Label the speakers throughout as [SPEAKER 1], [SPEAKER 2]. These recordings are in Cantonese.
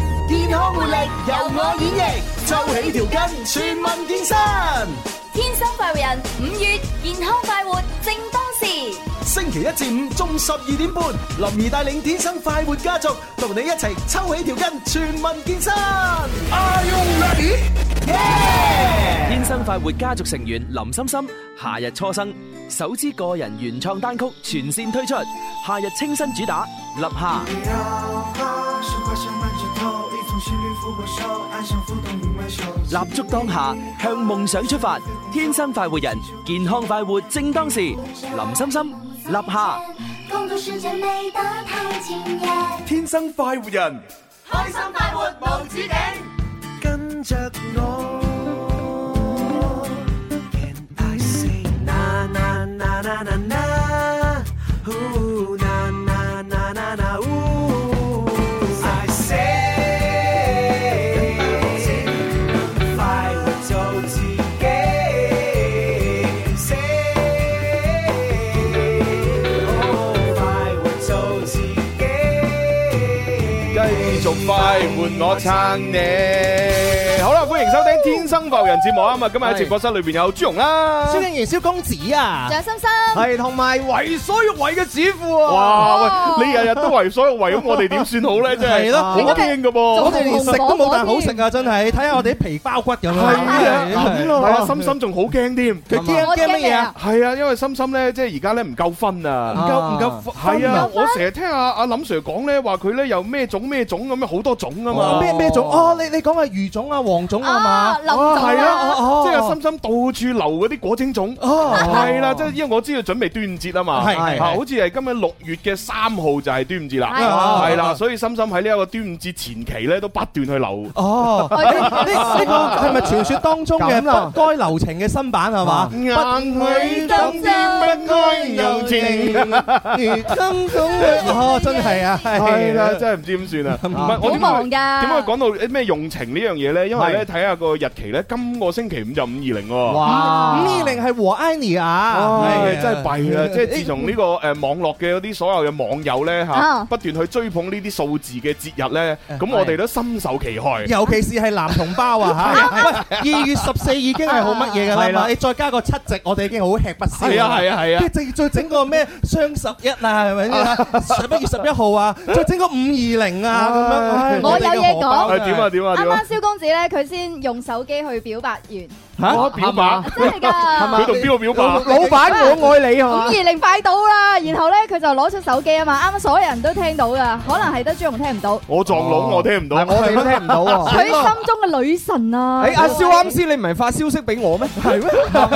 [SPEAKER 1] 多活力，由我演繹，抽起條筋，全民健身。
[SPEAKER 2] 天生快活人，五月健康快活正當時。
[SPEAKER 1] 星期一至五中午十二點半，林兒帶領天生快活家族，同你一齊抽起條筋，全民健身。Are you ready? Yeah！
[SPEAKER 3] 天生快活家族成員林心心，夏日初生首支個人原創單曲全線推出，夏日清新主打《立夏》。立足當下，向夢想出發，天生快活人，健康快活正當時。林心心，立夏。
[SPEAKER 4] 天生快活人，
[SPEAKER 5] 開心快活無止境，
[SPEAKER 6] 跟着我。
[SPEAKER 4] 繼續快活我撐你。好啦，歡迎收聽《天生浮人》節目啊！咁啊，今日喺直播室裏邊有朱紅啦，
[SPEAKER 7] 蕭敬元、蕭公子啊，
[SPEAKER 2] 仲有心心，
[SPEAKER 7] 係同埋為所欲為嘅指父喎。
[SPEAKER 4] 哇！喂，你日日都為所欲為，咁我哋點算好咧？真係
[SPEAKER 7] 係咯
[SPEAKER 4] 好驚噶噃。
[SPEAKER 7] 我哋連食都冇啖好食啊！真係，睇下我哋啲皮包骨咁樣。係
[SPEAKER 4] 係啊，心心仲好驚添。
[SPEAKER 7] 佢驚驚乜嘢啊？
[SPEAKER 4] 係啊，因為心心咧，即係而家咧唔夠分啊，
[SPEAKER 7] 唔夠唔夠分
[SPEAKER 4] 係啊
[SPEAKER 7] 啊，
[SPEAKER 4] 我成日聽阿阿林 Sir 講咧，話佢咧有咩種咩種咁樣好多種啊嘛。
[SPEAKER 7] 哦咩咩種？哦，你你講係魚種啊、黃種啊嘛
[SPEAKER 2] 啊，？林總
[SPEAKER 4] 係
[SPEAKER 2] 啦，
[SPEAKER 4] 啊，
[SPEAKER 7] 哦
[SPEAKER 4] 即係心心到處留嗰啲果精種。
[SPEAKER 7] 哦，
[SPEAKER 4] 係啦，即係因為我知道準備端午節啊嘛，
[SPEAKER 7] 係係
[SPEAKER 4] 啊好似係今日六月嘅三號就係端午節啦，
[SPEAKER 2] 係
[SPEAKER 7] 啊
[SPEAKER 4] 係啦，所以心心喺呢一個端午節前期咧都不斷去留。
[SPEAKER 7] 哦，呢呢呢個係咪傳說當中嘅不該流程嘅新版係嘛？
[SPEAKER 4] 眼淚當天不該柔情。
[SPEAKER 7] 如今咁哦，真係啊，
[SPEAKER 4] 係啦，真係唔知點算啊！唔係我
[SPEAKER 2] 好
[SPEAKER 4] 點解
[SPEAKER 2] 忙㗎
[SPEAKER 4] 點解講到咩用情呢樣嘢咧？因為咧
[SPEAKER 7] 係
[SPEAKER 4] 睇下個日期咧，今個星期五就五二零喎。
[SPEAKER 7] 哇！五二零嗯係和安妮啊，
[SPEAKER 4] 唉，哦哎真係 弊啦！即係自從呢個誒網絡嘅嗰啲所有嘅網友咧嚇，
[SPEAKER 2] 啊
[SPEAKER 4] 不斷去追捧呢啲數字嘅節日咧，咁
[SPEAKER 7] 係
[SPEAKER 4] 我哋都深受其害。
[SPEAKER 7] 哎尤其是係男同胞 啊嚇，喂，二月十四已經係好乜嘢㗎啦
[SPEAKER 4] 係啦
[SPEAKER 7] 嘛，你再加個七夕，我哋已經好吃不消。
[SPEAKER 4] 係啊係啊係啊！
[SPEAKER 7] 跟住再整個咩雙十一啊，係咪 十一月十一號啊，再整個五二零啊咁樣。唉
[SPEAKER 2] 我有嘢講
[SPEAKER 7] 哋嘅荷包
[SPEAKER 4] 係
[SPEAKER 7] 真係
[SPEAKER 4] 點啊點啊
[SPEAKER 2] 啱
[SPEAKER 4] 點啊
[SPEAKER 2] 啱！蕭公子咧，佢先用手機去表白完，
[SPEAKER 4] 我表白，
[SPEAKER 2] 真係㗎。
[SPEAKER 4] 佢同邊個表白？
[SPEAKER 7] 老闆，我愛你係
[SPEAKER 2] 五
[SPEAKER 7] 嘛
[SPEAKER 2] 二？零快到啦，然後咧佢就攞出手機啊嘛，啱啱所有人都聽到噶，可能係得朱紅聽唔到。
[SPEAKER 4] 我撞聾我聽唔到。
[SPEAKER 8] 我哋都聽唔到 喎。
[SPEAKER 2] 佢心中嘅女神啊！
[SPEAKER 8] 誒，阿 蕭啱先，你唔係發消息俾我咩？
[SPEAKER 7] 係咩？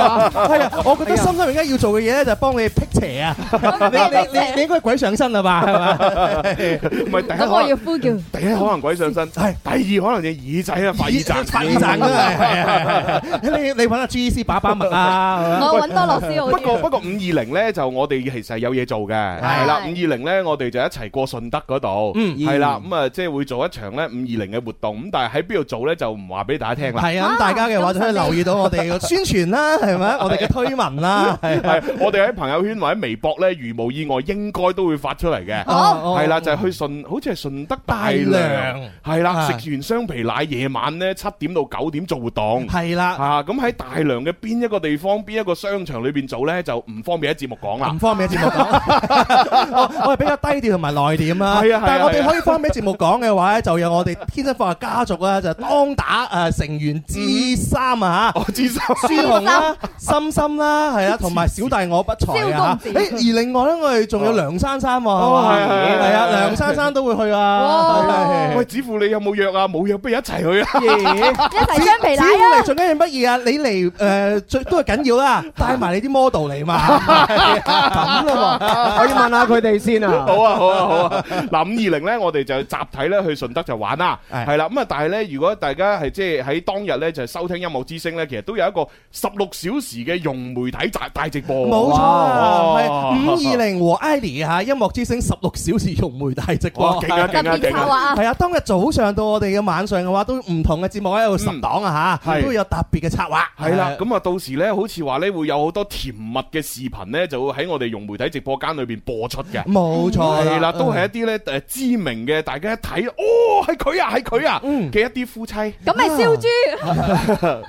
[SPEAKER 7] 係啊，我覺
[SPEAKER 4] 哎
[SPEAKER 7] 得心心而家要做嘅嘢咧，就係幫你辟邪啊！你 你 你你應該鬼上身啦吧？係嘛？
[SPEAKER 4] 唔係第一
[SPEAKER 2] 咁
[SPEAKER 4] 可
[SPEAKER 2] 我要
[SPEAKER 4] 能，
[SPEAKER 2] 呼叫。
[SPEAKER 4] 第一可能鬼上身，
[SPEAKER 7] 係
[SPEAKER 4] 第二可能隻耳仔啊，發耳仔，
[SPEAKER 7] 發耳賺啦！啊係係啊係，你你揾阿 G E C 把把脈啊！
[SPEAKER 2] 我揾多樂師好
[SPEAKER 4] 不過
[SPEAKER 2] 啲。
[SPEAKER 4] 不過五二零咧就我哋其實係有嘢做嘅，係啦五二零咧我哋就一齊過順德嗰度，
[SPEAKER 7] 嗯
[SPEAKER 4] 係啦咁啊即係會做一場咧五二零嘅活動，咁但係喺邊度做咧就唔話俾大家聽啦。
[SPEAKER 7] 係啊，咁大家嘅話就可以留意到我哋嘅宣傳啦，係 咪？我哋嘅推文啦，係
[SPEAKER 4] 係我哋喺朋友圈或者微博咧，如無意外應該都會發出嚟嘅。
[SPEAKER 7] 哦
[SPEAKER 4] 係啦，就係去順，好似係順德大
[SPEAKER 7] 大
[SPEAKER 4] 良啊
[SPEAKER 7] 良，
[SPEAKER 4] 係啦，
[SPEAKER 7] 係
[SPEAKER 4] 食完雙皮奶夜晚咧七點到九點做活動。
[SPEAKER 7] 係啦，
[SPEAKER 4] 啊，咁喺大良嘅邊一個地方、邊一個商場裏邊做咧，就唔方便喺節目講啦
[SPEAKER 7] 唔。方便喺節目講， 哦我我係比較低調同埋內斂啊。
[SPEAKER 4] 係啊係啊
[SPEAKER 7] 但係我
[SPEAKER 4] 係
[SPEAKER 7] 哋
[SPEAKER 4] 啊
[SPEAKER 7] 可以方便喺節目講嘅話咧，就有我哋天生化學家族啊，就當打誒成員之三啊嚇。
[SPEAKER 4] 我知道。
[SPEAKER 7] 朱紅啦、心心啦，係啊，同埋小弟我不才啊
[SPEAKER 2] 蕭公子
[SPEAKER 7] 嚇。誒而另外咧，我哋仲有梁珊珊喎，係嘛
[SPEAKER 4] 係係係
[SPEAKER 7] 係啊，梁珊珊都會去啊。
[SPEAKER 2] 哇
[SPEAKER 7] 係係
[SPEAKER 4] 喂，子富你有冇約啊？冇約，不如一齊去啊！
[SPEAKER 2] 一齊雙皮奶
[SPEAKER 7] 只要
[SPEAKER 2] 啊
[SPEAKER 7] 你！最緊要乜嘢啊？你嚟誒最都係緊要啦，帶埋你啲 model 嚟嘛。咁咯喎，
[SPEAKER 8] 我要問下佢哋先啊。
[SPEAKER 4] 好啊，好啊，好啊！嗱，五二零咧，我哋就集體咧去順德就玩啦，
[SPEAKER 7] 係
[SPEAKER 4] 係啦。咁啊，但係咧，如果大家係即係喺當日咧就收聽音樂之聲咧，其實都有一個十六小時嘅融媒體大大直播。
[SPEAKER 7] 冇錯啊，係
[SPEAKER 4] 哇
[SPEAKER 7] 五二零和 Ivy 嚇音樂之星十六小時融媒大直
[SPEAKER 4] 哇，
[SPEAKER 7] 播。
[SPEAKER 4] 勁啊，
[SPEAKER 2] 特
[SPEAKER 4] 勁啊，
[SPEAKER 2] 別
[SPEAKER 4] 勁
[SPEAKER 2] 策劃
[SPEAKER 4] 啊！
[SPEAKER 2] 啊！
[SPEAKER 7] 係啊，當日早上到我哋嘅晚上嘅話，都唔同嘅節目喺度十檔啊嚇，
[SPEAKER 4] 嗯
[SPEAKER 7] 都會有特別嘅策策劃。
[SPEAKER 4] 係啦，咁啊到時咧，好似話咧會有好多甜蜜嘅視頻咧，就會喺我哋融媒體直播間裏邊播出嘅。
[SPEAKER 7] 冇錯啊
[SPEAKER 4] 係啦，都係一啲咧誒知名嘅，大家一睇，哦係佢啊，係佢啊
[SPEAKER 7] 嗯
[SPEAKER 4] 嘅一啲夫妻
[SPEAKER 2] 咁咪燒豬，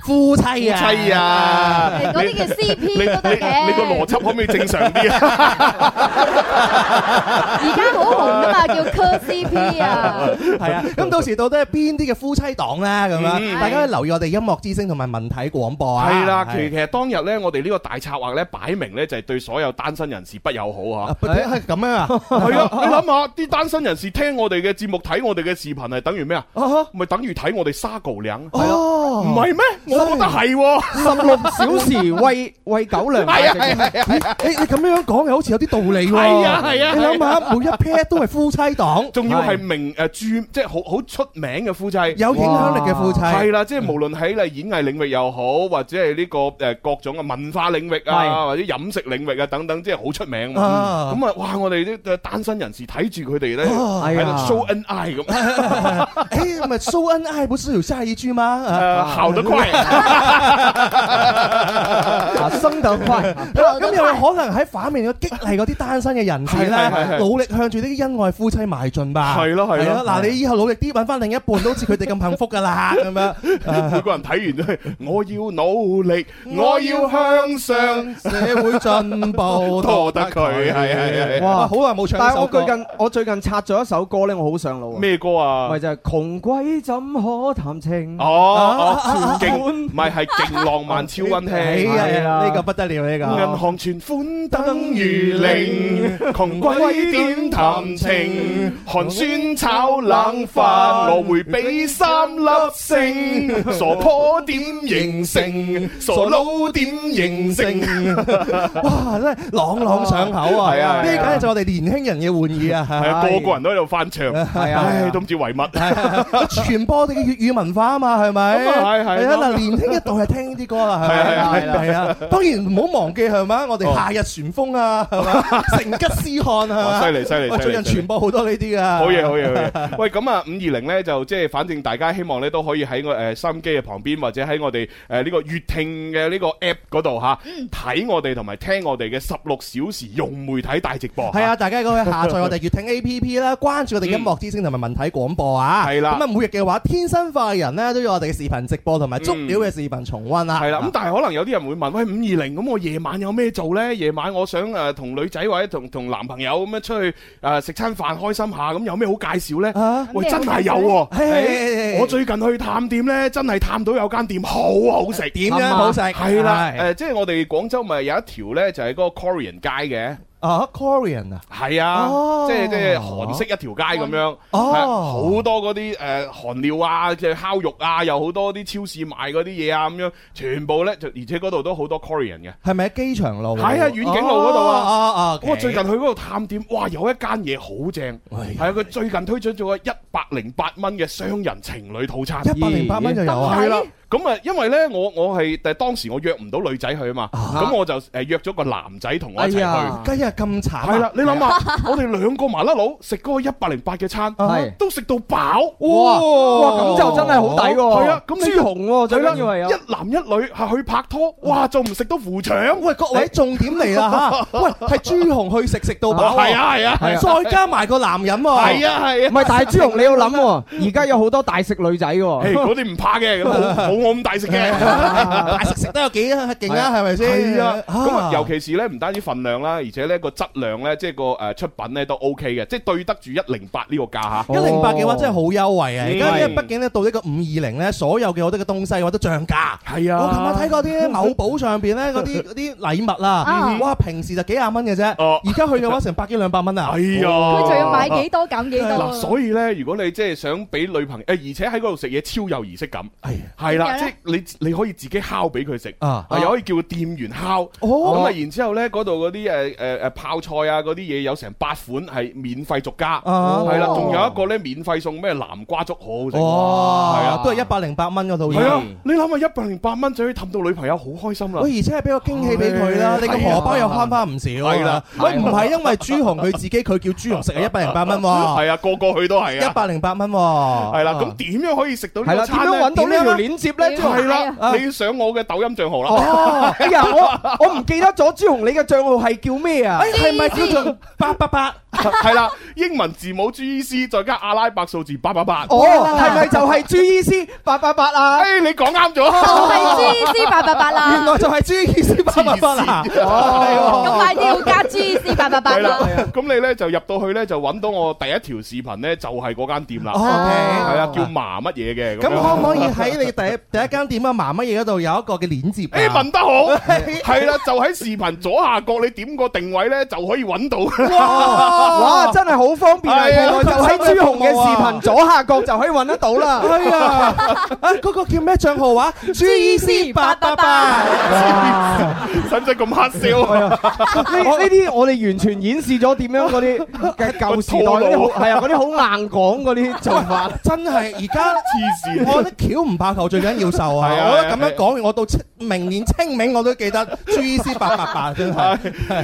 [SPEAKER 7] 夫妻啊，
[SPEAKER 4] 妻啊，
[SPEAKER 2] 嗰啲叫
[SPEAKER 4] 你你
[SPEAKER 2] CP 都得嘅。
[SPEAKER 4] 你個邏輯可唔可以正常啲 啊？
[SPEAKER 2] 而家好紅噶嘛，叫 Cur CP 啊。
[SPEAKER 7] 係 啊，咁到時到底係邊啲嘅夫妻檔咧？咁
[SPEAKER 4] 嗯
[SPEAKER 7] 樣大家留意我哋音樂之聲同埋文體廣播啊。
[SPEAKER 4] 係啦，其
[SPEAKER 7] 係
[SPEAKER 4] 其實當日咧，我哋呢個大策劃咧，擺明咧就係對所有單身人士不友好
[SPEAKER 7] 啊
[SPEAKER 4] 嚇。
[SPEAKER 7] 不係咁 樣啊，
[SPEAKER 4] 係啊，你諗下，啲單身人士聽我哋嘅節目、睇我哋嘅視頻，係等於咩啊？咪等於睇我哋沙狗糧。唔
[SPEAKER 7] 哦，
[SPEAKER 4] 係咩？我覺得係喎。
[SPEAKER 8] 啊十六小時喂-喂狗糧。
[SPEAKER 4] 係啊係啊係啊！
[SPEAKER 7] 你你咁樣講又好似有啲道理喎。
[SPEAKER 4] 係啊係啊
[SPEAKER 7] 你諗下，每一 pair 都係夫妻檔，
[SPEAKER 4] 仲要係名誒著，即係好好出名嘅夫妻。
[SPEAKER 7] 有影響力嘅夫妻。
[SPEAKER 4] 係啦，即係無論喺你演藝領域又好，或者係呢個誒各種嘅文化領域啊，
[SPEAKER 8] 係
[SPEAKER 4] 或者飲食領域啊等等，即係好出名嘛。
[SPEAKER 7] 啊
[SPEAKER 4] 咁啊，哇！我哋啲單身人士睇住佢哋咧，
[SPEAKER 7] 啊
[SPEAKER 4] 喺度
[SPEAKER 8] 哎呀
[SPEAKER 4] show 恩愛咁，
[SPEAKER 7] 誒，咪 show 恩愛不是有下一句嗎？啊
[SPEAKER 4] 誒，效得快。
[SPEAKER 8] 啊，生得快。
[SPEAKER 7] 咁又有可能喺反面去激勵嗰啲單身嘅人士
[SPEAKER 4] 係係係
[SPEAKER 7] 咧，努力向住呢啲恩愛夫妻邁進吧。
[SPEAKER 4] 係咯係咯
[SPEAKER 7] 係嗱，你以後努力啲揾翻另一半，都好似佢哋咁幸福 㗎啦，咁樣。
[SPEAKER 4] 每個人睇完都係，我要努力，我要向上，
[SPEAKER 7] 社會進步
[SPEAKER 4] 多得佢係係係。
[SPEAKER 7] 哇！好耐冇唱呢首歌
[SPEAKER 8] 但係我最近-我最近刷咗一首歌呢，我好上腦啊。
[SPEAKER 4] 咩歌啊？
[SPEAKER 8] 咪就係窮鬼怎可談情。
[SPEAKER 4] 哦，哦，勁，
[SPEAKER 8] 款
[SPEAKER 4] 唔係係勁浪漫超温
[SPEAKER 7] 哎
[SPEAKER 4] 馨。
[SPEAKER 7] 呀
[SPEAKER 8] 係啊
[SPEAKER 7] 呢個不得了，呢
[SPEAKER 4] 銀
[SPEAKER 7] 個
[SPEAKER 4] 行存款等於零，窮鬼點談情？寒酸炒冷飯，我會俾三粒星。傻婆點形成？傻佬點形 成？
[SPEAKER 7] 哇！真係朗朗上口啊！
[SPEAKER 4] 係啊係啊
[SPEAKER 7] 呢簡直就係我哋年輕人嘅玩意啊！
[SPEAKER 4] 係啊，個個人都喺度翻
[SPEAKER 7] 哎
[SPEAKER 4] 唱，
[SPEAKER 8] 啊
[SPEAKER 4] 唉，都唔知為乜。
[SPEAKER 7] 傳播我哋嘅粵語文化啊嘛，係咪？
[SPEAKER 4] 咁啊係係
[SPEAKER 7] 啊！嗱，年輕一代係聽呢啲歌啦，係
[SPEAKER 4] 係啊
[SPEAKER 7] 咪？係啊！當然唔好忘記係咪？我
[SPEAKER 4] 哦
[SPEAKER 7] 哋夏日旋風啊，係嘛？成吉思汗
[SPEAKER 4] 哇
[SPEAKER 7] 啊，
[SPEAKER 4] 犀利犀利
[SPEAKER 7] 哇
[SPEAKER 4] 犀利
[SPEAKER 7] 最近傳播好多呢啲啊噶，
[SPEAKER 4] 好嘢，好嘢，好嘢！喂，咁啊，五二零咧就即係，反正大家希望咧都可以喺我誒收音機嘅旁邊，或者喺我哋誒呢個粵聽嘅呢個 app 嗰度吓，睇我哋同埋聽我哋嘅十六小時融媒體大直播。
[SPEAKER 7] 係啊！大家可以下載我哋粵聽 A P P 啦，關注我哋音樂之聲同埋文體廣播啊！
[SPEAKER 4] 嗯係啦
[SPEAKER 7] 咁啊每日嘅話，天生快活人呢都有我哋嘅視頻直播同埋足料嘅視頻重温啦。
[SPEAKER 4] 嗯
[SPEAKER 7] 啊
[SPEAKER 4] 係啦，咁但係可能有啲人會問：喂，五二零咁，我夜晚有咩做呢？夜晚我想誒同女仔或者同同男朋友咁樣出去誒食餐飯，開心下，咁有咩好介紹呢
[SPEAKER 7] 啊？
[SPEAKER 4] 喂，
[SPEAKER 2] 咩
[SPEAKER 4] 真係有
[SPEAKER 2] 好介
[SPEAKER 4] 喎！
[SPEAKER 7] 哎係
[SPEAKER 4] 我最近去探店呢，真係探到有間店好好食。
[SPEAKER 7] 點樣好食？
[SPEAKER 4] 係啦，
[SPEAKER 7] 係
[SPEAKER 4] 誒，即係我哋廣州咪有一條咧，就係嗰個 Korean 街嘅，
[SPEAKER 7] 啊 Korean 啊，
[SPEAKER 4] 係啊
[SPEAKER 7] 哦，
[SPEAKER 4] 即係即係韓式一條街咁樣，
[SPEAKER 7] 哦
[SPEAKER 4] 係好多嗰啲誒韓料啊，即係烤肉啊，有好多啲超市賣嗰啲嘢啊，咁樣全部咧就，而且嗰度都好多 Korean 嘅。
[SPEAKER 7] 係咪喺機場路？
[SPEAKER 4] 係啊遠景路嗰度啊
[SPEAKER 7] 哦哦，
[SPEAKER 4] 我最近去嗰度探店，哇，有一間嘢好正，
[SPEAKER 7] 喂
[SPEAKER 4] 係啊，佢最近推出咗一百零八蚊嘅雙人情侶套餐。
[SPEAKER 7] 一百零八蚊就有啊
[SPEAKER 2] 咦。
[SPEAKER 4] 係啦，咁啊，因為咧，我我係但係當時我約唔到女仔去啊嘛，咁我就誒約咗個男仔同我一
[SPEAKER 8] 哎
[SPEAKER 4] 齊去
[SPEAKER 8] 呀。
[SPEAKER 7] 雞啊咁慘啊
[SPEAKER 4] 系啦，你諗下，我哋兩個麻甩佬食嗰個一百零八嘅餐
[SPEAKER 8] 係，
[SPEAKER 4] 都食到飽。
[SPEAKER 8] 哇！哇，咁就真係好抵喎。
[SPEAKER 4] 係啊，咁你
[SPEAKER 8] 豬紅喎，最緊要係有。
[SPEAKER 4] 一男一女係去拍拖，哇，仲唔食到扶腸？
[SPEAKER 7] 喂，各位重點嚟 啦嚇！喂，係朱紅去食食到飽喎
[SPEAKER 4] 係，啊係啊係啊
[SPEAKER 7] 再加埋個男人喎，
[SPEAKER 4] 係啊係啊，
[SPEAKER 8] 唔係，但係豬紅，你要諗喎，而家有好多大食女仔喎。
[SPEAKER 4] 誒嗰啲唔怕嘅，咁冇冇我咁大食嘅。
[SPEAKER 7] 大食食得有幾勁啊？係咪先？
[SPEAKER 4] 係啊，咁啊，尤其是咧，唔單止份量啦，而且咧個質量咧，即係個誒出品咧都 OK 嘅，即係對得住一零八呢個價嚇。
[SPEAKER 8] 哦
[SPEAKER 7] 一零八嘅話真係好優惠啊！
[SPEAKER 4] 嗯
[SPEAKER 7] 而家因為畢竟咧到呢個五二零咧，所有嘅好多嘅東西嘅話都漲價。
[SPEAKER 4] 係啊
[SPEAKER 7] 我琴晚睇 過啲某寶上邊咧嗰啲嗰啲禮物啊
[SPEAKER 2] 嗯，
[SPEAKER 7] 哇！平時就幾廿蚊嘅啫，
[SPEAKER 4] 哦
[SPEAKER 7] 而家去嘅話成百幾兩百蚊啊！
[SPEAKER 4] 哎呀，
[SPEAKER 2] 佢仲要買幾多減幾
[SPEAKER 4] 嗱，
[SPEAKER 2] 多。
[SPEAKER 4] 所以咧，如果你即係想俾女朋友，誒，而且喺嗰度食嘢超有儀式感，
[SPEAKER 7] 係
[SPEAKER 4] 係啦，
[SPEAKER 2] 點
[SPEAKER 4] 即
[SPEAKER 2] 解
[SPEAKER 4] 係
[SPEAKER 2] 咧
[SPEAKER 4] 你你可以自己烤俾佢食，
[SPEAKER 7] 啊
[SPEAKER 4] 又可以叫店員烤，
[SPEAKER 7] 哦
[SPEAKER 4] 咁啊，然之後咧嗰度嗰啲誒誒誒泡菜啊嗰啲嘢有成八款係免費續加，
[SPEAKER 7] 哦
[SPEAKER 4] 係啦，仲有一個咧免費送咩南瓜粥，好好食。
[SPEAKER 7] 哇
[SPEAKER 4] 係啊！
[SPEAKER 7] 都係一百零八蚊嗰度已
[SPEAKER 4] 係啊
[SPEAKER 7] 經。，
[SPEAKER 4] 你諗下一百零八蚊就可以氹到女朋友，好開心啦。
[SPEAKER 7] 哦喂，而且係俾個驚喜俾佢
[SPEAKER 4] 哦
[SPEAKER 7] 啦，你個荷包又慳翻唔少。啊係
[SPEAKER 4] 啊啦，啊
[SPEAKER 7] 喂，唔係因為朱紅佢自己佢叫朱紅食係一百零八蚊喎，
[SPEAKER 4] 係啊，個個去都係
[SPEAKER 7] 一
[SPEAKER 4] 啊。
[SPEAKER 7] 百百零八蚊喎。
[SPEAKER 4] 係啦，啊咁點樣可以食到呢
[SPEAKER 8] 係啦，
[SPEAKER 4] 個
[SPEAKER 8] 點
[SPEAKER 4] 餐
[SPEAKER 8] 樣揾到呢條鏈接咧？
[SPEAKER 2] 點樣呢
[SPEAKER 4] 係啦，
[SPEAKER 8] 啊
[SPEAKER 4] 你上我嘅抖音帳號啦。
[SPEAKER 8] 哦，哎呀，我我唔記得咗朱紅你嘅帳號係叫咩啊？
[SPEAKER 7] 哎係咪叫做八八八？
[SPEAKER 4] 係啦，英文字母 G E C 再加阿拉伯數字八八八。
[SPEAKER 8] 哦，係咪就係朱醫師八八八啊？
[SPEAKER 4] 哎，你講啱咗。
[SPEAKER 2] 哦 就係 G C 八八八啦。
[SPEAKER 7] 原來就係 G E C 八八八啦。
[SPEAKER 2] 咁
[SPEAKER 7] 哦，
[SPEAKER 2] 快啲要加 G C 八八八
[SPEAKER 4] 係
[SPEAKER 2] 啦。
[SPEAKER 4] 啦，咁你咧就入到去咧就揾到我第一條視頻咧就係嗰間店啦。
[SPEAKER 7] 哦，OK
[SPEAKER 4] 係啊，叫麻乜嘢嘅
[SPEAKER 7] 咁可
[SPEAKER 4] 樣
[SPEAKER 7] 唔可以喺你第一 第一間店啊麻乜嘢嗰度有一個嘅鏈接啊？
[SPEAKER 4] 誒問得好，係啦，就喺視頻左下角你點個定位咧，就可以揾到。
[SPEAKER 8] 哇，真係好方便啊！
[SPEAKER 4] 係
[SPEAKER 8] 原
[SPEAKER 4] 啊
[SPEAKER 8] 來就喺朱紅嘅視頻左下角就可以揾得到啦。
[SPEAKER 7] 係啊，啊嗰個叫咩帳號話 G E C 八八八。
[SPEAKER 4] 使唔使咁黑笑？
[SPEAKER 8] 呢呢啲 我哋完全演示咗點樣嗰啲嘅舊時代嗰啲好係啊嗰啲好硬講嗰啲做法。
[SPEAKER 7] 真係而 家
[SPEAKER 4] 黐線
[SPEAKER 7] 我覺得橋唔怕頭最緊要受啊！
[SPEAKER 4] 係啊
[SPEAKER 7] 我覺得咁樣講完，我到清明年清明我都記得 G C 八八八真係。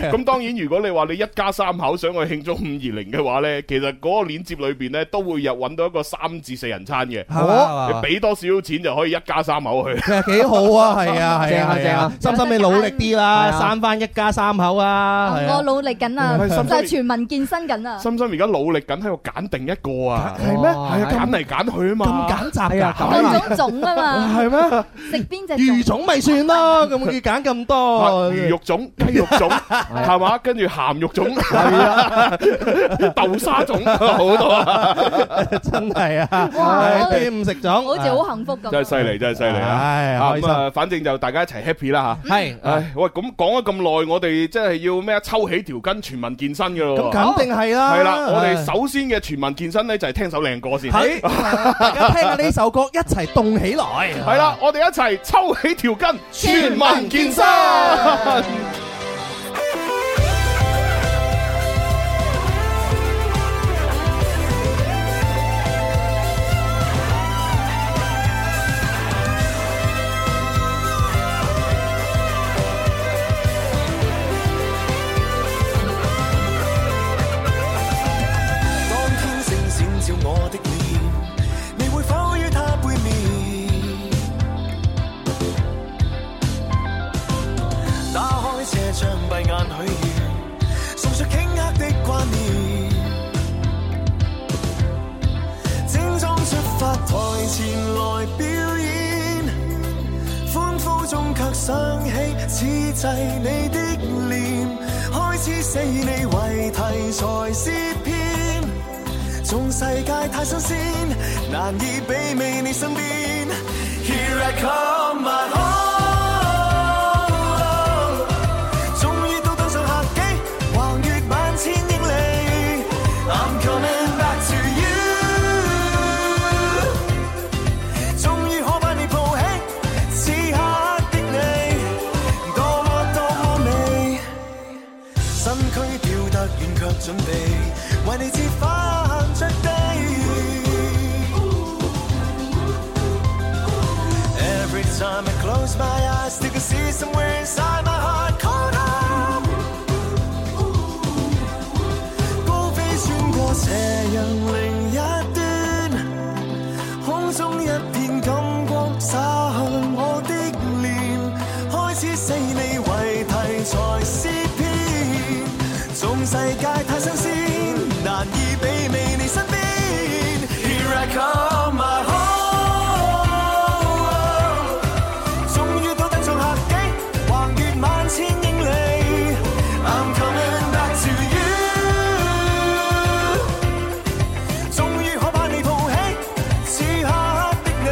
[SPEAKER 4] 咁當然，如果你話你一家三口想去慶祝五二零嘅話呢，其實嗰個鏈接裏邊呢，都會有揾到一個三至四人餐嘅，
[SPEAKER 7] 係
[SPEAKER 8] 哦
[SPEAKER 7] 嘛
[SPEAKER 4] 你俾多少錢就可以一家三口去。
[SPEAKER 7] 其實幾好 啊，係啊，係
[SPEAKER 8] 正啊
[SPEAKER 7] 啊，
[SPEAKER 8] 正啊
[SPEAKER 7] 心心你努力啲啦
[SPEAKER 8] 係，啊
[SPEAKER 7] 生翻一家三口啊，係
[SPEAKER 2] 我
[SPEAKER 7] 啊。
[SPEAKER 2] 努力緊啊，
[SPEAKER 4] 喂
[SPEAKER 2] 就
[SPEAKER 4] 心
[SPEAKER 2] 係全民健身緊啊。
[SPEAKER 4] 心心而家努力緊喺度揀定一個啊，
[SPEAKER 8] 係咩
[SPEAKER 4] 係啊，揀嚟揀去啊嘛
[SPEAKER 7] 咁。揀雜
[SPEAKER 8] 係啊咁
[SPEAKER 7] 㗎，
[SPEAKER 2] 兩種種啊嘛，
[SPEAKER 7] 係咩？
[SPEAKER 2] 食邊只
[SPEAKER 7] 魚
[SPEAKER 2] 種？
[SPEAKER 7] 種咪 算咯，咁佢揀咁
[SPEAKER 4] 啊
[SPEAKER 7] 多，
[SPEAKER 4] 魚肉粽、雞肉粽，係嘛？跟住鹹肉粽、 豆沙粽，好多啊！
[SPEAKER 7] 真係啊！
[SPEAKER 2] 哇
[SPEAKER 7] 唉
[SPEAKER 2] 我哋
[SPEAKER 7] 你唔食粽，
[SPEAKER 2] 好似好幸福咁。
[SPEAKER 4] 真係犀利，真係犀利啊！
[SPEAKER 7] 唉，
[SPEAKER 4] 啊
[SPEAKER 7] 開
[SPEAKER 4] 咁
[SPEAKER 7] 心
[SPEAKER 4] 啊，反正就大家一齊 happy 啦吓。
[SPEAKER 7] 係。
[SPEAKER 4] 唉，喂，咁講咗咁耐，我哋真係要咩啊？抽起條筋，全民健身噶咯
[SPEAKER 7] 咁
[SPEAKER 4] 喎。
[SPEAKER 7] 肯定係啦，
[SPEAKER 4] 係啦，我哋首先嘅全民健身咧就係聽首靚歌先。
[SPEAKER 7] 喺大家聽下呢首歌，一齊動起來。
[SPEAKER 4] 係啦，我哋一齊抽起條筋，啊全民健身。
[SPEAKER 6] 當天星閃照我的臉，你會否於他背面？打開車窗，閉眼許願，送出頃刻的掛念。整裝出發，台前來表演，歡呼中卻想起此際你的臉，開始寫以你為題材詩篇。縱世界太新鮮，難以媲美你身邊。Here I come, my home。終於都登上客機，橫越萬千英里。I'm coming back to you。終於可把你抱起，此刻的你，多麼多麼美。身軀吊得遠，卻準備為你折返着地。Every time I close my eyes, still can see somewhere inside my heart caught up。高飛穿過斜陽另一端。空中一片金光灑向我的臉，開始寫以你為題材詩篇。縱世界太新鮮，難以媲美你身邊。Here I come, my home。終於都登上客機，橫越萬千英里。I'm coming back to you。終於可把你抱起，此刻的你，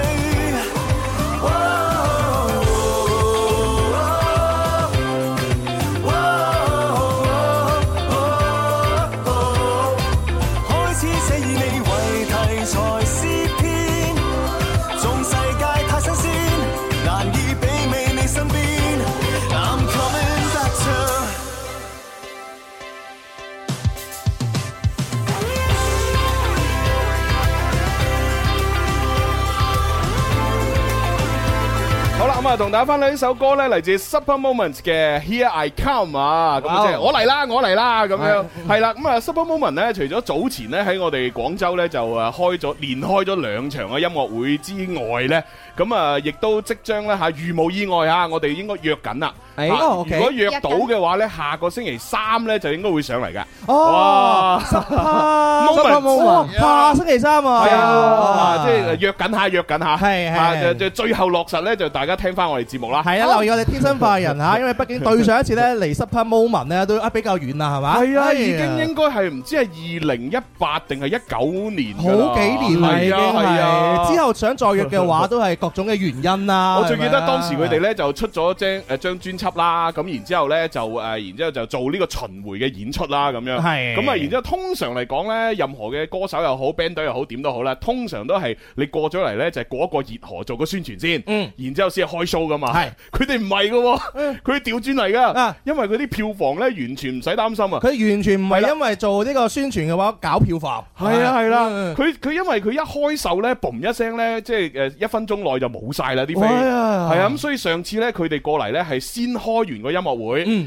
[SPEAKER 4] 啦，咁啊，同大家翻嚟呢首歌咧，嚟自 Super Moments 嘅 Here I Come 啊，咁即係我嚟啦，我嚟啦，咁樣係啦，咁啊 Super Moment 咧，除咗早前咧喺我哋廣州咧就誒開咗連開咗兩場嘅音樂會之外咧，咁啊亦都即將咧嚇預冇意外嚇，我哋應該約緊啦。
[SPEAKER 7] 哎
[SPEAKER 4] 嚇
[SPEAKER 7] 哦，OK
[SPEAKER 4] 如果約到嘅話咧，下個星期三咧就應該會上嚟㗎。
[SPEAKER 7] 哦
[SPEAKER 4] 哇，Moment
[SPEAKER 7] 哦下星期三啊，
[SPEAKER 4] 系啊，即係約緊下，約緊下，
[SPEAKER 7] 係係
[SPEAKER 4] 啊就就最後落實咧，就大家聽翻我哋節目啦。
[SPEAKER 7] 係啊，留意我哋天生快 人嚇，因為畢竟對上一次咧離 Super Moment 咧都啊比較遠啦，係嘛？
[SPEAKER 4] 係啊，
[SPEAKER 7] 哎呀
[SPEAKER 4] 已經應該係唔知係二零一八定係一九年㗎啦
[SPEAKER 7] 好幾年啦，已
[SPEAKER 4] 係
[SPEAKER 7] 經
[SPEAKER 4] 啊係啊。
[SPEAKER 7] 係。之後想再約 嘅話，都係各種嘅原因啦。
[SPEAKER 4] 我最記得
[SPEAKER 7] 係咪啊
[SPEAKER 4] 當時佢哋咧就出咗張誒張專輯啦，咁然之後咧就誒，然之後就做呢個巡迴嘅演出啦，咁樣。
[SPEAKER 7] 係
[SPEAKER 4] 咁啊，然之後通常嚟講咧，任何嘅歌手又好，band 隊又好，點都好啦，通常都係你過咗嚟咧，就係過一個熱河做個宣傳先，
[SPEAKER 7] 嗯
[SPEAKER 4] 然之後先係開 show 噶嘛。
[SPEAKER 7] 係，
[SPEAKER 4] 佢哋唔係嘅，佢調轉嚟㗎
[SPEAKER 7] 嗯啊，
[SPEAKER 4] 因為嗰啲票房咧完全唔使擔心啊。
[SPEAKER 7] 佢完全唔
[SPEAKER 4] 係啦
[SPEAKER 7] 係因為做呢個宣傳嘅話搞票房，
[SPEAKER 4] 係啊係啦
[SPEAKER 7] 嗯，
[SPEAKER 4] 佢佢因為佢一開售咧，嘣一聲咧，即係誒一分鐘內就冇晒啦啲飛，
[SPEAKER 7] 哎
[SPEAKER 4] 係
[SPEAKER 7] 呀
[SPEAKER 4] 啊咁，所以上次咧佢哋過嚟咧係先開完個音樂
[SPEAKER 7] 嗯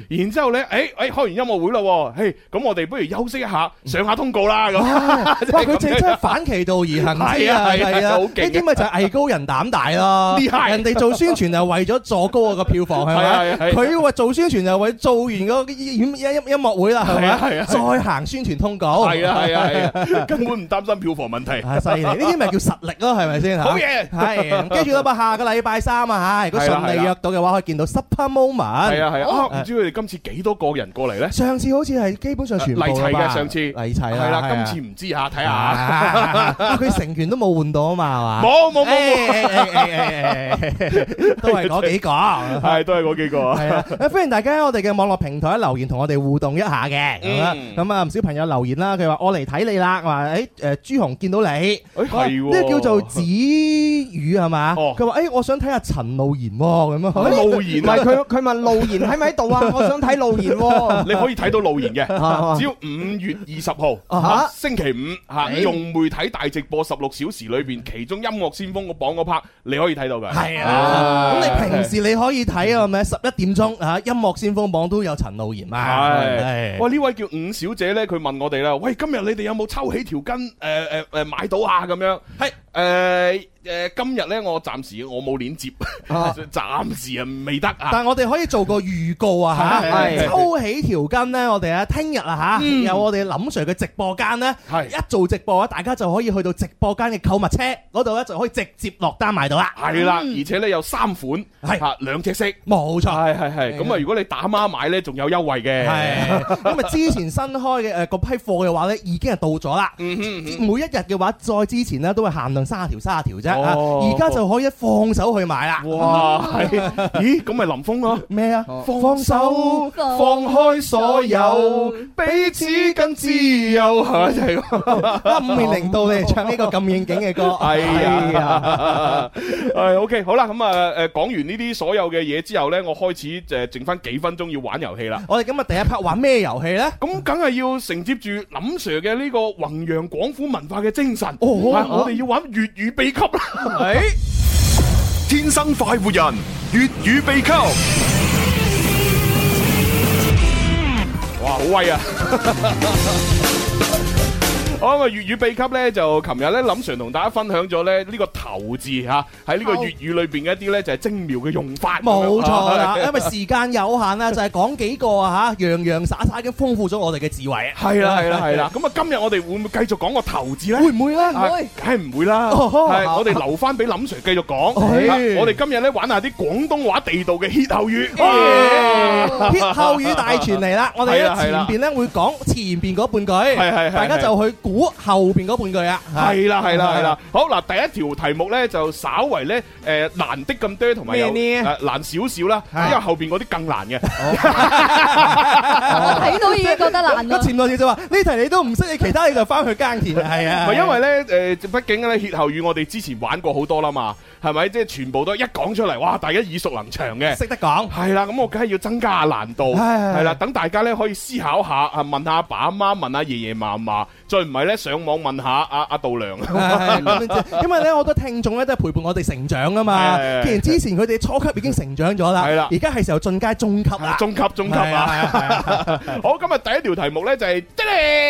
[SPEAKER 4] 會，然之後咧，誒誒開完音樂會咯，嘿咁我哋不如休息一下，上下通告啦 咁，即
[SPEAKER 7] 嗯哇！
[SPEAKER 4] 係
[SPEAKER 7] 佢
[SPEAKER 4] 咁
[SPEAKER 7] 淨
[SPEAKER 4] 樣
[SPEAKER 7] 真係反其道而行之
[SPEAKER 4] 係啊
[SPEAKER 7] 啊，
[SPEAKER 4] 係啊
[SPEAKER 7] 係啊，
[SPEAKER 4] 好
[SPEAKER 7] 呢
[SPEAKER 4] 勁啊
[SPEAKER 7] 啲咪就係藝高人膽大咯。
[SPEAKER 4] 呢係
[SPEAKER 7] 人哋做宣傳就為咗做高個票房係
[SPEAKER 4] 係啊係啊
[SPEAKER 7] 咪
[SPEAKER 4] 係啊？
[SPEAKER 7] 佢話做宣傳就為做完個演音音音樂會啦，係
[SPEAKER 4] 係啊係
[SPEAKER 7] 咪
[SPEAKER 4] 啊？
[SPEAKER 7] 再行宣傳通告，
[SPEAKER 4] 係啊 係啊係啊，根本唔擔心票房問題。
[SPEAKER 7] 啊，犀利！呢啲咪叫實力咯，係咪先嚇
[SPEAKER 4] 好嘢
[SPEAKER 7] 係，跟住啦噃，下個禮拜三啊嚇，如果
[SPEAKER 4] 係啦
[SPEAKER 7] 順
[SPEAKER 4] 係啦
[SPEAKER 7] 利約到嘅話，可以見到 Super Moment。
[SPEAKER 4] 係啊係啊，啊
[SPEAKER 7] 哦
[SPEAKER 4] 唔知佢哋今次幾多個人過嚟咧？
[SPEAKER 7] 上次好似係基本上全部
[SPEAKER 4] 嚟齊
[SPEAKER 7] 啦
[SPEAKER 4] 嘅
[SPEAKER 7] 吧
[SPEAKER 4] 上次，
[SPEAKER 7] 嚟齊啦，係
[SPEAKER 4] 係
[SPEAKER 7] 啊
[SPEAKER 4] 啦， 今次唔知嚇，睇下。
[SPEAKER 7] 啊！佢成員都冇換到啊嘛，係嘛？
[SPEAKER 4] 冇冇冇
[SPEAKER 7] 冇，哎
[SPEAKER 4] 冇，
[SPEAKER 7] 都係嗰幾個。 係
[SPEAKER 4] 係都係嗰幾個啊。
[SPEAKER 7] 啊，歡迎大家喺我哋嘅網絡平台留言同我哋互動一下嘅，咁啊
[SPEAKER 4] 嗯
[SPEAKER 7] 咁啊，唔少朋友留言啦，佢話我嚟睇你啦，話誒誒朱紅見到你，
[SPEAKER 4] 誒係喎
[SPEAKER 7] 呢個叫做子宇係嘛？
[SPEAKER 4] 哦
[SPEAKER 7] 佢話誒我想睇下陳露妍喎，咁啊，
[SPEAKER 4] 路言
[SPEAKER 8] 唔
[SPEAKER 4] 啊
[SPEAKER 8] 係，佢佢問路言喺咪喺 度啊？我想睇路言喎。
[SPEAKER 4] 你可以睇到路言
[SPEAKER 7] 啊
[SPEAKER 4] 嘅，只要五月二十
[SPEAKER 7] 啊
[SPEAKER 4] 號
[SPEAKER 7] 哈哎
[SPEAKER 4] 星期五吓，用媒體大直播十六小時裏邊，其中音樂先鋒個榜嗰 part 你可以睇到㗎。
[SPEAKER 7] 係啊，咁你平時你可以睇啊，係咪十一點鐘啊，音樂先鋒榜都有陳露妍啊，
[SPEAKER 4] 係，喂呢位叫伍小姐咧，佢問我哋啦，喂今日你哋有冇抽起條筋誒誒誒買到啊咁樣？係誒誒今日咧我暫時我冇鏈接，
[SPEAKER 7] 啊
[SPEAKER 4] 暫時啊未得啊。
[SPEAKER 7] 但係我哋可以做個預告啊
[SPEAKER 4] 係
[SPEAKER 8] 係
[SPEAKER 7] 嚇，
[SPEAKER 8] 係
[SPEAKER 7] 抽起條筋咧，我哋啊聽日啊嚇，有我哋林 Sir 嘅直播間咧，
[SPEAKER 4] 係
[SPEAKER 7] 一做直播啊，大家就可以去到直播間嘅購物車嗰度咧，就可以直接落單買到啦。
[SPEAKER 4] 係啦，而且咧有三款，
[SPEAKER 7] 嗯係
[SPEAKER 4] 嚇兩隻色，係
[SPEAKER 7] 冇錯。
[SPEAKER 4] 係係。咁啊，如果你打孖買咧，仲有優惠嘅。
[SPEAKER 7] 係，因為啊之前新開嘅誒嗰批貨嘅話咧，已經係到咗啦。每一日嘅話，再之前咧都係限量三十條、三十條啫。啊
[SPEAKER 4] 哦
[SPEAKER 7] 而家就可以放手去買啦。
[SPEAKER 4] 哇，係，咦，咁咪林峰咯。
[SPEAKER 7] 咩啊？放手。
[SPEAKER 4] 放開所有，彼此更自由，係就係咁。
[SPEAKER 7] 啊！五年零到你哋唱呢個咁應景嘅歌，
[SPEAKER 4] 係
[SPEAKER 7] 哎呀
[SPEAKER 4] 啊，係 OK，好啦，咁啊，誒講完呢啲所有嘅嘢之後咧，我開始誒剩翻幾分鐘要玩遊戲啦。
[SPEAKER 7] 我哋今日第一 part 玩咩遊戲 呢？
[SPEAKER 4] 咁梗係要承接住林 Sir 嘅呢個弘揚廣府文化嘅精神，
[SPEAKER 7] 哦哎好啊
[SPEAKER 4] 啊我哋要玩粵語秘笈啦。
[SPEAKER 1] 天生快活人，粵語秘笈。
[SPEAKER 4] 哇，好威啊！ 好咁啊！粵語秘笈咧，就琴日咧，林 Sir 同大家分享咗咧呢個頭字嚇，喺呢個粵語裏邊嘅一啲咧就係精妙嘅用法。
[SPEAKER 7] 冇錯啦，因為時間有限啦，就係講幾個啊嚇，洋洋灑灑咁豐富咗我哋嘅智慧。
[SPEAKER 4] 係啦，係啦，係啦。咁啊，今日我哋會唔會繼續講個頭字咧？
[SPEAKER 7] 會唔會呢？
[SPEAKER 4] 啊梗係唔會啦。
[SPEAKER 7] 哦
[SPEAKER 4] 係我哋留翻俾林 Sir 繼續講。
[SPEAKER 7] 哎哎
[SPEAKER 4] 係我哋今日咧玩下啲廣東話地道嘅歇後語。
[SPEAKER 7] 哦
[SPEAKER 4] 哦
[SPEAKER 7] 歇後語大全嚟 啦！我哋
[SPEAKER 4] 係
[SPEAKER 7] 咧
[SPEAKER 4] 啦係
[SPEAKER 7] 前
[SPEAKER 4] 啦
[SPEAKER 7] 邊咧會講前邊嗰半句，
[SPEAKER 4] 係係係
[SPEAKER 7] 大家就去估後邊嗰半句啊！
[SPEAKER 4] 係啦，係啦，係啦。好嗱，第一條題目咧就稍為咧誒難的咁多，同埋有
[SPEAKER 8] 咩
[SPEAKER 4] 誒
[SPEAKER 8] 呢
[SPEAKER 4] 難少少啦，
[SPEAKER 7] 係
[SPEAKER 4] 因為後邊嗰啲更難嘅。
[SPEAKER 2] 我睇到已經覺得難
[SPEAKER 7] 個
[SPEAKER 2] 咯。
[SPEAKER 7] 潛台詞就話呢題你都唔識，你其他你就翻去耕田係啊！
[SPEAKER 4] 唔係因為咧，誒，畢竟咧歇後語我哋之前玩過好多啦嘛，係咪？即係全部都一講出嚟，哇！大家耳熟能詳嘅。
[SPEAKER 7] 識得講。
[SPEAKER 4] 係啦，咁我梗係要增加下難度，
[SPEAKER 7] 係係係
[SPEAKER 4] 係啦，等大家咧可以思考下，啊問下阿爸阿媽，問下爺爺嫲嫲，再唔係咧上網問下阿阿度 娘。
[SPEAKER 7] 係哎咁樣 啫因為咧，好多聽眾咧都係陪伴我哋成長啊嘛。
[SPEAKER 4] 係係係
[SPEAKER 7] 既然之前佢哋初級已經成長咗啦，
[SPEAKER 4] 係啦
[SPEAKER 7] 而家係時候進階中級啦。啊
[SPEAKER 4] 中級中級 啊！好，今日第一條題目咧就係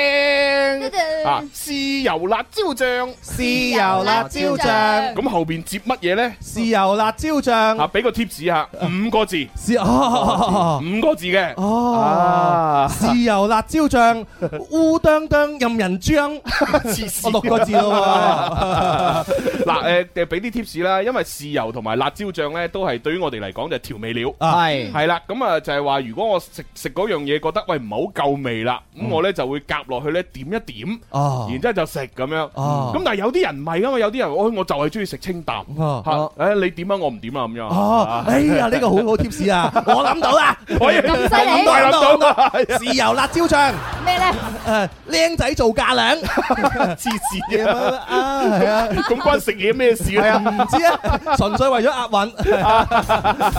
[SPEAKER 4] 叮
[SPEAKER 2] 叮
[SPEAKER 4] 啊，豉油辣椒醬。
[SPEAKER 7] 豉油辣椒醬，
[SPEAKER 4] 咁後邊接乜嘢咧？
[SPEAKER 7] 豉油辣椒醬，
[SPEAKER 4] 啊，俾個 tips 吓，五個字，
[SPEAKER 7] 豉哦
[SPEAKER 4] 五個字嘅。
[SPEAKER 7] 哦，
[SPEAKER 4] 啊，
[SPEAKER 7] 豉油辣椒醬，烏當當任人 漿，
[SPEAKER 4] 黐
[SPEAKER 7] 我
[SPEAKER 4] 線
[SPEAKER 7] 六個字
[SPEAKER 4] 啊
[SPEAKER 7] 咯
[SPEAKER 4] 嗱，誒誒，俾啲 tips 啦，因為豉油同埋辣椒醬咧，都係對於我哋嚟講就係調味料。
[SPEAKER 7] 喎。啊，
[SPEAKER 8] 係。
[SPEAKER 4] 係啦，咁啊就係話，如果我食食嗰樣嘢覺得喂唔係好夠味啦，咁我咧就會夾落去咧點一點，
[SPEAKER 7] 嗯哦，
[SPEAKER 4] 然之後就食咁樣。
[SPEAKER 7] 哦
[SPEAKER 4] 咁但係有啲人唔係噶嘛，有啲人我我就係中意食清淡。
[SPEAKER 7] 哦
[SPEAKER 4] 吓，誒你點啊，我唔點啊咁樣。
[SPEAKER 7] 哦，哎呀，呢個好好 tips 啊！我諗到啦，
[SPEAKER 4] 可以
[SPEAKER 2] 咁犀利
[SPEAKER 4] 快諗到啦，係啊
[SPEAKER 7] 豉油辣椒醬，
[SPEAKER 2] 咩咧？
[SPEAKER 7] 誒，僆仔做嫁娘，
[SPEAKER 4] 黐線啊！
[SPEAKER 7] 啊，係啊。
[SPEAKER 4] 咁關食嘢咩事
[SPEAKER 7] 系啊，
[SPEAKER 4] 咧？
[SPEAKER 7] 唔知啊，純粹為咗押韻。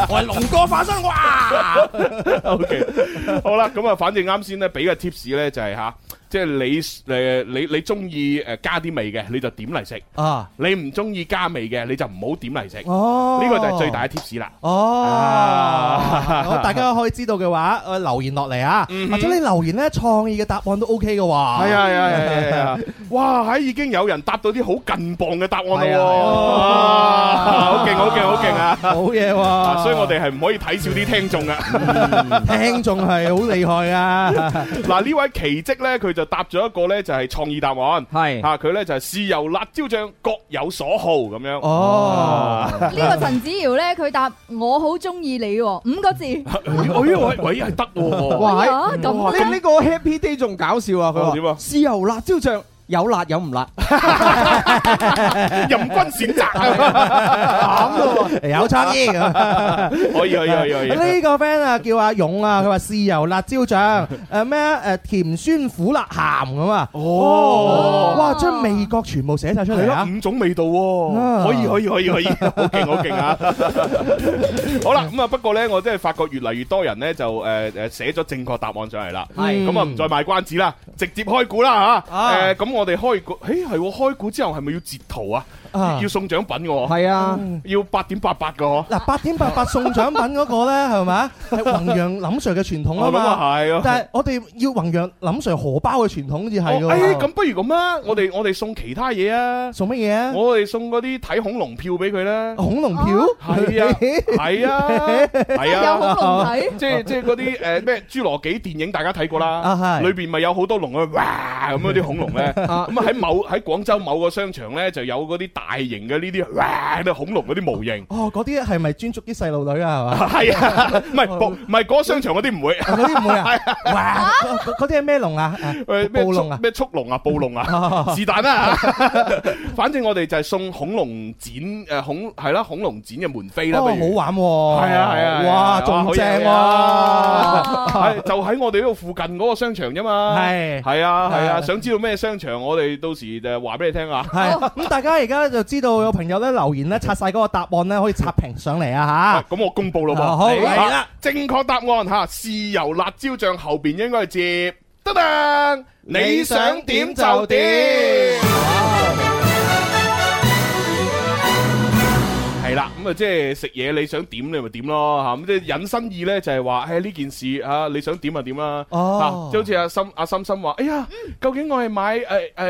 [SPEAKER 7] 我係龍哥化身，哇！
[SPEAKER 4] O K，好啦，咁啊，反正啱先咧，俾嘅 tips 咧就係吓，即係你誒你你中意誒加啲味嘅，你就點嚟食；
[SPEAKER 7] 啊，
[SPEAKER 4] 你唔中意加味嘅，你就唔好點嚟食。呢
[SPEAKER 7] 哦，
[SPEAKER 4] 個就係最大嘅 tips 啦。啊
[SPEAKER 7] 哦，好大家可以知道嘅話，誒留言落嚟啊，或者你留言咧創意嘅答案都 OK 嘅喎。
[SPEAKER 4] 係啊係啊係啊係啊！哇，喺已經有人答到啲好近磅嘅答案啦
[SPEAKER 7] 係
[SPEAKER 4] 喎！
[SPEAKER 7] 啊，
[SPEAKER 4] 哇好勁好勁好勁啊！
[SPEAKER 7] 好嘢
[SPEAKER 4] 啊
[SPEAKER 7] 喎！
[SPEAKER 4] 所以我哋係唔可以睇少啲聽眾啊！
[SPEAKER 7] 聽眾係好厲害啊！
[SPEAKER 4] 嗱呢位奇蹟呢，佢就答咗一個呢，就係創意答案。
[SPEAKER 8] 係
[SPEAKER 4] 吓佢呢，就係豉油辣椒醬各有所好咁樣。
[SPEAKER 7] 哦，
[SPEAKER 2] 呢個陳子瑤咧，佢答我好中意你喎，五個字。
[SPEAKER 4] 喂喂喂，係得喎！
[SPEAKER 8] 哇！
[SPEAKER 2] 哎呀咁
[SPEAKER 8] 哇
[SPEAKER 2] 樣
[SPEAKER 8] 呢呢個 Happy Day 仲搞笑啊！佢
[SPEAKER 4] 哦
[SPEAKER 8] 話
[SPEAKER 4] 點啊
[SPEAKER 8] 豉油辣椒醬有辣有唔辣，
[SPEAKER 4] 任君選擇，
[SPEAKER 7] 有創意。
[SPEAKER 4] 可以可以可以可以。
[SPEAKER 7] 呢個 friend 啊叫阿勇 啊，佢話豉油辣椒醬誒咩誒甜酸苦辣鹹咁啊！
[SPEAKER 4] 哦
[SPEAKER 7] 哇，將味覺全部寫晒出
[SPEAKER 4] 係
[SPEAKER 7] 嚟
[SPEAKER 4] 咯，
[SPEAKER 7] 啊！
[SPEAKER 4] 五種味道喎，
[SPEAKER 7] 啊
[SPEAKER 4] 可以可以可以 可以，好勁好勁啊！好啦，咁啊，不 過咧，我真係發覺越嚟越多人咧就誒誒寫咗正確答案上嚟啦，
[SPEAKER 8] 係
[SPEAKER 4] 咁啊唔再賣關子啦，直接開估啦吓，
[SPEAKER 7] 嗯啊
[SPEAKER 4] 誒咁我哋開估，誒係喎開估之後係咪要截圖啊？
[SPEAKER 7] 啊
[SPEAKER 4] 要送獎品嘅喎，
[SPEAKER 8] 係啊，
[SPEAKER 4] 要八點八八嘅嗬，
[SPEAKER 7] 嗱，八點八八送獎品嗰個咧，係 咪係弘揚林 Sir 嘅傳統啊
[SPEAKER 4] 哦咁
[SPEAKER 7] 嘛。
[SPEAKER 4] 啊係啊。
[SPEAKER 7] 但係我哋要弘揚林 Sir 荷包嘅傳統至係
[SPEAKER 4] 哦
[SPEAKER 7] 㗎
[SPEAKER 4] 哎
[SPEAKER 7] 喎。
[SPEAKER 4] 咁不如咁啦，我哋我哋送其他嘢啊，
[SPEAKER 7] 送乜嘢啊？哦
[SPEAKER 4] 我哋送嗰啲睇恐龍票俾佢啦，
[SPEAKER 7] 恐龍票？
[SPEAKER 4] 係啊係啊係啊，
[SPEAKER 2] 有恐龍睇，
[SPEAKER 4] 即係即係 嗰啲誒咩侏羅紀電影，大家睇過
[SPEAKER 7] 啊
[SPEAKER 4] 啦，
[SPEAKER 7] 係，
[SPEAKER 4] 裏邊咪有好多龍啊，哇咁嗰啲恐龍咧，咁
[SPEAKER 8] 啊
[SPEAKER 4] 啊喺某喺廣州某個商場咧就有嗰啲大型嘅呢啲哇啲恐龍嗰啲模型
[SPEAKER 7] 哦，嗰啲係咪專捉啲細路女啊？係嘛？
[SPEAKER 4] 係啊，唔
[SPEAKER 7] 哦
[SPEAKER 4] 係部唔係嗰個商場嗰啲唔會，
[SPEAKER 7] 啊嗰啲唔會啊！哇，嗰嗰嗰啲係咩龍啊？啊
[SPEAKER 4] 誒咩
[SPEAKER 7] 暴龍
[SPEAKER 4] 速
[SPEAKER 7] 啊！哦
[SPEAKER 4] 咩速龍啊暴 龍啊，是但啦， 反正我哋就係送恐龍展誒恐係啦恐龍展嘅門飛啦，
[SPEAKER 7] 哦，
[SPEAKER 4] 不
[SPEAKER 7] 好
[SPEAKER 4] 如。
[SPEAKER 7] 玩喎！
[SPEAKER 4] 係啊係啊係啊
[SPEAKER 7] 哇，仲
[SPEAKER 4] 好嘢
[SPEAKER 7] 正
[SPEAKER 4] 好嘢
[SPEAKER 2] Ờ.
[SPEAKER 7] 喎！
[SPEAKER 4] 係就喺我哋呢度附近嗰個商場啫嘛，
[SPEAKER 7] 係
[SPEAKER 4] 係啊係啊，
[SPEAKER 7] 啊
[SPEAKER 4] 想知道咩商場，我哋到時就話俾你聽啊。
[SPEAKER 7] 係咁，大家而家就知道有朋友咧留言咧刷晒嗰個答案咧，可以刷屏上嚟啊
[SPEAKER 4] 咁我公布咯噃，
[SPEAKER 7] 好
[SPEAKER 4] 係
[SPEAKER 7] 嚟啦
[SPEAKER 4] 啊正確答案吓，豉油辣椒醬後邊應該係接，得噔，你想點就點。係啦，咁啊，即係食嘢你想點你咪點咯吓，咁即係引申意咧就係話，誒呢件事啊你想點就點啦，
[SPEAKER 7] 哦
[SPEAKER 4] 啊即係好似阿心阿心心話，哎呀，
[SPEAKER 2] 嗯
[SPEAKER 4] 究竟我係買誒誒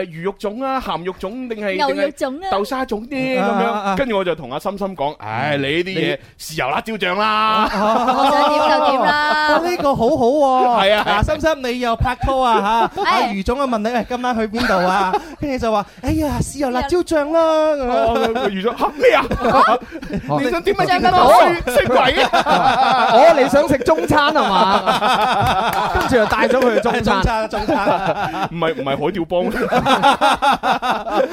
[SPEAKER 4] 魚肉粽啊、鹹肉粽定係
[SPEAKER 2] 牛
[SPEAKER 4] 定
[SPEAKER 2] 肉
[SPEAKER 4] 係
[SPEAKER 2] 粽啊
[SPEAKER 4] 豆！沙粽啲咁
[SPEAKER 7] 啊啊
[SPEAKER 4] 樣，
[SPEAKER 7] 啊
[SPEAKER 4] 跟住我就同阿心心講，唉，你呢啲嘢豉油辣椒醬啦，
[SPEAKER 2] 我想點就點
[SPEAKER 7] 吓！
[SPEAKER 2] 啦。
[SPEAKER 7] 呢個好好喎，
[SPEAKER 4] 係啊
[SPEAKER 7] 嗱，心心你又拍拖啊吓，阿
[SPEAKER 2] 係
[SPEAKER 7] 余總啊問你喂今晚去邊度 啊，跟住就話哎呀豉油辣椒醬啦咁樣，
[SPEAKER 4] 我預咗吓咩啊？ 你想點咪點
[SPEAKER 2] 醬
[SPEAKER 4] 咯，
[SPEAKER 2] 嘅
[SPEAKER 4] 衰鬼啊！
[SPEAKER 8] 哦，你想食中餐係嘛？跟住就帶咗佢去
[SPEAKER 4] 哦
[SPEAKER 8] 中
[SPEAKER 7] 中
[SPEAKER 8] 餐。
[SPEAKER 7] 餐中餐，
[SPEAKER 4] 唔係唔係海釣幫，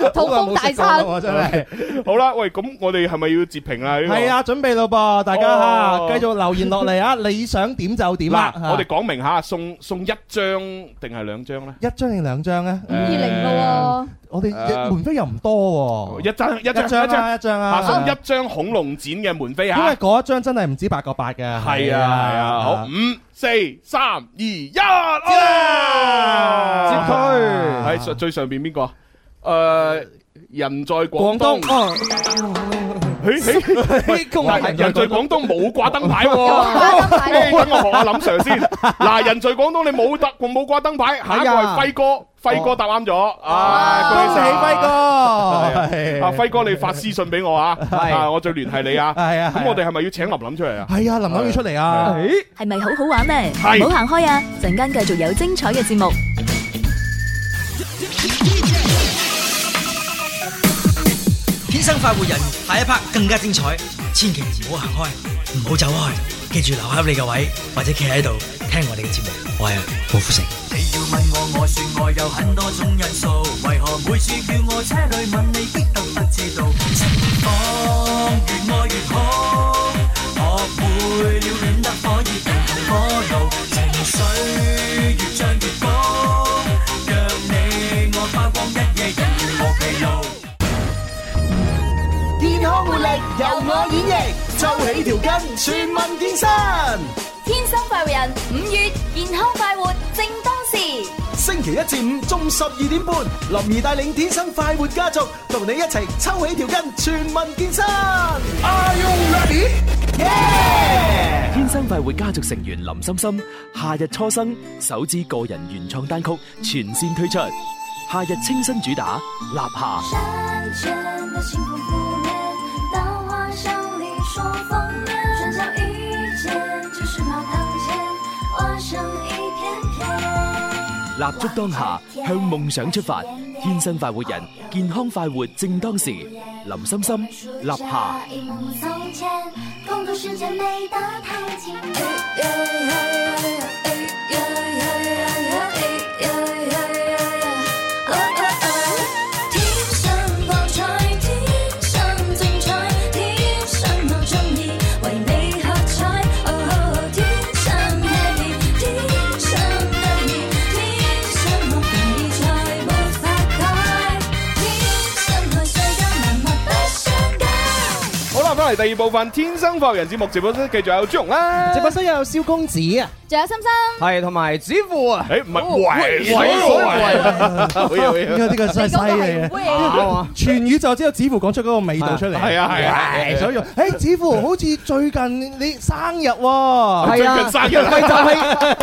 [SPEAKER 2] 痛風大餐，
[SPEAKER 7] 我真係
[SPEAKER 4] 好啦，喂，咁我哋係咪要截屏啦？呢個
[SPEAKER 7] 係。啊，準備咯噃，大家
[SPEAKER 4] 哦
[SPEAKER 7] 吓繼續留言落嚟啊，你想點就點啊啦
[SPEAKER 4] 嗱，，我哋講明吓，送送一張定係兩張咧？
[SPEAKER 7] 一張定兩張啊，
[SPEAKER 2] 五二零咯
[SPEAKER 7] 我哋門飛又唔多喎，
[SPEAKER 4] 啊一張一張
[SPEAKER 7] 一張
[SPEAKER 4] 一張，
[SPEAKER 7] 啊一張
[SPEAKER 4] 啊，送
[SPEAKER 7] 啊。
[SPEAKER 4] 一啊張恐龍展嘅門飛
[SPEAKER 7] 因為
[SPEAKER 4] 吓。
[SPEAKER 7] 嗰一張真係啊唔
[SPEAKER 4] 啊
[SPEAKER 7] 止八個八嘅。啊
[SPEAKER 4] 係啊係啊，好，五四三二一，好啦啊！接佢喺最上邊邊個啊？誒，人在廣東。啊 嗱，人在廣東冇掛燈 牌
[SPEAKER 2] 掛燈牌
[SPEAKER 4] 喎，等我學下林 Sir 先。嗱，人在廣東你冇得冇掛燈牌，下一個啊係輝啊哥，輝哥答啱咗，啊，恭喜曬係啊，輝哥你發私信俾我啊，
[SPEAKER 8] 係
[SPEAKER 4] 啊，我再聯繫你啊。
[SPEAKER 7] 係啊係啊
[SPEAKER 4] 咁我哋啊係咪要請林林出嚟啊？
[SPEAKER 7] 啊
[SPEAKER 9] 系咪好好玩呢？
[SPEAKER 4] 係
[SPEAKER 9] 唔好行开啊！阵间继续有精彩嘅节目。
[SPEAKER 10] 天生快活人，下一 part 更加精彩，千祈唔好行開，唔好走開，記住留喺你嘅位，或者企喺度聽我哋嘅節目。我係郭富城。
[SPEAKER 6] 你要問我，我說我有很多種因素，為何每次叫我車裏問你，必得不知道？情況越愛越好，學會了戀得可以平衡火爐，情緒越漲越高，讓你我花光一夜也無疲勞。
[SPEAKER 1] 健康活力由我演繹，抽起條筋全民健身。
[SPEAKER 9] 天生快活人，五月健康快活正当时。
[SPEAKER 1] 星期一至五中午十二點半，林兒帶領天生快活家族，同你一齊抽起條筋，全民健身。Are you ready? Yeah!
[SPEAKER 3] 天生快活家族成員林心心，夏日初生首支個人原創單曲全線推出，夏日清新主打《立夏》。
[SPEAKER 11] 山泉的幸福覆面，稻花香里说封面，转角遇见就是马堂前，花香一片片。
[SPEAKER 3] 立足當下，向夢想出發，天生快活人，健康快活正當時。林心心，立夏。
[SPEAKER 11] 一幕从前，共度时间美得太近。天生博彩，天生精彩，天生我中意，為你喝彩。哦，天生 happy，天生得意，天生我願意再沒法改，天生愛世間萬物不相解。
[SPEAKER 4] 好啦，翻嚟第二部分《天生快活人》節目直播室，繼續有朱紅啦。
[SPEAKER 2] 仲有心心，
[SPEAKER 4] 誒，唔係，喂，喂，好嘢，好嘢。
[SPEAKER 7] Ờ,
[SPEAKER 2] 你講嘅係
[SPEAKER 8] Ờ,
[SPEAKER 2] where
[SPEAKER 7] 全宇宙只有子父講出嗰個味道出嚟，
[SPEAKER 4] 係啊係啊係啊
[SPEAKER 7] 所以就，誒子父好似最近你 生日喎，
[SPEAKER 4] 最近生日啦，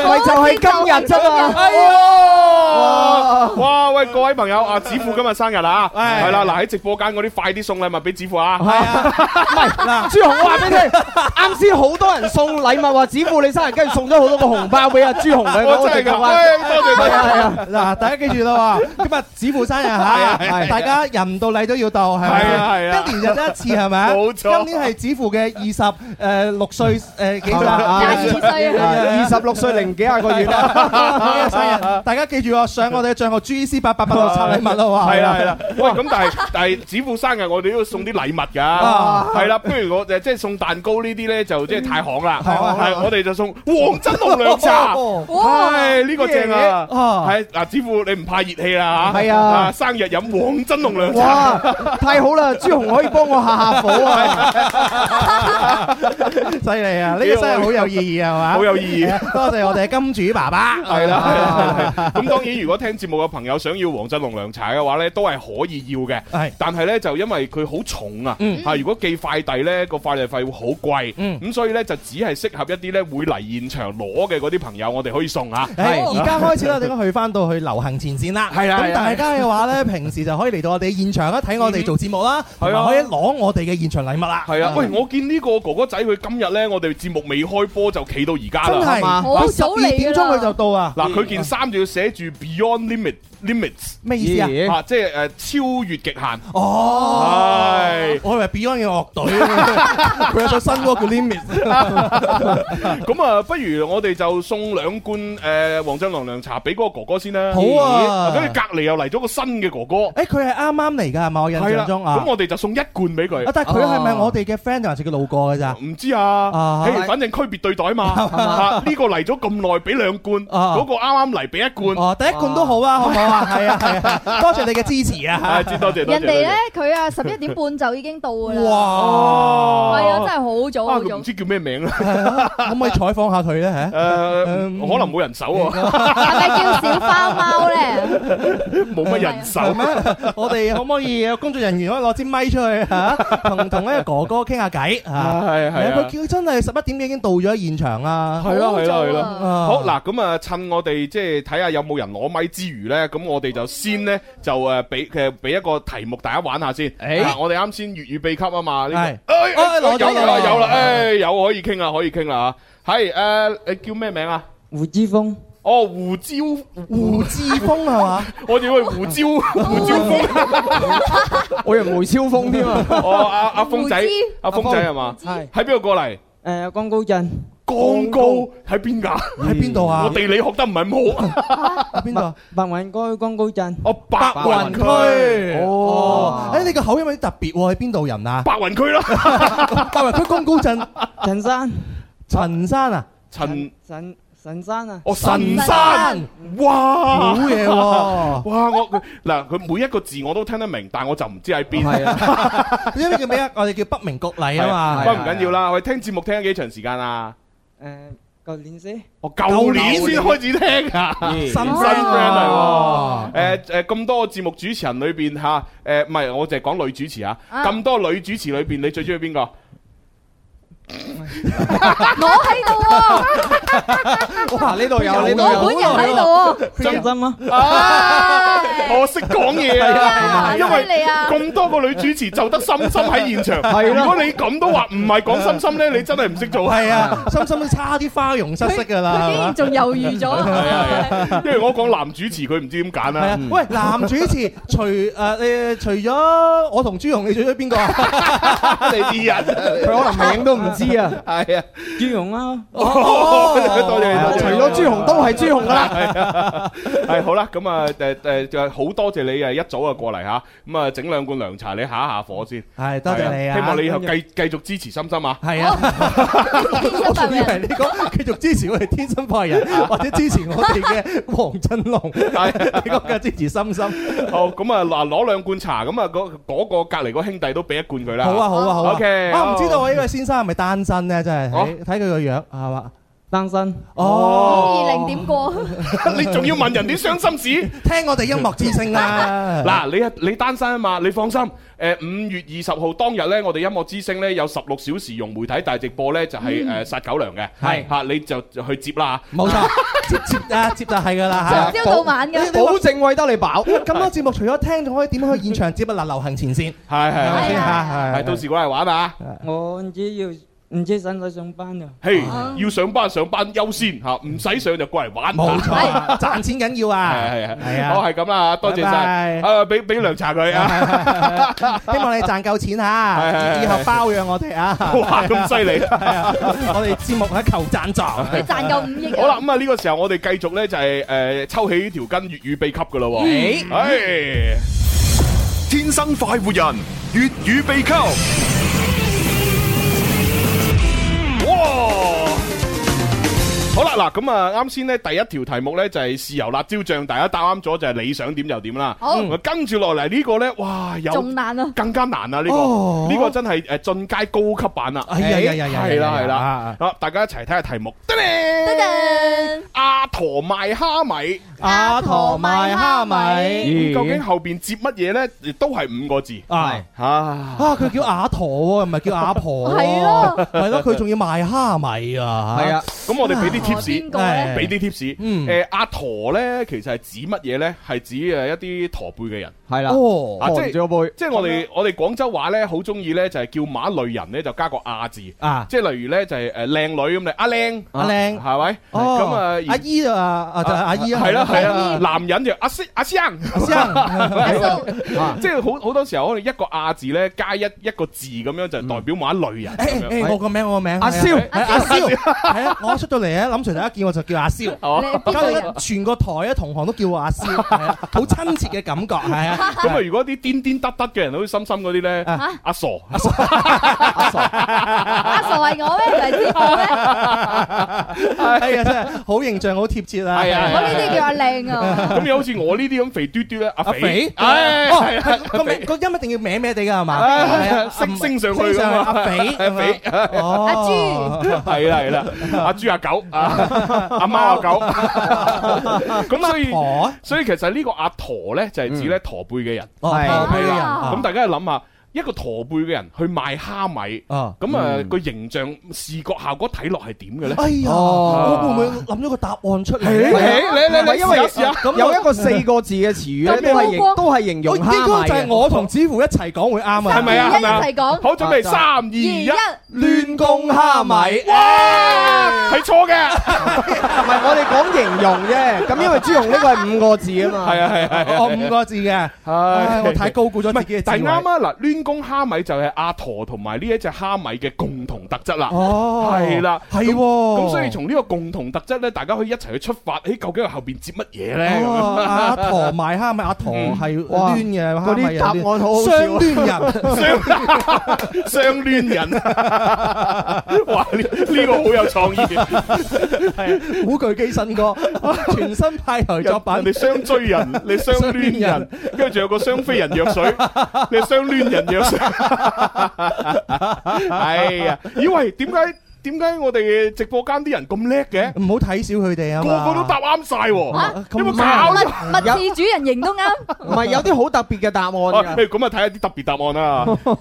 [SPEAKER 2] Ờ,
[SPEAKER 4] 哇喂，各位朋友啊，子富今日生日啦，係啦，嗱喺直播間嗰啲快啲送禮物俾子富啊！
[SPEAKER 7] 係啊，唔係嗱，
[SPEAKER 8] 朱紅，我話俾你聽，啱先好多人送禮物，話子父你生日，跟住送咗好多個紅包俾阿朱紅佢，
[SPEAKER 4] 我真係咁，哎多謝多
[SPEAKER 8] 係
[SPEAKER 4] 謝。
[SPEAKER 8] 啊係啊，
[SPEAKER 7] 嗱大家記住啦 喎，今日子父生日
[SPEAKER 4] 啊
[SPEAKER 7] 嚇
[SPEAKER 4] 係啊，
[SPEAKER 7] 大家人唔到禮都要到，係
[SPEAKER 4] 係啊係
[SPEAKER 7] 咪？
[SPEAKER 4] 啊
[SPEAKER 7] 一年就得一次係咪啊？
[SPEAKER 4] 冇錯
[SPEAKER 7] 今年係子父嘅二十誒呃六歲 誒幾歲啊？
[SPEAKER 2] 廿二歲啊，
[SPEAKER 8] 二十六歲零幾廿個月啦。
[SPEAKER 7] 啊生日，大家記住喎，上我哋嘅帳號 G C 八八八度拆禮物咯喎，
[SPEAKER 4] 係啦係啦，喂咁但係但係子父生日我哋都要送啲禮物㗎，係啦，不如我誒即係送蛋糕呢啲咧就即係太行啦，係我哋就送黃真紅涼茶，
[SPEAKER 7] 哦
[SPEAKER 2] 哇
[SPEAKER 4] 係呢個正啊，
[SPEAKER 7] 啊
[SPEAKER 4] 係嗱子父你唔怕熱氣啦嚇，
[SPEAKER 8] 係啊
[SPEAKER 4] 生日飲黃真紅涼茶，
[SPEAKER 8] 哇，太好啦！朱紅可以幫我下下火啊！
[SPEAKER 7] 犀利啊！呢個真係好有意義啊係嘛？
[SPEAKER 4] 好有意 義。
[SPEAKER 7] 多謝我哋嘅金主爸 爸。
[SPEAKER 4] 係啦，係啦，係啦咁當然，如果聽節目嘅朋友想要黃振龍涼茶嘅話咧，都係可以要嘅。
[SPEAKER 7] 係
[SPEAKER 4] 但係咧就因為佢好重啊，嚇！如果寄快遞咧個快遞費會好貴，咁所以咧就只係適合一啲咧會嚟現場攞嘅嗰啲朋友，我哋可以送啊。
[SPEAKER 7] 係哎而家開始啦，我哋應該去翻到去流行前線啦。
[SPEAKER 4] 係啦係
[SPEAKER 7] 咁
[SPEAKER 4] 啦
[SPEAKER 7] 大家嘅話咧， 平時就可以嚟到我哋現場啦，睇我哋做節目啦，同
[SPEAKER 4] 係啊
[SPEAKER 7] 埋可以攞我哋嘅現場禮物啦。
[SPEAKER 4] 係啊，喂！我見呢個哥哥仔佢今日咧，我哋節目未開波就企到而家
[SPEAKER 7] 真
[SPEAKER 4] 啦。
[SPEAKER 7] 係
[SPEAKER 8] 嘛
[SPEAKER 2] 好
[SPEAKER 7] 十
[SPEAKER 2] 早嚟㗎啦
[SPEAKER 7] 二點鐘佢就到啊！
[SPEAKER 4] 嗱，佢件衫就要寫住 Beyond Limit Limits
[SPEAKER 7] 咩意思啊？
[SPEAKER 4] 嚇，即係呃誒超越極限。
[SPEAKER 7] 哦，
[SPEAKER 4] 係。
[SPEAKER 7] 我以為 Beyond 嘅樂 隊，佢有首新歌叫 Limit。
[SPEAKER 4] 咁啊，不如我哋就送兩罐誒黃振龍涼茶俾嗰個哥哥先啦。
[SPEAKER 7] 好啊
[SPEAKER 4] 咦跟住隔離又嚟咗個新嘅哥哥，
[SPEAKER 7] 誒，佢係啱啱嚟㗎，係咪？我印
[SPEAKER 4] 係啦，
[SPEAKER 7] 象中啊
[SPEAKER 4] 咁。我哋就送一罐俾佢
[SPEAKER 7] 啊，。但係佢係咪我哋嘅 friend 定還是佢路過㗎咋？
[SPEAKER 4] 唔知啊，
[SPEAKER 7] 啊
[SPEAKER 4] 嘿反正區別對待 嘛。啊呢個嚟咗咁耐，俾兩罐；
[SPEAKER 7] 啊
[SPEAKER 4] 嗰個啱啱嚟，俾一罐。
[SPEAKER 7] 哦，第一罐都好啊，好唔好啊？係啊，係啊，多謝你嘅支持啊！
[SPEAKER 4] 啊，知多謝多謝。
[SPEAKER 2] 人哋咧
[SPEAKER 4] 多謝
[SPEAKER 2] 佢啊十一點半就已經到噶啦。
[SPEAKER 4] 哦
[SPEAKER 7] 哇
[SPEAKER 2] 係啊，真係好早
[SPEAKER 4] 啊
[SPEAKER 2] 好
[SPEAKER 4] 佢唔
[SPEAKER 2] 早。
[SPEAKER 4] 知叫咩 名啦。
[SPEAKER 7] 可唔可以採訪下佢咧？
[SPEAKER 4] 誒，
[SPEAKER 7] 嗯
[SPEAKER 4] 可能冇人手 啊喎，
[SPEAKER 2] 係咪叫小花貓咧？
[SPEAKER 4] 冇乜人手。
[SPEAKER 7] 我 哋可唔可以工作人員可以攞支咪出去嚇，同同呢個哥哥傾下偈嚇？
[SPEAKER 4] 係係係啊
[SPEAKER 7] 佢叫真係十一點幾已經到咗現場啦。
[SPEAKER 4] 係咯係咯係咯，
[SPEAKER 7] 啊
[SPEAKER 4] 好嗱咁啊，趁我哋即係睇下有冇人攞咪之餘呢，咁我哋就先呢，就誒俾誒俾一個題目大家玩下先。啊我哋啱先粵語秘笈啊嘛，呢個哎哎
[SPEAKER 7] 攞咗
[SPEAKER 4] 有
[SPEAKER 7] 攞
[SPEAKER 4] 啦
[SPEAKER 7] 咗
[SPEAKER 4] 有啦，誒有可以傾啦可以傾啦嚇。係呃誒你叫咩名啊？
[SPEAKER 12] 胡之峰。
[SPEAKER 4] 哦，胡椒
[SPEAKER 7] 胡志峰係 嘛？
[SPEAKER 4] 我哋喂胡椒胡椒風，
[SPEAKER 8] 我以為梅超風添啊！
[SPEAKER 4] 哦，阿阿峰仔
[SPEAKER 8] 胡椒，
[SPEAKER 4] 阿峰仔係嘛？
[SPEAKER 12] 係
[SPEAKER 4] 喺邊度過嚟？
[SPEAKER 12] 誒，江高鎮。
[SPEAKER 4] 江高喺邊㗎？
[SPEAKER 7] 喺邊度啊
[SPEAKER 4] 我地理學得唔係咁好啊。
[SPEAKER 7] 喺邊度啊？
[SPEAKER 12] 白雲區江高鎮。
[SPEAKER 4] 哦，白
[SPEAKER 7] 雲區哦，誒你個口音有啲特別喎，喺邊度 人啊？
[SPEAKER 4] 白雲區咯，
[SPEAKER 7] 白雲區公高鎮，
[SPEAKER 12] 陳山，
[SPEAKER 7] 陳山啊，
[SPEAKER 4] 陳
[SPEAKER 12] 神神山啊！
[SPEAKER 4] 哦，神山，哇，
[SPEAKER 7] 好嘢喎
[SPEAKER 4] 哇，我佢嗱，佢每一個字我都聽得明，但我就唔知喺邊。
[SPEAKER 8] 哦
[SPEAKER 4] 係啊，
[SPEAKER 7] 因為叫咩啊？我哋叫北明國禮啊嘛。
[SPEAKER 4] 不過唔緊要啦。喂，聽節目聽咗幾長時間啊？
[SPEAKER 12] 誒，舊年先。
[SPEAKER 4] 我舊年先開始聽啊，
[SPEAKER 12] 咦
[SPEAKER 4] 新
[SPEAKER 12] 新
[SPEAKER 4] friend
[SPEAKER 12] 哦
[SPEAKER 4] 嚟喎。誒誒，咁多個節目主持人裏邊嚇，誒唔係，我就係講女主持啊。
[SPEAKER 2] 啊
[SPEAKER 4] 咁多女主持裏邊，你最中意邊個？
[SPEAKER 2] 我喺度喎，
[SPEAKER 8] 哇！呢度有，呢度有，
[SPEAKER 2] 我本人喺度喎。
[SPEAKER 8] 真真啊！
[SPEAKER 4] 啊！
[SPEAKER 2] à.
[SPEAKER 4] 我識講嘢啊，
[SPEAKER 2] 係啊
[SPEAKER 4] 因
[SPEAKER 2] 犀利
[SPEAKER 4] 為
[SPEAKER 2] 啊
[SPEAKER 4] 咁多個女主持就得心心喺現場。
[SPEAKER 7] 係
[SPEAKER 4] 如
[SPEAKER 7] 咯
[SPEAKER 4] 果你咁都話唔係講心心咧，你真係唔識做。
[SPEAKER 7] 係啊，心心都差啲花容失色㗎啦。
[SPEAKER 2] 佢竟然仲猶豫
[SPEAKER 4] 係
[SPEAKER 2] 咗。
[SPEAKER 4] 啊，係啊因為我講男主持，佢唔知點揀
[SPEAKER 7] 係啊
[SPEAKER 4] 啦。，
[SPEAKER 7] 喂，男主持除誒你除咗我同朱紅，你除咗邊個 啊？
[SPEAKER 4] 你啲人，
[SPEAKER 8] 佢可能名都唔知啊！
[SPEAKER 7] à?
[SPEAKER 4] 係啊，
[SPEAKER 12] 朱紅啦，
[SPEAKER 4] 哦多謝你多謝你
[SPEAKER 8] 除咗朱紅都係朱紅㗎啦。
[SPEAKER 4] 係啊，係好啦，咁啊誒誒，就係好多謝你誒一早啊過嚟嚇，咁啊整兩罐涼茶你下一下火先。
[SPEAKER 7] 係多謝你啊！
[SPEAKER 4] 希望你以後繼繼續支持心心啊！
[SPEAKER 7] 係啊，我仲以為你講繼續支持我哋天生快 人，或者支持我哋嘅黃振 龍，你講嘅支持心 心。
[SPEAKER 4] 好，咁啊嗱，攞兩罐茶，咁啊嗰嗰個隔離個兄弟都俾一罐佢啦。
[SPEAKER 7] 好啊好啊好啊
[SPEAKER 4] OK，
[SPEAKER 7] 啊唔知道我呢位先生係咪單身咧？真係睇睇佢個樣係嘛？
[SPEAKER 12] 單身。
[SPEAKER 7] 哦，
[SPEAKER 2] 二零點過，
[SPEAKER 4] 你仲要問人啲傷心事？
[SPEAKER 7] 聽我哋音樂之聲啦。
[SPEAKER 4] 嗱，你啊你單身啊嘛，你放心。誒五月二十號當日咧，我哋音樂之星咧有十六小時用媒體大直播咧，就係誒殺狗糧嘅，
[SPEAKER 7] 係
[SPEAKER 4] 嚇你就就去接啦。
[SPEAKER 7] 冇錯，接接啊 接就係㗎啦
[SPEAKER 2] 朝到晚嘅。
[SPEAKER 8] 保證喂得你飽。
[SPEAKER 7] 咁多節目除咗聽，仲可以點樣去現場接啊？嗱，流行前線
[SPEAKER 4] 係 係啊
[SPEAKER 7] 係咪先
[SPEAKER 2] 係
[SPEAKER 7] 嚇？
[SPEAKER 4] 係，到時過嚟玩啊！
[SPEAKER 12] 我唔知要，唔知使唔使上班啊？
[SPEAKER 4] 嘿，要上班上班優先嚇，唔使上就過嚟玩。
[SPEAKER 7] 冇 錯，賺錢緊要
[SPEAKER 4] 係
[SPEAKER 7] 啊！
[SPEAKER 4] 係
[SPEAKER 7] 係
[SPEAKER 4] 係，
[SPEAKER 7] 啊
[SPEAKER 4] 好係咁啦，多謝晒
[SPEAKER 7] 拜拜
[SPEAKER 4] 啊！俾俾涼茶佢啊！
[SPEAKER 7] 希望你賺夠錢嚇，
[SPEAKER 4] 係
[SPEAKER 7] 以後包養我哋啊！
[SPEAKER 4] 哇，咁犀利！
[SPEAKER 7] 係啊！我哋節目係求贊助，
[SPEAKER 2] 你賺夠五億啊。
[SPEAKER 4] 好啦，咁啊呢個時候我哋繼續咧就係誒抽起條筋粵語秘笈噶咯
[SPEAKER 2] 嗯
[SPEAKER 4] 喎，哎誒
[SPEAKER 13] 天生快活人，粵語秘笈。
[SPEAKER 4] 哇！好啦，嗱咁啊，啱先呢第一條題目呢就係豉油辣椒醬，大家答啱咗就係你想點就點啦。
[SPEAKER 2] 好
[SPEAKER 4] 咁啊跟住落嚟呢個呢，哇，有
[SPEAKER 2] 仲難啊！
[SPEAKER 4] 更加難啊呢個，
[SPEAKER 7] 哦
[SPEAKER 4] 呢個真係誒進階高級版啦。
[SPEAKER 7] 哎呀呀呀呀
[SPEAKER 4] 係啦
[SPEAKER 7] 呀呀
[SPEAKER 4] 係啦
[SPEAKER 7] 啊，
[SPEAKER 4] 好，大家一齊睇下題目。得
[SPEAKER 2] 噔
[SPEAKER 4] 咧，
[SPEAKER 2] 噔，
[SPEAKER 4] 阿陀賣蝦米，
[SPEAKER 7] 阿陀賣蝦米
[SPEAKER 4] 咁究竟後邊接乜嘢呢？都係五個字。
[SPEAKER 7] 啊！
[SPEAKER 4] 啊！
[SPEAKER 7] 啊！佢叫阿陀喎，唔係叫阿婆喎。
[SPEAKER 2] 係咯
[SPEAKER 7] 係咯，佢仲要賣蝦米啊！
[SPEAKER 8] 係啊，
[SPEAKER 4] 咁我哋俾啲 tips。
[SPEAKER 2] 邊個咧？
[SPEAKER 4] 俾啲 tips，
[SPEAKER 7] 嗯
[SPEAKER 4] 誒阿陀咧，其實係指乜嘢咧？係指誒一啲駝背嘅人，
[SPEAKER 8] 係啦，
[SPEAKER 7] 哦
[SPEAKER 4] 啊即係
[SPEAKER 8] 含住個背。
[SPEAKER 4] 即係我哋我哋廣州話咧，好中意咧就係叫某一類人咧就加個亞字，
[SPEAKER 7] 啊！
[SPEAKER 4] 即係例如咧就係誒靚女咁你阿靚，
[SPEAKER 7] 阿靚
[SPEAKER 4] 啊係咪？
[SPEAKER 7] 哦，
[SPEAKER 4] 咁啊
[SPEAKER 7] 阿姨啊，啊就係阿姨啊，
[SPEAKER 4] 係啦係
[SPEAKER 7] 阿
[SPEAKER 4] 啦，
[SPEAKER 7] 姨
[SPEAKER 4] 男人就阿師阿師
[SPEAKER 7] 阿生
[SPEAKER 4] 啊即係好好多時候可能一個亞字咧加一
[SPEAKER 7] 嗯
[SPEAKER 4] 一個字咁樣就代表某一類人咁樣。
[SPEAKER 7] 哎誒誒，我個名我個名，哎
[SPEAKER 8] 阿蕭
[SPEAKER 7] 係啊阿蕭，係啊，我我一出到嚟咧，林 Sir 第一見我就叫阿蕭，
[SPEAKER 4] 哦
[SPEAKER 7] 而家咧全個台咧同行都叫我阿蕭，係啊好親切嘅感覺，係啊。
[SPEAKER 4] 咁啊，如果啲癲癲得得嘅人，好似心心嗰啲咧，阿傻， 阿傻，
[SPEAKER 2] 阿傻係我咩？唔係知我咩？
[SPEAKER 7] 係啊，真係好形象，好貼切啊！
[SPEAKER 4] 係啊係啊
[SPEAKER 2] 我呢啲叫阿靚啊！
[SPEAKER 4] 咁又好似我呢啲咁肥嘟嘟咧，阿
[SPEAKER 7] 阿
[SPEAKER 4] 肥
[SPEAKER 7] 肥，，
[SPEAKER 4] 唉
[SPEAKER 7] 哦
[SPEAKER 4] 係啊
[SPEAKER 7] 係個名個音一定要歪歪地㗎係嘛？
[SPEAKER 4] 唉
[SPEAKER 7] 係啊
[SPEAKER 4] 升升上
[SPEAKER 7] 升
[SPEAKER 4] 去
[SPEAKER 7] 上
[SPEAKER 4] 㗎
[SPEAKER 7] 去
[SPEAKER 4] 嘛
[SPEAKER 7] 阿肥，
[SPEAKER 4] 阿肥，
[SPEAKER 7] 哦
[SPEAKER 4] 阿豬，係啦係啦， 阿豬阿狗啊，阿貓阿 狗，咁所以所以其實呢個阿駝咧就係指咧駝背嘅人，
[SPEAKER 7] 哦
[SPEAKER 4] 嗯係
[SPEAKER 7] 駝背嘅人
[SPEAKER 4] 啦
[SPEAKER 7] 啊
[SPEAKER 4] 咁大家諗下。一個駝背嘅人去賣蝦米，
[SPEAKER 7] 啊
[SPEAKER 4] 咁啊
[SPEAKER 7] 嗯
[SPEAKER 4] 個形象視覺效果睇落係點嘅咧？哦
[SPEAKER 7] 哎呀，我會唔會諗咗個答案出嚟
[SPEAKER 8] 係
[SPEAKER 7] 咧？
[SPEAKER 8] 係係因為
[SPEAKER 7] 咁
[SPEAKER 8] 有
[SPEAKER 7] 我
[SPEAKER 8] 一個四個字嘅詞語
[SPEAKER 7] 咁
[SPEAKER 8] 咧，都
[SPEAKER 7] 我
[SPEAKER 8] 係形都係形容
[SPEAKER 7] 我
[SPEAKER 8] 蝦
[SPEAKER 7] 應
[SPEAKER 8] 米
[SPEAKER 7] 該就係
[SPEAKER 8] 嘅。
[SPEAKER 7] 我同子乎一齊講會啱啊，
[SPEAKER 4] 係咪啊？係咪啊
[SPEAKER 2] 一齊講
[SPEAKER 4] 好，準備
[SPEAKER 7] 啊
[SPEAKER 4] 三二一，
[SPEAKER 7] 亂攻蝦米，
[SPEAKER 4] 哇，係錯嘅，
[SPEAKER 8] 啊唔係我哋講形容啫，咁因為朱紅呢個係五個字啊嘛。
[SPEAKER 4] 係啊係啊係啊，
[SPEAKER 7] 我五個字嘅，唉我太高估咗自己嘅智
[SPEAKER 4] 但係
[SPEAKER 7] 慧。
[SPEAKER 4] 啱啊！嗱，攣公蝦米就係阿駝同埋呢一隻蝦米嘅共同特質啦。
[SPEAKER 7] 哦
[SPEAKER 4] 係啦，
[SPEAKER 7] 係喎
[SPEAKER 4] 咁咁所以從呢個共同特質咧，大家可以一齊去出發。誒，究竟佢後邊接乜嘢咧？咁
[SPEAKER 7] 哦
[SPEAKER 4] 樣
[SPEAKER 7] 阿駝賣蝦米，阿駝係攣嘅，
[SPEAKER 8] 哇
[SPEAKER 7] 蝦米係
[SPEAKER 8] 嗰啲
[SPEAKER 7] 攣
[SPEAKER 8] 答案好好笑
[SPEAKER 7] 相攣 人，
[SPEAKER 4] 相相攣人， 哇！呢呢個好有創意，
[SPEAKER 7] 古巨基 新歌，全新派台 作品
[SPEAKER 4] 人。哋相追 人，你相攣人，跟住仲有個相飛人藥水，你相攣人藥水。 哎呀，咦喂，點解點解我哋直播間啲人咁叻嘅？
[SPEAKER 7] 唔好睇小佢哋啊
[SPEAKER 4] 個
[SPEAKER 7] 嘛！
[SPEAKER 4] 個都答啱晒喎，有冇
[SPEAKER 2] 物
[SPEAKER 4] 搞
[SPEAKER 2] 物事主人型都啱，
[SPEAKER 8] 唔係有啲好特別嘅答案㗎。
[SPEAKER 4] 啊？誒咁啊，睇下啲特別答案啦。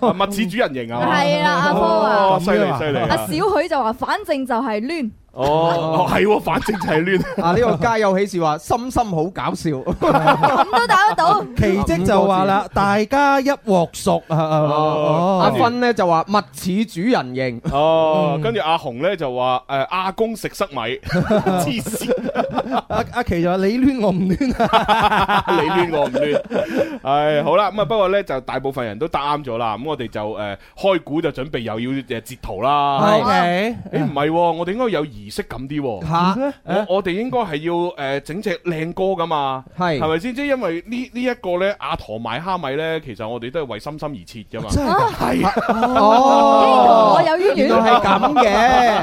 [SPEAKER 4] 啊物似主人型啊，
[SPEAKER 2] 係啊阿科啊
[SPEAKER 4] 哦犀利犀利啊。
[SPEAKER 2] 阿小許就話：反正就係攣。
[SPEAKER 4] 哦，係喎，反正就係攣。
[SPEAKER 8] 啊！呢個家有喜事話，心心好搞笑，
[SPEAKER 4] 哦
[SPEAKER 2] 咁都打得到。
[SPEAKER 7] 奇蹟就話啦，大家一鑊熟啊！哦
[SPEAKER 8] 阿芬咧就話物似主人形，
[SPEAKER 4] 哦，跟住阿紅咧就話誒阿公食塞米，黐線，
[SPEAKER 7] 阿阿奇就話你攣我唔攣啊！
[SPEAKER 4] 你攣我唔攣。係好啦，咁啊不過咧就大部分人都答啱咗啦，咁我哋就誒開估就準備又要誒截圖啦。
[SPEAKER 7] OK，
[SPEAKER 4] 誒唔係喎，我哋應該有儀式感啲喎。
[SPEAKER 8] 嚇
[SPEAKER 7] 啊
[SPEAKER 4] 我我哋應該係要誒呃整隻靚歌噶嘛，
[SPEAKER 8] 係
[SPEAKER 4] 係咪先？即係因為呢呢一個咧，阿駝賣蝦米咧，其實我哋都係為心心而設噶嘛。
[SPEAKER 7] 真係㗎
[SPEAKER 4] 係啊
[SPEAKER 8] 哦，
[SPEAKER 2] 呢個我有淵源
[SPEAKER 8] 原來係咁
[SPEAKER 4] 哦
[SPEAKER 8] 嘅，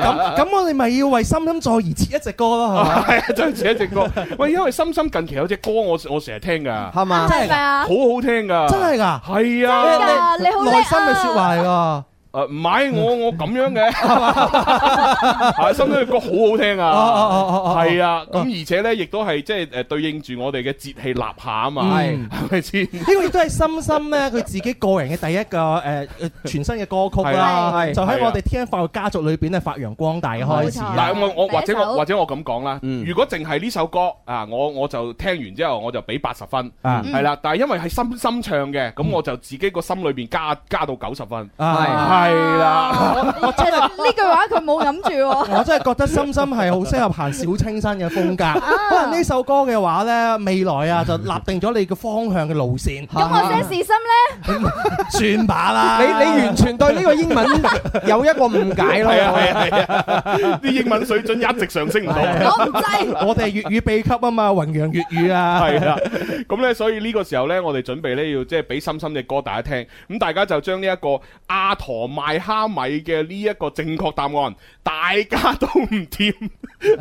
[SPEAKER 7] 咁咁，我哋咪要為心心再而設一隻歌咯，係嘛？
[SPEAKER 4] 係 啊，真係似一隻歌。喂，因為心心近期有隻歌我我成日聽噶，好
[SPEAKER 8] 係嘛？
[SPEAKER 2] 係咪啊？
[SPEAKER 4] 好聽噶，
[SPEAKER 7] 真係㗎，
[SPEAKER 4] 係
[SPEAKER 2] 真
[SPEAKER 4] 啊。
[SPEAKER 2] 係㗎你好叻啊
[SPEAKER 7] 內心嘅説話嚟㗎。
[SPEAKER 4] 誒唔係我我咁樣 嘅，係心心嘅歌好好聽
[SPEAKER 7] 哦哦
[SPEAKER 4] 啊。
[SPEAKER 7] 哦哦，
[SPEAKER 4] 係啊，咁而且咧，亦都係即係誒對應住我哋嘅節氣立夏啊嘛，
[SPEAKER 7] 嗯
[SPEAKER 4] 係咪先？
[SPEAKER 7] 呢個亦都係深深咧，佢自己個人嘅第一個誒誒全新嘅歌曲
[SPEAKER 4] 係
[SPEAKER 7] 啦，
[SPEAKER 4] 係
[SPEAKER 7] 就喺我哋天恩發育家族裏邊咧發揚光大嘅開始
[SPEAKER 2] 冇錯
[SPEAKER 7] 啦。
[SPEAKER 4] 嗱，我我
[SPEAKER 2] 啊第一
[SPEAKER 4] 或者我
[SPEAKER 2] 首
[SPEAKER 4] 或者我咁講啦，
[SPEAKER 8] 嗯
[SPEAKER 4] 如果淨係呢首歌啊，我我就聽完之後我就俾八十分，
[SPEAKER 7] 啊
[SPEAKER 2] 嗯
[SPEAKER 4] 係啦。但係因為係深深唱嘅，咁我就自己個心裏邊加加到九十分，
[SPEAKER 7] 啊！
[SPEAKER 4] 係啦。
[SPEAKER 2] 我真係呢句話佢冇諗住喎。
[SPEAKER 7] 我真係覺得心心係好適合行小清新嘅風 格。可能呢首歌嘅話呢，未來啊就立定咗你嘅方向嘅路線，
[SPEAKER 2] 咁我些事心咧，
[SPEAKER 7] 算把啦。
[SPEAKER 8] 你你完全對呢個英 文有一個誤解咯。
[SPEAKER 4] 係啊係啊係啊！啲英文水準一直上升唔到，
[SPEAKER 2] 我唔制。
[SPEAKER 7] 我哋係粵語秘笈啊嘛，弘揚粵語啊。
[SPEAKER 4] 係啦。咁咧，所以呢個時候呢，我哋準備呢要即係俾心心嘅歌大家聽。咁大家就將呢一個阿駝賣蝦米嘅呢一個正確答案，大家都唔掂，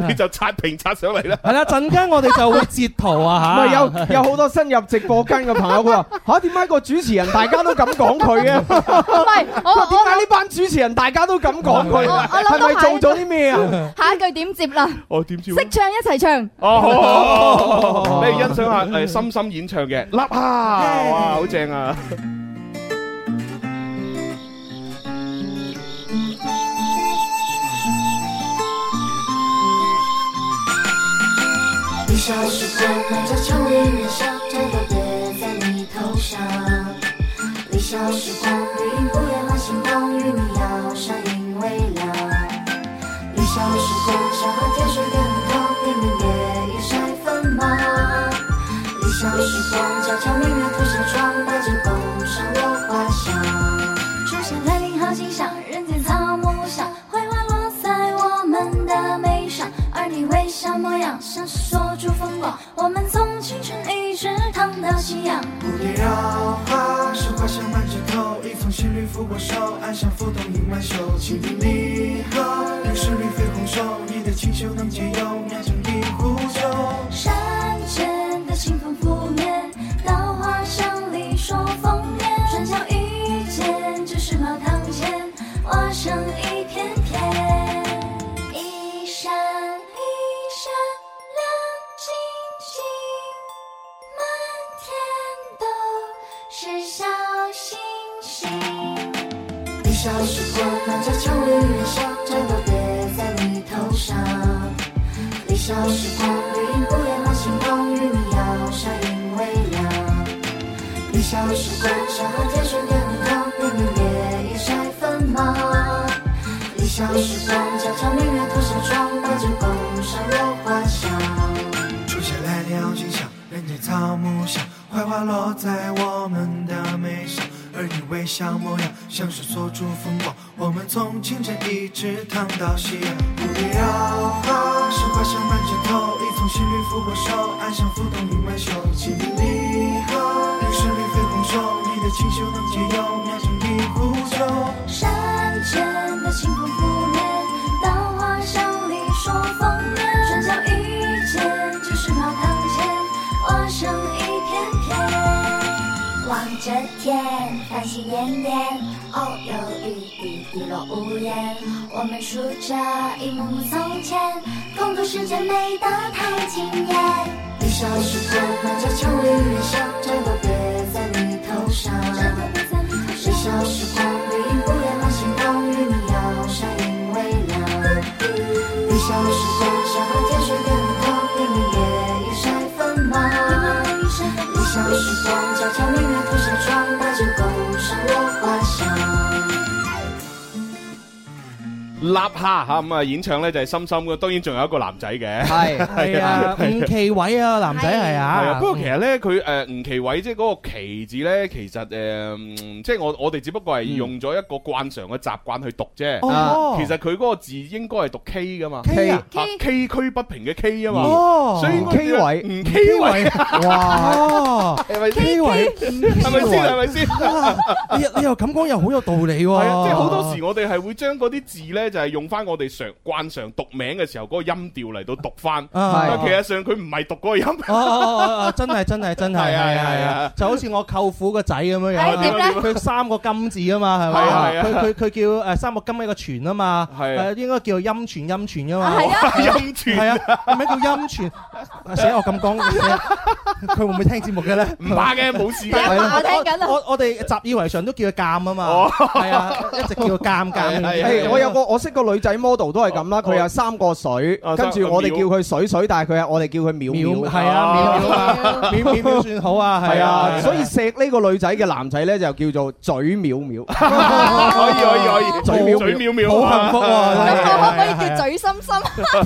[SPEAKER 4] 你就刷屏刷上嚟啦。
[SPEAKER 7] 係啦，陣間我哋就會截圖
[SPEAKER 8] 唔
[SPEAKER 7] 啊
[SPEAKER 8] 係
[SPEAKER 7] 嚇。
[SPEAKER 8] 有有好多新入直播間嘅朋友，佢話 嚇點解個主持人大家都咁講佢嘅？
[SPEAKER 2] 唔係哦我
[SPEAKER 8] 佢話點
[SPEAKER 2] 我
[SPEAKER 8] 解呢班主持人大家都咁講佢？
[SPEAKER 2] 我我諗
[SPEAKER 8] 係咪做咗啲咩啊？
[SPEAKER 2] 下一句點接啦？
[SPEAKER 4] 我哦點知？
[SPEAKER 2] 識唱一齊唱。
[SPEAKER 4] 哦，好
[SPEAKER 7] 哦
[SPEAKER 4] 好好好，你欣賞下誒心心演唱嘅《立下》，哇，好正啊！
[SPEAKER 11] 地下时光在秋叶原上，真的别在你头上。理想时光，绿荫不言换星光，与你要闪影微凉。理想时光，山河天水变很光，你们也一晒锋芒。理想时光，悄悄明月透纱窗，把酒共赏落花香。初夏来临好景象，人间草木香，槐花落在我们的眉
[SPEAKER 14] 手，爱上浮动一万首，请听你和流逝绿肥红瘦，你的清秀能解忧，酿成一壶酒。
[SPEAKER 11] 山泉的清风拂面，稻花香里说丰年。转角遇见，只是茅堂前，花香一片片。一闪一闪亮晶晶，满天都是小星星。
[SPEAKER 14] 一笑时光，那家秋里的笑，全都别在你头上。一笑时光，你因不言满心动，与你摇下云微凉。一笑时光，山河天旋地动，你明月一晒锋芒。一笑时光，悄悄明月透纱窗，伴着共赏落花香。初夏来鸟惊响，人间草木香，槐花落在我们的眉梢，而你微笑模样，像是锁住风光。我们从清晨一直躺到夕阳，不必绕行。是花香满枝头，一丛新绿拂过手，岸上浮动一万袖，请你离合。绿是绿肥红瘦，你的清秀能解忧，酿成一壶酒。
[SPEAKER 11] 山泉的清风拂面，稻花香里说丰年。转角遇见，只是茅堂前，花香一片片。望着天，繁星点点，偶哦有雨滴滴落屋檐。我们数着一幕幕从前，共度世界美得太惊艳。
[SPEAKER 14] 一笑时光，那家秋里的香，全都别在你头上。一笑时光，你因不言满心动，与你摇下云微凉。一笑时光，山河天旋变动，你明月一晒锋芒。一笑时光，悄悄明月透纱窗，把酒共赏落花香。
[SPEAKER 4] 立下吓咁啊！演唱咧就係心心嘅，當然仲有一個男仔嘅，
[SPEAKER 7] 係啊，吳奇偉啊，男仔係
[SPEAKER 4] 係啊，
[SPEAKER 7] 啊，
[SPEAKER 4] 不過其實咧，佢呃誒吳奇偉即係嗰個奇字咧，其實誒，嗯即係我我哋只不過係用咗一個慣常嘅習慣去讀啫。
[SPEAKER 7] 哦
[SPEAKER 4] 其實佢嗰個字應該係讀 K 噶嘛
[SPEAKER 7] K 啊
[SPEAKER 4] 啊，K 區不平嘅 K 啊嘛。
[SPEAKER 7] 哦
[SPEAKER 4] 所以應該叫
[SPEAKER 7] K 偉
[SPEAKER 4] 吳 K 偉，
[SPEAKER 7] 哇哦
[SPEAKER 4] 係咪先
[SPEAKER 7] ，K 偉
[SPEAKER 4] 係咪先？係咪先？
[SPEAKER 7] 啊你你又咁講又好有道理
[SPEAKER 4] 係
[SPEAKER 7] 喎，
[SPEAKER 4] 啊，即係好多時我哋係會將嗰啲字咧，就係用翻我哋常慣常讀名嘅時候嗰個音調嚟到讀翻。
[SPEAKER 7] 啊
[SPEAKER 4] 但其實上佢唔係讀 嗰個音。
[SPEAKER 7] 哦哦哦哦，真係真係真係
[SPEAKER 4] 係啊
[SPEAKER 7] 係
[SPEAKER 4] 係啊
[SPEAKER 7] 啊！就好似我舅父個仔咁樣
[SPEAKER 4] 係
[SPEAKER 7] 樣，
[SPEAKER 4] 點咧
[SPEAKER 7] 佢三個金字啊嘛，係咪
[SPEAKER 4] 係啊係啊
[SPEAKER 7] 佢佢佢叫誒三個金一個泉啊嘛，
[SPEAKER 4] 係啊
[SPEAKER 7] 誒應該叫陰泉陰泉啊嘛，
[SPEAKER 4] 係啊哇陰泉
[SPEAKER 7] 係啊，係咪叫陰泉？死我咁講，佢會唔會聽節目嘅咧？
[SPEAKER 4] 唔怕嘅冇事嘅
[SPEAKER 7] 係啦
[SPEAKER 2] 我聽緊啦
[SPEAKER 7] 我我我哋習以為常都叫佢鑑啊嘛，係啊，一直叫佢鑑鑑。
[SPEAKER 8] 係我有個我識個女仔 model 都係咁啦，佢有哦啊三個水，跟住我哋叫佢水水，但係佢係我哋叫佢 淼淼，
[SPEAKER 7] 係啊，秒秒秒秒秒算好啊，
[SPEAKER 8] 係啊，所以
[SPEAKER 7] 以
[SPEAKER 8] 錫呢個女仔嘅男仔咧就叫做嘴淼淼，
[SPEAKER 4] 可以可以可以，
[SPEAKER 8] 啊嘴淼
[SPEAKER 4] 嘴啊淼淼
[SPEAKER 8] 好幸福喎
[SPEAKER 2] 咁
[SPEAKER 8] 係
[SPEAKER 2] 我可唔可
[SPEAKER 7] 係
[SPEAKER 2] 以
[SPEAKER 7] 係
[SPEAKER 2] 叫嘴心心？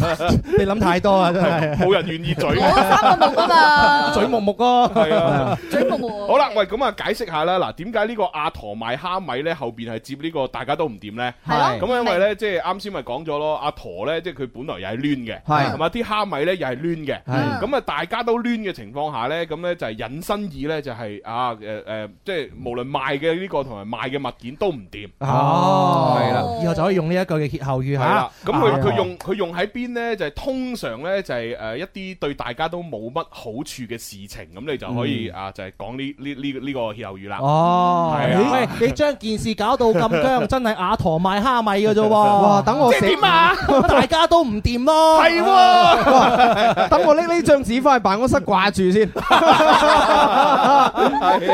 [SPEAKER 7] 你諗太多啊，真係
[SPEAKER 4] 冇人願意嘴。
[SPEAKER 2] 三個木啊嘛，
[SPEAKER 7] 嘴木木咯，
[SPEAKER 4] 係啊，
[SPEAKER 2] 嘴木木。
[SPEAKER 4] 好啦，喂，咁啊，解釋下啦，嗱，點解呢個阿陀賣蝦米咧後邊係接呢個大家都唔掂咧？
[SPEAKER 8] 啊
[SPEAKER 7] 哎
[SPEAKER 8] 係
[SPEAKER 4] 咁因為咧，即係啱先咪講咗咯，阿陀咧，即係佢本來又係攣嘅，
[SPEAKER 8] 係
[SPEAKER 4] 係嘛，啲蝦米咧又係攣嘅，
[SPEAKER 8] 係
[SPEAKER 4] 咁啊，大家都攣嘅情況下咧，咁咧就係引申意咧就係啊誒誒，即係無論賣嘅呢個同埋賣嘅物件都唔掂。
[SPEAKER 7] 哦，
[SPEAKER 4] 係啦。
[SPEAKER 7] 以後就可以用呢一個嘅歇後語
[SPEAKER 4] 系
[SPEAKER 7] 嚇
[SPEAKER 4] 啦，。咁佢
[SPEAKER 7] 啊
[SPEAKER 4] 佢用佢用喺邊呢？就係通常呢，就係誒一啲對大家都冇乜好處嘅事情，咁你就可以啊，就係講呢呢呢呢個歇後語啦。
[SPEAKER 7] 嗯哦，
[SPEAKER 4] 係啊
[SPEAKER 7] 喂，你將件事搞到咁僵，真係阿陀賣蝦米嘅啫喎！
[SPEAKER 8] 哇等我即係寫點
[SPEAKER 4] 啊？
[SPEAKER 7] 大家都唔掂咯，
[SPEAKER 4] 係喎
[SPEAKER 8] 哇等我拎呢張紙翻去辦公室掛住先。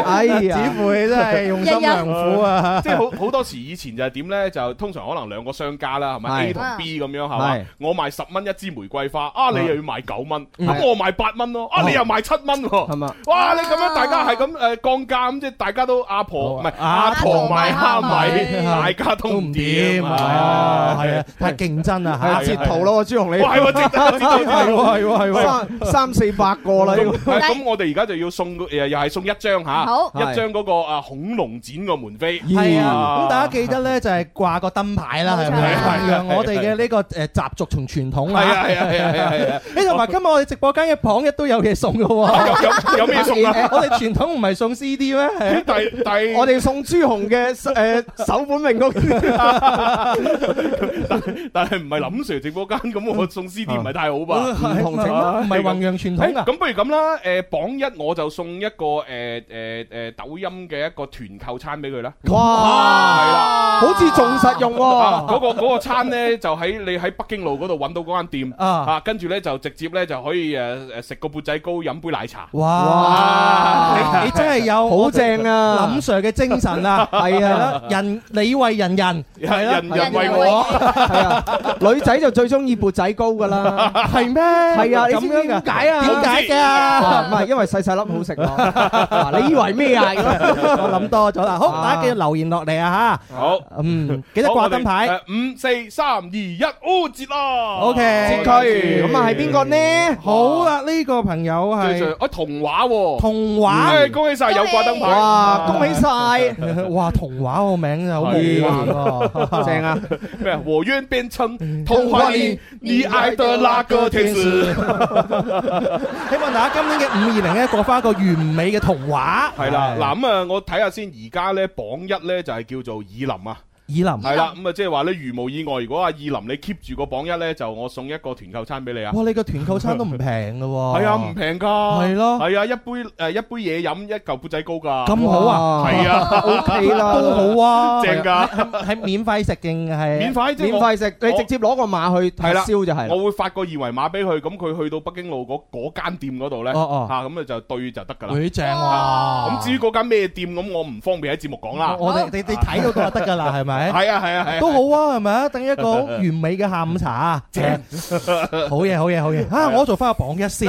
[SPEAKER 8] 哎呀，
[SPEAKER 7] 子父你真係用心良苦啊！
[SPEAKER 4] 即係好好多時以前就係點呢？就通常可能兩個商家啦，係咪
[SPEAKER 7] 係
[SPEAKER 4] A 同 B 咁樣係嘛
[SPEAKER 7] 係？
[SPEAKER 4] 我賣十蚊一支玫瑰花，啊你又要賣九蚊，
[SPEAKER 7] 嗯
[SPEAKER 4] 咁我賣八蚊咯，啊
[SPEAKER 7] 哦
[SPEAKER 4] 你又賣七蚊喎，
[SPEAKER 8] 係嘛？
[SPEAKER 4] 哇！你咁樣大家係咁誒降價，咁即係大家都阿婆唔係
[SPEAKER 7] 阿
[SPEAKER 4] 阿
[SPEAKER 7] 婆
[SPEAKER 4] 婆賣
[SPEAKER 7] 賣
[SPEAKER 4] 蝦
[SPEAKER 7] 蝦
[SPEAKER 4] 米，
[SPEAKER 7] 米
[SPEAKER 4] 大家都唔掂
[SPEAKER 7] 係啊啊，係啊，但係競爭啊，嚇
[SPEAKER 8] 係啊截圖咯，朱紅你。
[SPEAKER 4] 哇係喎截圖截圖
[SPEAKER 8] 係喎係喎係喎
[SPEAKER 4] 係，
[SPEAKER 8] 三三四百個啦。
[SPEAKER 4] 咁咁我哋而家就要送誒，又係送一張嚇，
[SPEAKER 7] 好
[SPEAKER 4] 一張嗰個啊恐龍展個門飛，
[SPEAKER 7] 係啊，咁大家記得咧就係掛個燈牌啦，係咪
[SPEAKER 4] 冇錯啊
[SPEAKER 7] 啊？讓我哋嘅呢個誒習俗同傳統啊，
[SPEAKER 4] 係啊係啊係啊係啊 係啊
[SPEAKER 7] 誒同埋今日我哋直播間嘅榜一都有嘢送嘅喎，
[SPEAKER 4] 有有 有咩送啊
[SPEAKER 7] 誒我哋傳統唔係送 CD 咩？係
[SPEAKER 4] 但但
[SPEAKER 8] 我哋送朱紅嘅誒首本名曲。
[SPEAKER 4] 但係唔係林 Sir 直播間咁，我送 CD 唔係太好吧？嗯
[SPEAKER 7] 唔同情況唔啊係弘揚傳統
[SPEAKER 4] 誒
[SPEAKER 7] 啊。
[SPEAKER 4] 咁不如咁啦，誒榜一我就送一個誒誒誒抖音嘅一個團購餐俾佢啦。
[SPEAKER 8] 哇，
[SPEAKER 4] 係
[SPEAKER 7] 啊
[SPEAKER 4] 啦，
[SPEAKER 8] 好似仲實用
[SPEAKER 4] 啊嗰
[SPEAKER 8] 喎。
[SPEAKER 4] 個嗰個餐咧就喺你喺北京路嗰度揾到嗰間店
[SPEAKER 8] 啊
[SPEAKER 4] 啊，跟住咧就直接咧就可以誒誒食個缽仔糕，飲杯奶茶。
[SPEAKER 7] 哇！你你真係有
[SPEAKER 8] 好正啊
[SPEAKER 7] 林 Sir 嘅精神啊，
[SPEAKER 8] 係啊
[SPEAKER 7] 係啦，人你為人人，係啊啦
[SPEAKER 4] 人人為我，
[SPEAKER 8] 女仔就最中意缽仔糕㗎啦。
[SPEAKER 7] 係咩？
[SPEAKER 8] 係
[SPEAKER 7] 係
[SPEAKER 8] 啊，你知唔知點解啊？
[SPEAKER 7] 點解
[SPEAKER 8] 啊唔
[SPEAKER 7] 㗎？
[SPEAKER 8] 係因為細細粒好食咯。嗱你以為咩啊？
[SPEAKER 7] 我諗多咗啦。好，大家繼續留言落嚟啊嚇。
[SPEAKER 4] 好，
[SPEAKER 7] 嗯，記得掛燈
[SPEAKER 4] 好
[SPEAKER 7] 牌。
[SPEAKER 4] 我哋誒五四三二一，哦折啦
[SPEAKER 7] OK，
[SPEAKER 4] 折
[SPEAKER 8] 佢咁啊係邊個呢？
[SPEAKER 7] 好啦，呢個朋友
[SPEAKER 4] 最最
[SPEAKER 7] 係
[SPEAKER 4] 啊童話喎，
[SPEAKER 7] 童話
[SPEAKER 4] 誒哎恭喜晒有掛燈牌，
[SPEAKER 8] 哇，恭喜晒！
[SPEAKER 7] 哇，童話個名啊就好夢幻喎，
[SPEAKER 8] 正啊！
[SPEAKER 4] 咩啊？我願變
[SPEAKER 7] 嗯
[SPEAKER 4] 成童話裏你愛的那個天使。
[SPEAKER 7] 希望大家今年嘅五二零咧過翻一個完美嘅童話。
[SPEAKER 4] 係啦，嗱咁啊，我睇下先，而家咧榜一咧就係叫做以林啊。
[SPEAKER 7] 以林
[SPEAKER 4] 係啦，咁啊，即係話咧，如無意外，如果阿以林你 keep 住個榜一咧，就我送一個團購餐俾你啊！
[SPEAKER 7] 哇！你個團購餐都唔平嘅喎，
[SPEAKER 4] 係啊，唔平㗎，
[SPEAKER 7] 係咯
[SPEAKER 4] 係啊，一杯誒一杯嘢飲，一嚿砵仔糕㗎，
[SPEAKER 7] 咁好啊，
[SPEAKER 4] 係啊
[SPEAKER 8] OK 啦
[SPEAKER 7] 都好啊，
[SPEAKER 4] 正㗎
[SPEAKER 7] 係，係免費食定係
[SPEAKER 4] 免費即係
[SPEAKER 8] 免
[SPEAKER 4] 我
[SPEAKER 8] 費食，你直接攞個碼去
[SPEAKER 4] 係啦，
[SPEAKER 8] 燒就係啦。
[SPEAKER 4] 我會發個二維碼俾佢，咁佢去到北京路嗰嗰間店嗰度咧，嚇
[SPEAKER 7] 哦哦
[SPEAKER 4] 咁啊就對就得㗎啦。
[SPEAKER 7] 會正
[SPEAKER 4] 啊
[SPEAKER 7] 喎。
[SPEAKER 4] 咁至於嗰間咩店，咁我唔方便喺節目講啦。
[SPEAKER 7] 我哋你你睇嗰個就得㗎啦，係咪？
[SPEAKER 4] 係啊係啊係 啊
[SPEAKER 7] 都好啊，係咪啊？等一個 好完美嘅下午茶啊，正好嘢好嘢好嘢啊！我做翻個榜一 先，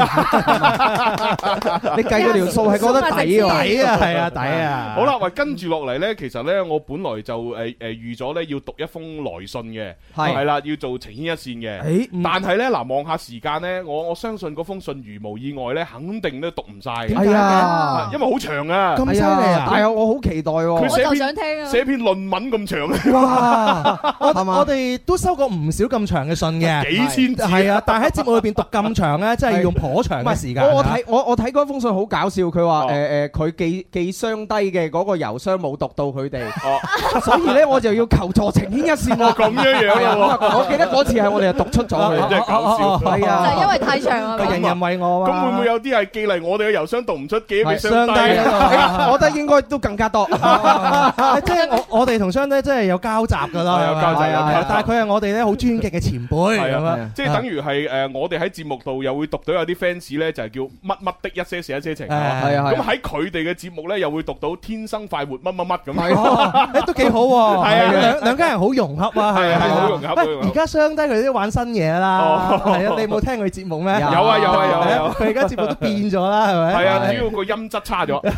[SPEAKER 8] 你計咗條數係覺得抵喎，
[SPEAKER 7] 抵啊 係啊抵啊！
[SPEAKER 4] 好啦，喂，跟住落嚟呢，其實呢，我本來就誒誒預咗呢，要讀一封來信嘅，
[SPEAKER 8] 係
[SPEAKER 4] 係啦，要做情牽一線嘅。
[SPEAKER 7] 誒嗯
[SPEAKER 4] 但係呢，嗱，望下時間呢，我我相信嗰封信如無意外呢，肯定都讀唔晒嘅。
[SPEAKER 8] 係啊
[SPEAKER 4] 因為好長啊，
[SPEAKER 7] 咁犀利啊
[SPEAKER 8] 但係我好期待
[SPEAKER 4] 佢
[SPEAKER 8] 喎。
[SPEAKER 4] 寫
[SPEAKER 2] 我就想聽
[SPEAKER 4] 篇
[SPEAKER 2] 啊
[SPEAKER 4] 寫篇論文 咁長，
[SPEAKER 7] 哇！我
[SPEAKER 8] 係嘛
[SPEAKER 7] 我哋都收過唔少咁長嘅信嘅，
[SPEAKER 4] 幾千字
[SPEAKER 7] 係啊！但係喺節目裏邊讀咁長咧，真係用頗長
[SPEAKER 8] 唔
[SPEAKER 7] 嘅
[SPEAKER 8] 係
[SPEAKER 7] 時間。
[SPEAKER 8] 我我睇我我睇嗰封信好搞笑，佢話
[SPEAKER 4] 哦
[SPEAKER 8] 誒誒，佢寄寄雙低嘅嗰個郵箱冇讀到佢哋，
[SPEAKER 4] 哦，
[SPEAKER 8] 所以咧我就要求助情牽一線啦。
[SPEAKER 4] 咁樣樣
[SPEAKER 8] 係啊
[SPEAKER 4] 咯喎
[SPEAKER 8] 我記得嗰次係我哋就讀出咗
[SPEAKER 4] 真係
[SPEAKER 8] 佢，
[SPEAKER 4] 搞笑。
[SPEAKER 7] 哦哦哦
[SPEAKER 8] 係
[SPEAKER 2] 就係因
[SPEAKER 8] 啊。
[SPEAKER 2] 為太長啊
[SPEAKER 7] 個
[SPEAKER 2] 嘛
[SPEAKER 7] 人。人為我啊
[SPEAKER 4] 咁
[SPEAKER 7] 嘛。
[SPEAKER 4] 會唔會有啲係寄嚟我哋嘅郵箱讀唔出，寄俾
[SPEAKER 8] 係
[SPEAKER 4] 上帝？
[SPEAKER 7] 上帝啊
[SPEAKER 8] 哎我覺得應該都更 加多。
[SPEAKER 7] 啊 即係我我哋同雙低真係有交集㗎啦，
[SPEAKER 4] 係有交集
[SPEAKER 7] 係啊
[SPEAKER 4] 有交集
[SPEAKER 7] 係啊但係佢係我哋咧好尊敬嘅前輩
[SPEAKER 4] 係
[SPEAKER 7] 咁
[SPEAKER 4] 啊
[SPEAKER 7] 樣，
[SPEAKER 4] 即係等於係誒，我哋喺節目度又會讀到有啲 fans 咧，就係叫乜乜的一些事一些情。係嘛
[SPEAKER 8] 係啊係啊
[SPEAKER 4] 咁喺佢哋嘅節目咧，又會讀到天生快活乜乜乜 咁。
[SPEAKER 8] 啊
[SPEAKER 7] 哦誒都幾好喎，
[SPEAKER 4] 係啊
[SPEAKER 7] 兩兩家人好融洽啊，
[SPEAKER 4] 係啊
[SPEAKER 7] 咪
[SPEAKER 4] 係好融洽好
[SPEAKER 7] 喂
[SPEAKER 4] 融洽
[SPEAKER 7] 而家雙低佢哋都玩新嘢啦，
[SPEAKER 4] 哦
[SPEAKER 7] 係啊，你冇聽佢節目咩？
[SPEAKER 8] 有
[SPEAKER 4] 有啊有啊有啊
[SPEAKER 7] 係
[SPEAKER 4] 有啊
[SPEAKER 7] 佢而家節目都變咗啦，係咪？
[SPEAKER 4] 係啊，
[SPEAKER 8] 係
[SPEAKER 4] 主要個音質差咗。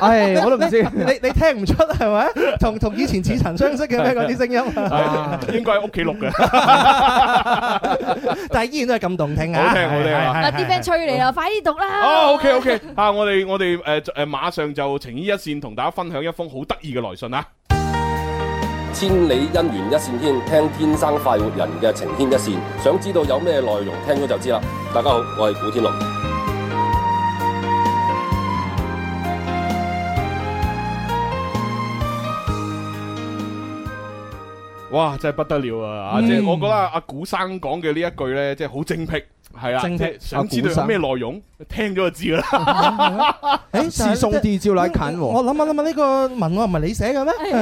[SPEAKER 8] 唉，我都唔知。
[SPEAKER 7] 你你聽唔出係咪？同同以前似曾相識嘅咩嗰啲聲音，
[SPEAKER 4] 係應該喺屋企錄嘅，
[SPEAKER 7] 但係依然都係咁動聽啊！
[SPEAKER 4] 好聽好聽啊
[SPEAKER 2] 啊啲 friend 催你啦，快啲讀啦！
[SPEAKER 4] 哦，OK OK，啊，我哋我哋誒誒，馬上就情依一線同大家分享一封好得意嘅來信啊！
[SPEAKER 15] 千里姻緣一線牽，聽天生快活人嘅情牽一線。想知道有咩內容，聽咗就知啦。大家好，我係古天樂。
[SPEAKER 4] 哇，真係不得了啊！啊即係我覺得阿古生講嘅呢一句咧，即係好精辟，係啦，
[SPEAKER 7] 精
[SPEAKER 4] 即
[SPEAKER 7] 辟
[SPEAKER 4] 係想知道有咩內容，聽咗就知啦。
[SPEAKER 7] 誒
[SPEAKER 8] 時送地照嚟近喎。
[SPEAKER 7] 我諗下諗下呢個文案唔係你寫嘅咩？
[SPEAKER 4] 啊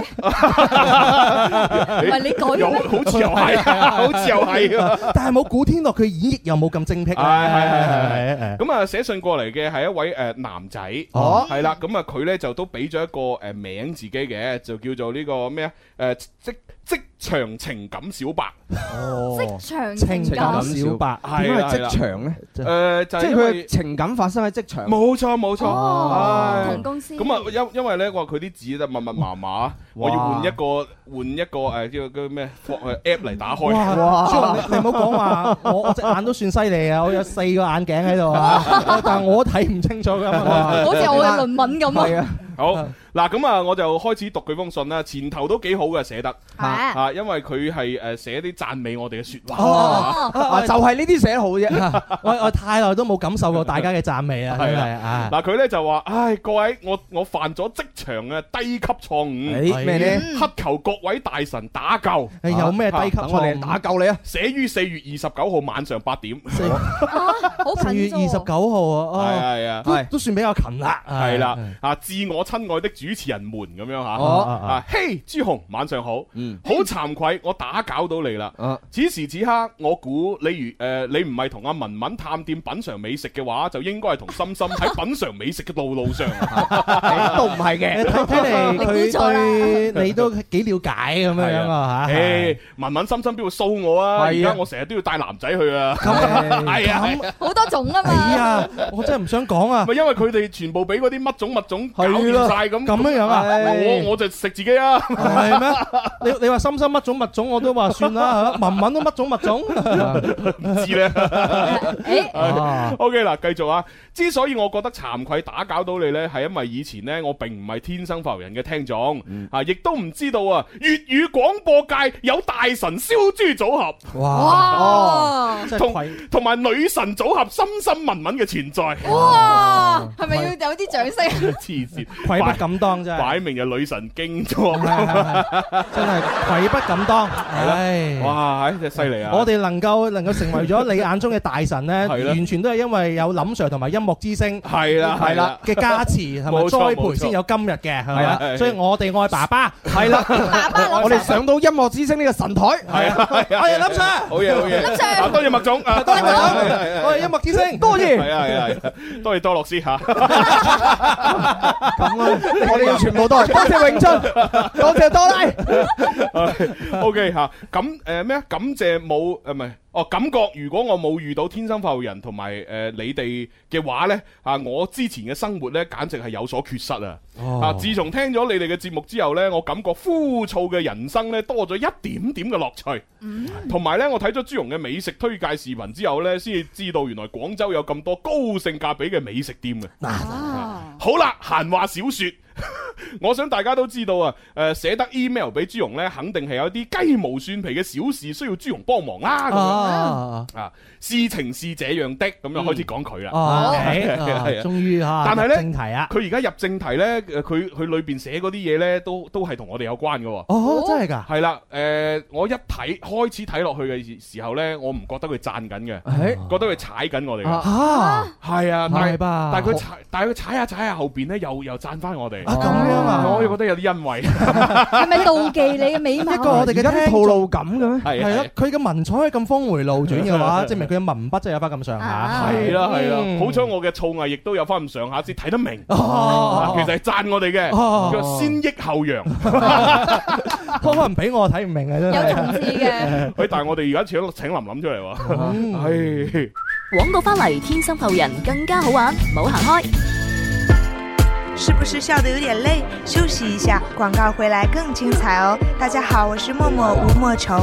[SPEAKER 2] 唔係你 改嘅
[SPEAKER 4] 又
[SPEAKER 2] 咩
[SPEAKER 4] 好似又係， 好似又係啊！
[SPEAKER 7] 但係冇古天樂佢演繹又冇咁精辟啊！
[SPEAKER 4] 係係係
[SPEAKER 7] 係
[SPEAKER 4] 咁啊，寫信過嚟嘅係一位誒男仔，
[SPEAKER 7] 哦
[SPEAKER 4] 係啦，咁啊佢咧就都俾咗一個誒名自己嘅，就叫做呢個咩啊誒職職場情感小白，
[SPEAKER 7] 哦，
[SPEAKER 2] 長
[SPEAKER 7] 情
[SPEAKER 2] 情
[SPEAKER 7] 感
[SPEAKER 2] 感
[SPEAKER 7] 小白
[SPEAKER 4] 係
[SPEAKER 8] 點
[SPEAKER 4] 啦
[SPEAKER 8] 解係職場咧？
[SPEAKER 4] 誒就
[SPEAKER 8] 即係
[SPEAKER 4] 係因
[SPEAKER 8] 佢
[SPEAKER 4] 為
[SPEAKER 8] 嘅情感發生喺職場。
[SPEAKER 4] 冇錯冇錯，
[SPEAKER 2] 哦，
[SPEAKER 4] 唉
[SPEAKER 2] 同公司
[SPEAKER 4] 咁啊因因為咧我話佢啲字就密密麻麻，我要換一個換一個誒叫叫咩放誒 app 嚟打開。
[SPEAKER 7] 哇！朱紅，你你唔好講話，我我隻眼都算犀利啊！我有四個眼鏡喺度啊， 但係我睇唔清楚㗎嘛。
[SPEAKER 2] 好似我嘅論文咁
[SPEAKER 7] 係
[SPEAKER 2] 啊
[SPEAKER 7] 啊！
[SPEAKER 4] 好嗱，咁啊，我就開始讀佢封信啦。前頭都幾好嘅，寫得
[SPEAKER 2] 係
[SPEAKER 4] 啊，因為佢係誒寫啲讚美我哋嘅説話
[SPEAKER 7] 哦。
[SPEAKER 4] 啊
[SPEAKER 7] 啊就係呢啲寫好啫。我我太耐都冇感受過大家嘅讚美啊，真
[SPEAKER 4] 係
[SPEAKER 7] 係
[SPEAKER 4] 啊
[SPEAKER 8] à,
[SPEAKER 7] 啊！，
[SPEAKER 4] 嗱佢咧就話：，唉，各位，我我犯咗職場嘅低級錯誤，
[SPEAKER 7] 誒哎咩呢
[SPEAKER 4] 乞求各位大神打救。
[SPEAKER 7] 誒有咩低級錯誤等我哋打
[SPEAKER 4] 救你啊！寫於四月二十九號晚上八點。
[SPEAKER 2] 好
[SPEAKER 7] 四月二十九號啊，
[SPEAKER 4] 係
[SPEAKER 7] 哦哎
[SPEAKER 4] 係啊
[SPEAKER 7] 都
[SPEAKER 4] 係
[SPEAKER 7] 都算比較勤啦。
[SPEAKER 4] 係啦，啊！致我親愛的主持人們咁樣嚇，
[SPEAKER 7] 哦嗯
[SPEAKER 4] 啊，嘿，朱紅，晚上好，好慚愧，我打攪到你啦。
[SPEAKER 7] 哦
[SPEAKER 4] 此時此刻，我估你如誒，你唔係同阿文文探店品嚐美食嘅話，就應該係同心心喺品嚐美食嘅道路上。啊
[SPEAKER 7] 都唔係嘅，睇睇嚟佢對你都幾了解咁樣樣啊嚇。
[SPEAKER 4] 誒，文文心心邊會騷我啊？而
[SPEAKER 7] 係啊
[SPEAKER 4] 家我成日都要帶男仔去啊。係啊，係啊
[SPEAKER 2] 好多種啊嘛。
[SPEAKER 7] 哎呀，我真係唔想講啊！
[SPEAKER 4] 咪因為佢哋全部俾嗰啲乜種物種搞掂晒咁
[SPEAKER 7] 咁樣樣啊
[SPEAKER 4] 我我就食自己啊。
[SPEAKER 7] 係咩？你你話深深乜種物種我都話算 啦，文文都乜種物種。
[SPEAKER 4] 唔知咧。
[SPEAKER 2] 哎
[SPEAKER 7] 啊
[SPEAKER 4] O K 嗱，繼續啊。之所以我覺得慚愧打攪到你呢，係因為以前呢，我並唔係天生浮人嘅聽眾
[SPEAKER 7] 嗯
[SPEAKER 4] 啊，亦都唔知道啊粵語廣播界有大神燒豬組合，
[SPEAKER 7] 哇
[SPEAKER 2] 哦真係
[SPEAKER 4] 同同埋女神組合深深文文嘅存在，
[SPEAKER 2] 哇，係咪要有啲掌聲？
[SPEAKER 4] 黐線，
[SPEAKER 7] 愧不啊敢當 真係
[SPEAKER 4] 擺明就女神經咗，
[SPEAKER 7] 真係愧不敢當。
[SPEAKER 4] 係啦
[SPEAKER 7] 唉，
[SPEAKER 4] 哇，唉真係犀利啊！
[SPEAKER 7] 嗯我哋能夠能夠成為咗你眼中嘅大神呢，
[SPEAKER 4] 係啦
[SPEAKER 7] 完全都係因為有林 Sir 同埋音樂之星
[SPEAKER 4] 係啦
[SPEAKER 7] 係
[SPEAKER 4] 係啦
[SPEAKER 7] 啦嘅加持同
[SPEAKER 4] 冇
[SPEAKER 7] 埋
[SPEAKER 4] 錯
[SPEAKER 7] 栽培
[SPEAKER 4] 冇錯
[SPEAKER 7] 先有今日嘅，係
[SPEAKER 4] 係啊
[SPEAKER 7] 咪？
[SPEAKER 4] 係
[SPEAKER 7] 所以我哋愛爸爸係
[SPEAKER 8] 啦
[SPEAKER 7] 爸
[SPEAKER 8] 爸我哋上
[SPEAKER 7] 到音樂之星呢個神台
[SPEAKER 4] 係啊，係啊
[SPEAKER 7] 哎呀林 Sir
[SPEAKER 4] 好 嘢好嘢，
[SPEAKER 7] 林 Sir
[SPEAKER 4] 啊多謝麥總，啊
[SPEAKER 7] 多謝麥總
[SPEAKER 4] 係係係係
[SPEAKER 7] 我哋音樂之星
[SPEAKER 8] 多謝
[SPEAKER 4] 係啊係啊係啊，多謝多樂斯嚇。
[SPEAKER 8] 我哋要全部都係多謝詠春，多謝多拉。
[SPEAKER 4] O K 吓，咁誒咩啊？感謝冇誒唔係哦，感覺如果我冇遇到天生發育人同埋誒你哋嘅話呢，啊，我之前嘅生活呢，簡直係有所缺失啊！
[SPEAKER 7] 哦
[SPEAKER 4] 啊，自從聽咗你哋嘅節目之後呢，我感覺枯燥嘅人生呢，多咗一點點嘅樂趣。同埋呢，我睇咗朱容嘅美食推介視頻之後呢，先至知道原來廣州有咁多高性價比嘅美食店嘅。好啦，閒話少說。 我想大家都知道啊，誒、寫得 email 俾朱容呢，肯定係有啲雞毛蒜皮嘅小事需要朱容幫忙啦。咁
[SPEAKER 7] 啊嗯
[SPEAKER 4] 樣啊，事情是這樣的，咁就開始講佢啦。
[SPEAKER 7] 哦
[SPEAKER 4] 係啊
[SPEAKER 7] 啊
[SPEAKER 4] 係啊
[SPEAKER 7] 終於嚇
[SPEAKER 4] 但係呢，
[SPEAKER 7] 入正題啊
[SPEAKER 4] 佢而家入正題呢，誒佢佢裏邊寫嗰啲嘢呢，都都係同我哋有關嘅喎。
[SPEAKER 7] 哦真係㗎
[SPEAKER 4] 係啦，誒，我一睇開始睇落去嘅時候呢，我唔覺得佢讚緊嘅，覺得佢踩緊我哋
[SPEAKER 8] Ờ,
[SPEAKER 4] 嘅。
[SPEAKER 7] Ờ, 啊
[SPEAKER 4] 係啊，但
[SPEAKER 7] 唔係
[SPEAKER 4] 係
[SPEAKER 7] 吧
[SPEAKER 4] 但係佢踩，但係佢踩下踩下後邊咧，又又讚翻我哋。
[SPEAKER 7] 啊咁樣
[SPEAKER 8] à.
[SPEAKER 7] 啊
[SPEAKER 4] 我又覺得有啲欣慰。
[SPEAKER 2] 係咪妒忌你嘅美貌？
[SPEAKER 7] 一個
[SPEAKER 8] Ờ, 啊
[SPEAKER 7] 我哋嘅聽眾
[SPEAKER 8] 套路咁嘅咩？
[SPEAKER 4] 係
[SPEAKER 7] 係
[SPEAKER 4] 係
[SPEAKER 7] 咯，佢嘅文采可以咁峰回路轉嘅 話，證明佢嘅文筆 真係有翻咁上下。
[SPEAKER 4] 係啦係
[SPEAKER 7] 嗯
[SPEAKER 4] 啦，好彩我嘅造詣亦都有翻咁上下先睇得明。啊
[SPEAKER 7] 哦
[SPEAKER 4] 其實係讚我哋嘅，
[SPEAKER 7] 哦
[SPEAKER 4] 叫先抑後 揚。
[SPEAKER 7] 可能俾我睇唔明啊，真係。
[SPEAKER 4] 嘅。喂，但係我哋而家請請琳琳出 嚟喎。唉。
[SPEAKER 16] 广告翻嚟，天生浮人更加好玩，唔好行开。
[SPEAKER 17] 是不是笑得有点累？休息一下，广告回来更精彩哦！大家好，我是默默吴莫愁。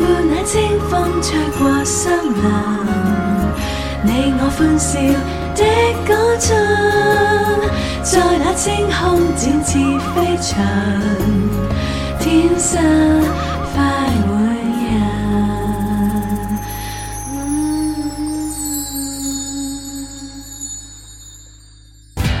[SPEAKER 18] 伴那清風吹過森林，你我歡笑的歌唱，在那清空展翅飛翔，天生快活人。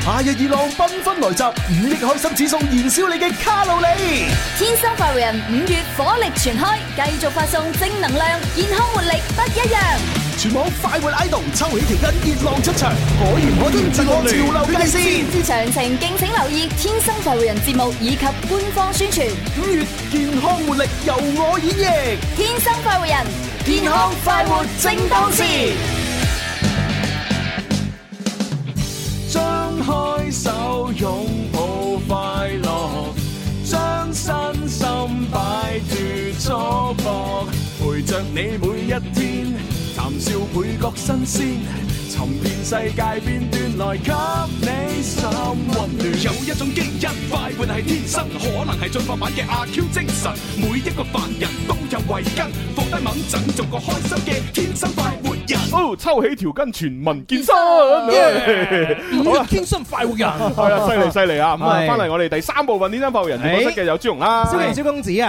[SPEAKER 1] 夏日熱浪繽紛來襲，五億開心指數燃燒你嘅卡路里。
[SPEAKER 9] 天生快活人五月火力全開，繼續發送正能量，健康活力不一樣。
[SPEAKER 1] 全網快活 idol 抽起條筋，熱浪出場，可遇唔可以自我潮流界線。
[SPEAKER 9] 知詳情敬請留意《天生快活人》節目以及官方宣傳。
[SPEAKER 1] 五月健康活力由我演繹，
[SPEAKER 9] 天生快活人，健康快活正當時。
[SPEAKER 6] 新鮮，尋遍世界片段來給你心温暖。
[SPEAKER 19] 有一種基因快活係天生，可能係進化版嘅阿 Q 精神。每一個凡人都有慧根，放低猛陣，做個開心嘅天生快活人。
[SPEAKER 4] 哦，抽起條筋全民健身，好啦，
[SPEAKER 19] 天生快 活人，
[SPEAKER 4] 係啊，犀利犀利啊！咁啊，
[SPEAKER 8] 係
[SPEAKER 4] 翻嚟我哋第三部分天生快活人直播室嘅有朱容啦，
[SPEAKER 2] 仲有心心，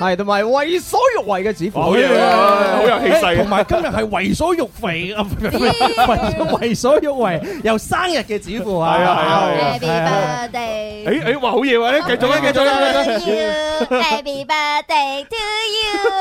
[SPEAKER 8] 係同埋為所欲為嘅指父，
[SPEAKER 4] 好嘢好有氣勢
[SPEAKER 7] 同埋今日係為所欲 為啊，唔係唔係為為所欲為，又生日嘅指父啊，
[SPEAKER 4] 係啊係啊
[SPEAKER 7] à,
[SPEAKER 4] 係啊
[SPEAKER 2] Happy birthday，
[SPEAKER 4] 誒誒，哇，好嘢喎！繼續啦，繼續啦，繼續啦。
[SPEAKER 2] Happy birthday to you，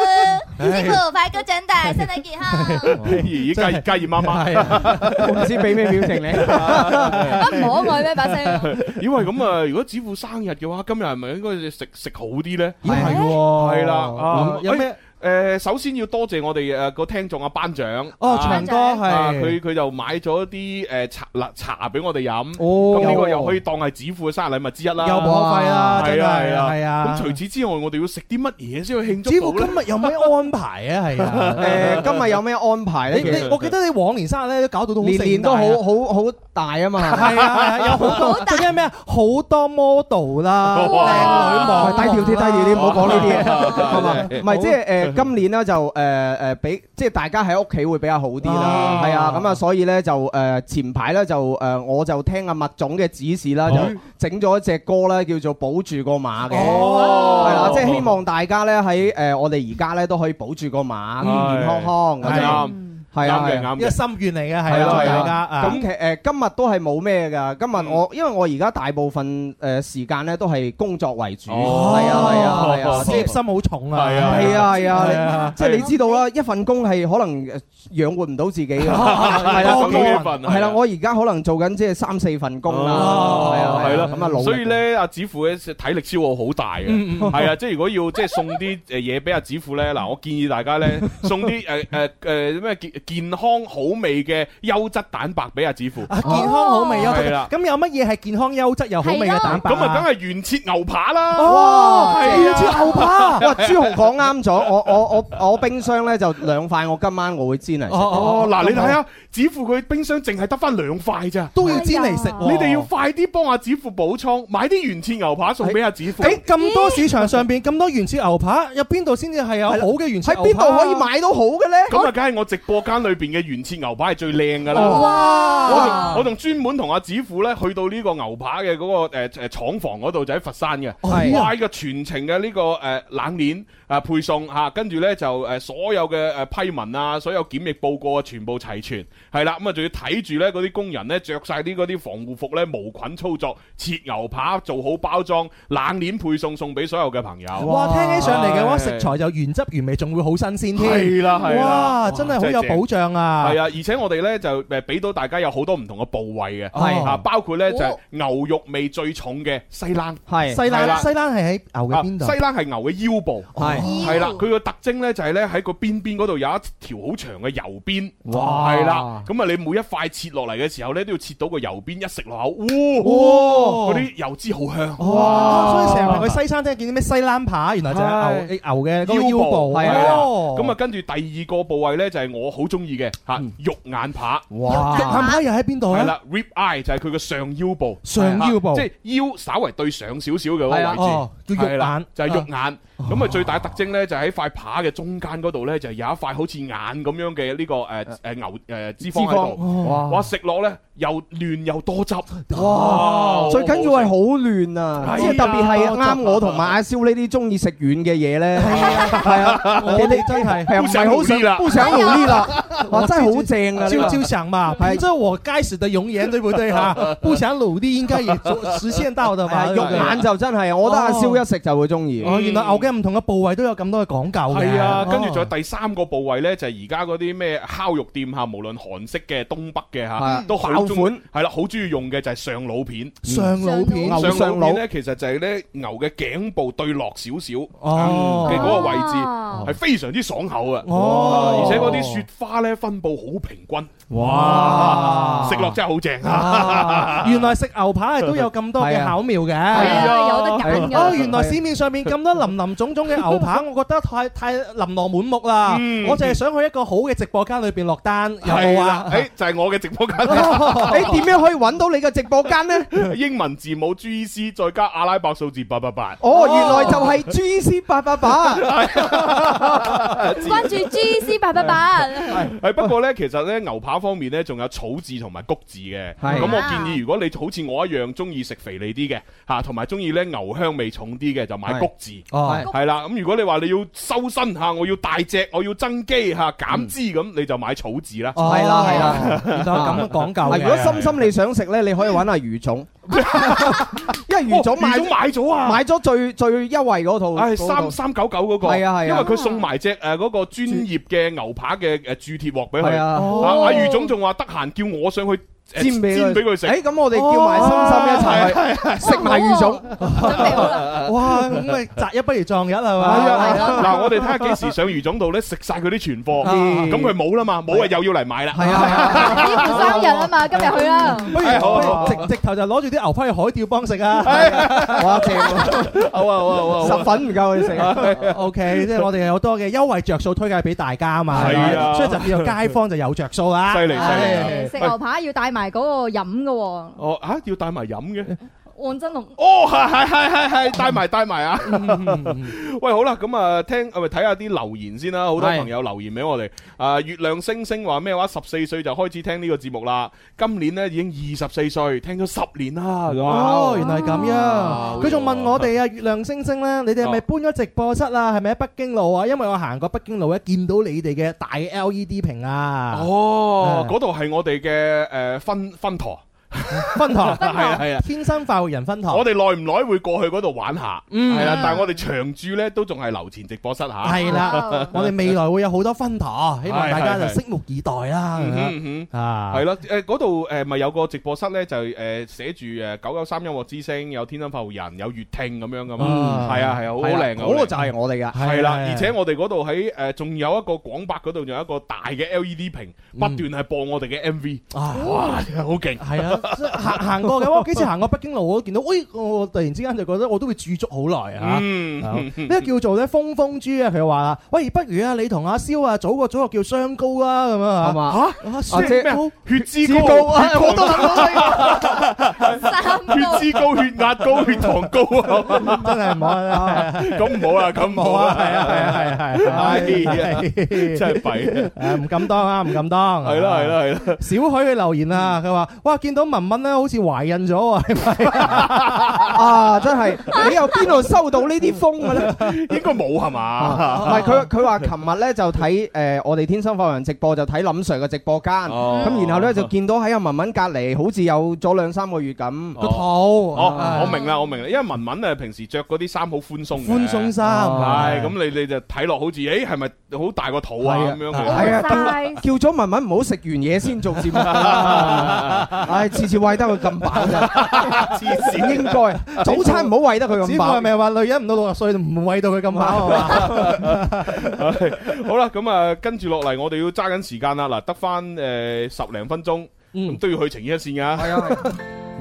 [SPEAKER 4] 唉
[SPEAKER 2] 師傅快高長大，身體健康。
[SPEAKER 4] 咦，加加熱媽媽，
[SPEAKER 8] 唔知俾咩表情你？
[SPEAKER 2] 唔可愛咩把聲？
[SPEAKER 4] 因為咁啊，如果子父生日嘅話，今日係咪應該食食好啲咧？
[SPEAKER 7] 咦係喎，
[SPEAKER 4] 係啦，啊
[SPEAKER 7] 有咩？
[SPEAKER 4] 誒，首先要多謝我哋誒個聽眾阿班長，
[SPEAKER 7] 哦長哥
[SPEAKER 4] 啊
[SPEAKER 7] 係
[SPEAKER 4] 啊佢佢就買咗啲誒茶嗱茶俾我哋飲，
[SPEAKER 7] 哦
[SPEAKER 4] 咁呢個又可以當係子父嘅生日禮物之一啦，
[SPEAKER 7] 又無可費啦真
[SPEAKER 4] 係
[SPEAKER 7] 係
[SPEAKER 4] 啊係啊
[SPEAKER 7] 係啊
[SPEAKER 4] 咁除此之外，我哋要食啲乜嘢先去慶
[SPEAKER 7] 指
[SPEAKER 4] 祝
[SPEAKER 7] 父
[SPEAKER 4] 到咧
[SPEAKER 7] 今？日有咩安排啊？係啊，
[SPEAKER 8] 誒，今日有咩安排
[SPEAKER 7] 你你
[SPEAKER 8] 咧？
[SPEAKER 7] 我記得你往年生日咧都搞到都好盛
[SPEAKER 8] 年
[SPEAKER 7] 大啊
[SPEAKER 8] 年都好好好大啊嘛，
[SPEAKER 7] 係啊，係啊有好多嗰啲咩啊好多 model 啦，靚
[SPEAKER 8] 哇
[SPEAKER 7] 女
[SPEAKER 8] 喂
[SPEAKER 7] 望
[SPEAKER 8] 低調啲，低調啲，唔好講呢啲嘢，係嘛？
[SPEAKER 7] 係
[SPEAKER 8] 唔係即係誒，今年咧就誒誒，俾即係大家喺屋企會比較好啲啦
[SPEAKER 7] 啊，
[SPEAKER 8] 係啊，咁啊，所以咧就誒前排咧就誒，我就聽阿麥總嘅指示啦，就整咗一隻歌咧，叫做《保住個馬》嘅，係啦，即係希望大家咧喺誒我哋而家咧都可以保住個馬，健健康康咁樣
[SPEAKER 2] Ừ.
[SPEAKER 7] 啱。
[SPEAKER 8] 係啊，
[SPEAKER 7] 啱嘅
[SPEAKER 8] 係
[SPEAKER 7] 啱
[SPEAKER 8] 啊
[SPEAKER 7] 嘅一個心願嚟嘅係啊
[SPEAKER 8] 係啊
[SPEAKER 7] 祝大
[SPEAKER 8] 係
[SPEAKER 7] 家
[SPEAKER 8] 啊
[SPEAKER 7] 啊
[SPEAKER 8] 咁其誒今日都係冇咩㗎，今日我因為我而家大部分誒時間咧都係工作為主，係啊係啊係啊，
[SPEAKER 7] 事業心好重啊，
[SPEAKER 8] 係啊係
[SPEAKER 7] 係
[SPEAKER 8] 啊
[SPEAKER 7] 啊，
[SPEAKER 8] 即係你知道啦，一份工係可能誒養活唔到自己嘅，係
[SPEAKER 4] 多過一份
[SPEAKER 8] 係啦，我而家可能做緊即係三四份工啦，係啊
[SPEAKER 4] 係
[SPEAKER 8] 係
[SPEAKER 4] 啦，
[SPEAKER 8] 啦，咁啊努力
[SPEAKER 4] 所以咧，阿子富咧體力消耗好大嘅，
[SPEAKER 8] 嗯嗯
[SPEAKER 4] 係啊，即係如果要即係送啲誒嘢俾阿子富咧，嗱，我建議大家 咧送啲呃誒誒誒咩健健康好味嘅優質蛋白俾阿子富，
[SPEAKER 8] 啊
[SPEAKER 7] 健康好味優
[SPEAKER 4] 係
[SPEAKER 7] 質
[SPEAKER 4] 啦，
[SPEAKER 7] 咁有乜嘢係健康優質又好味嘅蛋白
[SPEAKER 4] 咁
[SPEAKER 7] 啊？
[SPEAKER 4] 啊，梗係原切牛扒啦，
[SPEAKER 8] 哇！
[SPEAKER 4] 係啊
[SPEAKER 8] 牛扒， 哇！朱紅講啱咗，我我我我冰箱咧就兩塊，我今晚我會煎嚟食。
[SPEAKER 4] 哦，嗱，
[SPEAKER 8] 啊
[SPEAKER 4] 你睇下，子富佢冰箱淨係得翻兩塊咋，
[SPEAKER 8] 哦
[SPEAKER 7] 都要煎嚟食喎
[SPEAKER 4] 你哋要快啲幫阿子富補倉，買啲原切牛扒送俾阿子富。
[SPEAKER 7] 誒咁 多市場上邊咁多原始牛扒，有邊度先至係有好嘅原始牛扒？
[SPEAKER 4] 喺邊度可以
[SPEAKER 8] 買到好嘅咧？
[SPEAKER 4] 咁啊，梗係我直播間裏邊嘅原切牛扒係最靚噶啦！
[SPEAKER 8] 哦
[SPEAKER 7] 哇
[SPEAKER 4] 我仲我仲專門同阿子富咧去到呢個牛扒嘅嗰個誒誒廠房嗰度，就喺佛山嘅，
[SPEAKER 7] 係啊
[SPEAKER 4] 哇！呢個全程嘅呢個誒冷鏈啊配送嚇，跟住咧就誒所有嘅誒批文啊，所有檢疫報告啊，全部齊全，係啦，咁啊仲要睇住咧嗰啲工人咧着晒啲嗰啲防護服咧，無菌操作切牛扒，做好包裝，冷鏈配送送俾所有嘅朋友。
[SPEAKER 7] 哇！聽起上嚟嘅話，食
[SPEAKER 4] 係
[SPEAKER 7] 材就原汁原味，仲會好新鮮添。
[SPEAKER 4] 係啦係啦
[SPEAKER 7] 哇！真係好有保障啊！
[SPEAKER 4] 係啊，而且我哋咧就誒俾到大家有好多唔同嘅部位嘅，
[SPEAKER 7] 係
[SPEAKER 4] 啊，包括咧就係
[SPEAKER 7] 哦
[SPEAKER 4] 牛肉味最重嘅西冷，
[SPEAKER 8] 係
[SPEAKER 7] 西
[SPEAKER 4] 係啦
[SPEAKER 7] 冷西冷係喺牛嘅邊度？
[SPEAKER 4] 西冷係牛嘅腰部，
[SPEAKER 8] 哦
[SPEAKER 7] 係
[SPEAKER 4] 係啦，佢個特徵咧就係咧喺個邊邊嗰度有一條好長嘅油邊，
[SPEAKER 7] 哇
[SPEAKER 4] 係啦，咁啊你每一塊切落嚟嘅時候咧都要切到個油邊，一食落口，哇，
[SPEAKER 7] 哇
[SPEAKER 4] 嗰啲油脂好香，
[SPEAKER 7] 哦哇！所以成日去西餐廳見啲咩西冷扒，原來就係牛牛嘅嗰個腰部。
[SPEAKER 4] 係啊，
[SPEAKER 7] 哦嗯
[SPEAKER 4] 咁啊跟住第二個部位咧就係我好中意嘅嚇肉眼扒，
[SPEAKER 7] 哇！肉眼扒又喺邊度咧？
[SPEAKER 4] 係啦，rib eye 就係佢嘅上腰部，
[SPEAKER 7] 哦上腰部
[SPEAKER 4] 啊即係腰稍為對上少少嘅嗰個
[SPEAKER 7] 係啊哦
[SPEAKER 4] 位置，
[SPEAKER 7] 叫肉
[SPEAKER 4] 係啦
[SPEAKER 7] 眼哦
[SPEAKER 4] 就係肉眼。咁啊，最大特徵咧就喺塊扒嘅中間嗰度咧，就有一塊好似眼咁樣嘅呢個誒誒牛誒
[SPEAKER 8] 脂
[SPEAKER 4] 脂肪喺度
[SPEAKER 8] 肪。
[SPEAKER 7] 哦
[SPEAKER 8] 哇
[SPEAKER 4] 哇！食落咧又嫩又多汁。
[SPEAKER 8] 哇！
[SPEAKER 4] 哦
[SPEAKER 8] 最緊要係好亂啊，即係特別係啱我同埋阿蕭呢啲中意食軟嘅嘢咧，係啊，
[SPEAKER 7] 我哋真係
[SPEAKER 8] 係啊，唔係好想不想努力啦，哇！真係好正啊！
[SPEAKER 7] 就就想嘛，凭着我该死的容颜，对不对哈？不想努力，應該也做實現到的嘛。
[SPEAKER 8] 肉眼就真係，我覺得阿蕭一食就會中意。
[SPEAKER 7] 哦，原來牛嘅唔同嘅部位都有咁多嘅講究嘅。哦
[SPEAKER 4] 係啊，跟住仲有第三個部位咧，就係而家嗰啲咩烤肉店嚇，無論韓式嘅、東北嘅嚇
[SPEAKER 7] 啊，
[SPEAKER 4] 都好
[SPEAKER 7] 爆
[SPEAKER 4] 中
[SPEAKER 7] 款
[SPEAKER 4] 係啦，好中意用嘅就係上腦片。
[SPEAKER 7] 上腦片
[SPEAKER 4] 上
[SPEAKER 7] 牛上
[SPEAKER 4] 腦
[SPEAKER 7] 腦
[SPEAKER 4] 片咧，其實就係咧牛嘅頸部對落少少
[SPEAKER 7] 哦
[SPEAKER 4] 嗯嘅嗰個位置，
[SPEAKER 7] 哦
[SPEAKER 4] 係非常之爽口啊！
[SPEAKER 7] 哦
[SPEAKER 4] 而且嗰啲雪花家咧分布好平均，
[SPEAKER 7] 哇
[SPEAKER 4] 食落真係好正
[SPEAKER 7] 啊
[SPEAKER 4] 啊！
[SPEAKER 7] 原來食牛排都有咁多嘅巧妙嘅，係
[SPEAKER 4] 啊係啊有得揀㗎
[SPEAKER 7] 哦，原來市面上面咁多林林種種嘅牛排，我覺得太太琳琅滿目啦。
[SPEAKER 4] 嗯
[SPEAKER 7] 我就係想去一個好嘅直播間裏邊落單，有
[SPEAKER 4] 係
[SPEAKER 7] 冇
[SPEAKER 4] 啦
[SPEAKER 7] 啊？，
[SPEAKER 4] 誒就係我嘅直播間。
[SPEAKER 7] 誒點
[SPEAKER 8] 樣可以揾到你嘅直播間呢？
[SPEAKER 4] 英文字母 G C 再加阿拉伯數字八八八。
[SPEAKER 8] 哦，原來就係 G C 八八八，
[SPEAKER 2] 關注 G C 八八八。
[SPEAKER 4] 係不過咧，其實咧牛扒方面咧，仲有草字同埋谷字嘅。
[SPEAKER 8] 係
[SPEAKER 4] 咁我建議，如果你好似我一樣中意食肥膩啲嘅嚇，同埋中意咧牛香味重啲嘅，就買谷字。
[SPEAKER 7] 哦
[SPEAKER 8] 係
[SPEAKER 4] 係啦，咁如果你話你要修身嚇，我要大隻，我要增肌嚇，減脂咁，你就買草
[SPEAKER 7] 哦
[SPEAKER 4] 字啦。
[SPEAKER 8] 係啦係啦，
[SPEAKER 7] 原來有咁嘅講究嘅
[SPEAKER 8] 啊如果深深你想食 咧，你可以揾阿余總，因為余總買
[SPEAKER 4] 余總買哦咗啊
[SPEAKER 8] 買咗最最優惠嗰套，
[SPEAKER 4] 唉，
[SPEAKER 8] 嗰套
[SPEAKER 4] 哎三三九九嗰個，
[SPEAKER 8] 係啊係啊
[SPEAKER 4] 因為佢送埋只誒嗰個專業嘅牛扒嘅誒鑄鐵鍋俾佢。
[SPEAKER 8] 係啊
[SPEAKER 4] 啊
[SPEAKER 8] 哦
[SPEAKER 4] 阿余總仲話得閒叫我上去誒
[SPEAKER 8] 煎俾哎
[SPEAKER 4] 煎俾佢食。哦啊
[SPEAKER 8] 誒咁我哋叫埋深深一齊去食埋魚種，
[SPEAKER 7] 哇，咁咪擇一不如撞一係嘛？
[SPEAKER 4] 啊
[SPEAKER 8] 啊
[SPEAKER 4] 嗱，我哋睇下幾時上余總度咧食晒佢啲 存貨，
[SPEAKER 7] 啊
[SPEAKER 4] 咁佢冇啦嘛，冇啊又要嚟買啦。係
[SPEAKER 2] 呢個生日啊嘛，今日去啦。
[SPEAKER 7] 不如不如直直頭就攞住啲牛排去海釣幫食啊！
[SPEAKER 8] 哇正
[SPEAKER 4] 好啊好啊好啊
[SPEAKER 8] 十粉唔夠佢食啊
[SPEAKER 7] OK，即係我哋有好多嘅優惠着數推介俾大家啊嘛，
[SPEAKER 4] 係啊
[SPEAKER 7] 所以就叫做街坊就有着數啦。
[SPEAKER 8] 啊
[SPEAKER 4] 犀利犀
[SPEAKER 7] 係
[SPEAKER 4] 利
[SPEAKER 2] 食牛排要帶埋嗰個飲嘅喎，
[SPEAKER 4] 哦啊，要帶埋飲嘅。
[SPEAKER 2] 黃真龍。
[SPEAKER 4] 哦，係係係係係，帶埋帶埋啊！
[SPEAKER 7] 嗯
[SPEAKER 4] 喂，好啦，咁啊，聽啊，咪睇下啲留言先啦。好多
[SPEAKER 8] 係
[SPEAKER 4] 朋友留言俾我哋。啊，月亮星星話咩話？十四歲就開始聽呢個節目啦。今年呢已經二十四歲，聽咗十年啦。咁啊
[SPEAKER 7] 哦，原來咁
[SPEAKER 4] 啊
[SPEAKER 7] 樣。佢仲問我哋啊，月亮星星咧，你哋係咪
[SPEAKER 4] 啊
[SPEAKER 7] 搬咗直播室啊？係咪喺北京路啊？因為我行過北京路咧，見到你哋嘅大 LED 屏啊。
[SPEAKER 4] 哦，嗰度係我哋嘅誒分分堂。
[SPEAKER 7] 分堂
[SPEAKER 4] 係啊係啊
[SPEAKER 7] 天生快活人分堂。
[SPEAKER 4] 我哋耐唔耐會過去嗰度玩下，
[SPEAKER 7] 啊嗯
[SPEAKER 4] 係啦，但係我哋長住呢都仲係樓前直播 室嚇。
[SPEAKER 7] 係啊 啦，我哋未來會有好多分堂，希望大家就
[SPEAKER 4] 係係係
[SPEAKER 7] 拭目以待啦。咁樣
[SPEAKER 4] 嗯哼
[SPEAKER 7] 啊
[SPEAKER 4] 係咯，誒嗰度誒咪有個直播室咧，就誒寫住誒九九三音樂之聲，有天生發育人，有粵聽咁樣噶嘛，
[SPEAKER 8] 嗯
[SPEAKER 4] 係啊係啊，好好
[SPEAKER 8] 係啊
[SPEAKER 4] 靚啊
[SPEAKER 8] 嗰個就係我哋㗎
[SPEAKER 4] 係啦，
[SPEAKER 8] 係啊
[SPEAKER 4] 而且我哋嗰度喺誒仲有一個廣百嗰度，仲有一個大嘅 LED 屏，不斷係播我哋嘅 MV，
[SPEAKER 7] 啊
[SPEAKER 4] 哇，真係好勁，
[SPEAKER 7] 係啊，即係行行過嘅，我幾次行過北京路，我都見到，喂，我突然之間就覺得我都會駐足好耐啊！
[SPEAKER 4] 嗯
[SPEAKER 7] 啊 呢個叫做咧風風豬啊，佢話啦，喂，不如啊，你同阿蕭啊，組個組合叫雙高啦，咁樣啊，
[SPEAKER 8] 係嘛
[SPEAKER 7] 啊，
[SPEAKER 8] 啊即
[SPEAKER 7] 雙
[SPEAKER 8] 係
[SPEAKER 7] 高。
[SPEAKER 4] 血脂
[SPEAKER 8] 知
[SPEAKER 4] 高，
[SPEAKER 8] 啊
[SPEAKER 4] 血糖
[SPEAKER 8] 我都諗到呢 個
[SPEAKER 4] 血脂高、血壓高、血糖高啊！
[SPEAKER 7] 真係唔好啊！
[SPEAKER 4] 咁唔好啊，咁唔好啊，
[SPEAKER 7] 係啊係啊係啊係
[SPEAKER 4] 係啊，
[SPEAKER 7] 啊
[SPEAKER 4] 真係弊啊！
[SPEAKER 7] 誒唔敢當啊，唔敢當。
[SPEAKER 4] 係啦係啦係啦。
[SPEAKER 7] 小許佢留言啊，佢話：哇，見到文文咧，好似懷孕咗喎，係咪？
[SPEAKER 8] 啊！真係你又邊度收到呢啲風嘅 咧？
[SPEAKER 4] 應該冇係
[SPEAKER 8] 唔
[SPEAKER 4] 嘛？
[SPEAKER 8] 係佢佢話，琴日咧就 睇誒我哋天生發人直播就睇林 Sir 嘅直播間，
[SPEAKER 4] 哦
[SPEAKER 8] 咁然後咧就見到喺阿文文隔離，好似有咗兩三個月咁
[SPEAKER 4] 個肚哦，我明啦，我明啦，因為文文啊，平時着嗰啲衫好寬鬆嘅，
[SPEAKER 7] 寬鬆衫
[SPEAKER 4] 係咁你你就睇落好似，誒係咪好大個肚啊咁樣嘅？
[SPEAKER 8] 係啊，叫叫咗文文唔好食完嘢先做節目，唉，次次喂得佢咁飽咋，
[SPEAKER 4] 黐線
[SPEAKER 8] 應該早餐唔好喂得佢咁
[SPEAKER 7] 子父係
[SPEAKER 8] 飽。
[SPEAKER 7] 咪話女人唔到六十歲就唔餵到佢咁飽啊？
[SPEAKER 4] 係好啦，咁啊，跟住落嚟我哋要揸緊時間啦，嗱，得翻誒十零分鐘，咁都要去情牽一線噶。嗯係啊，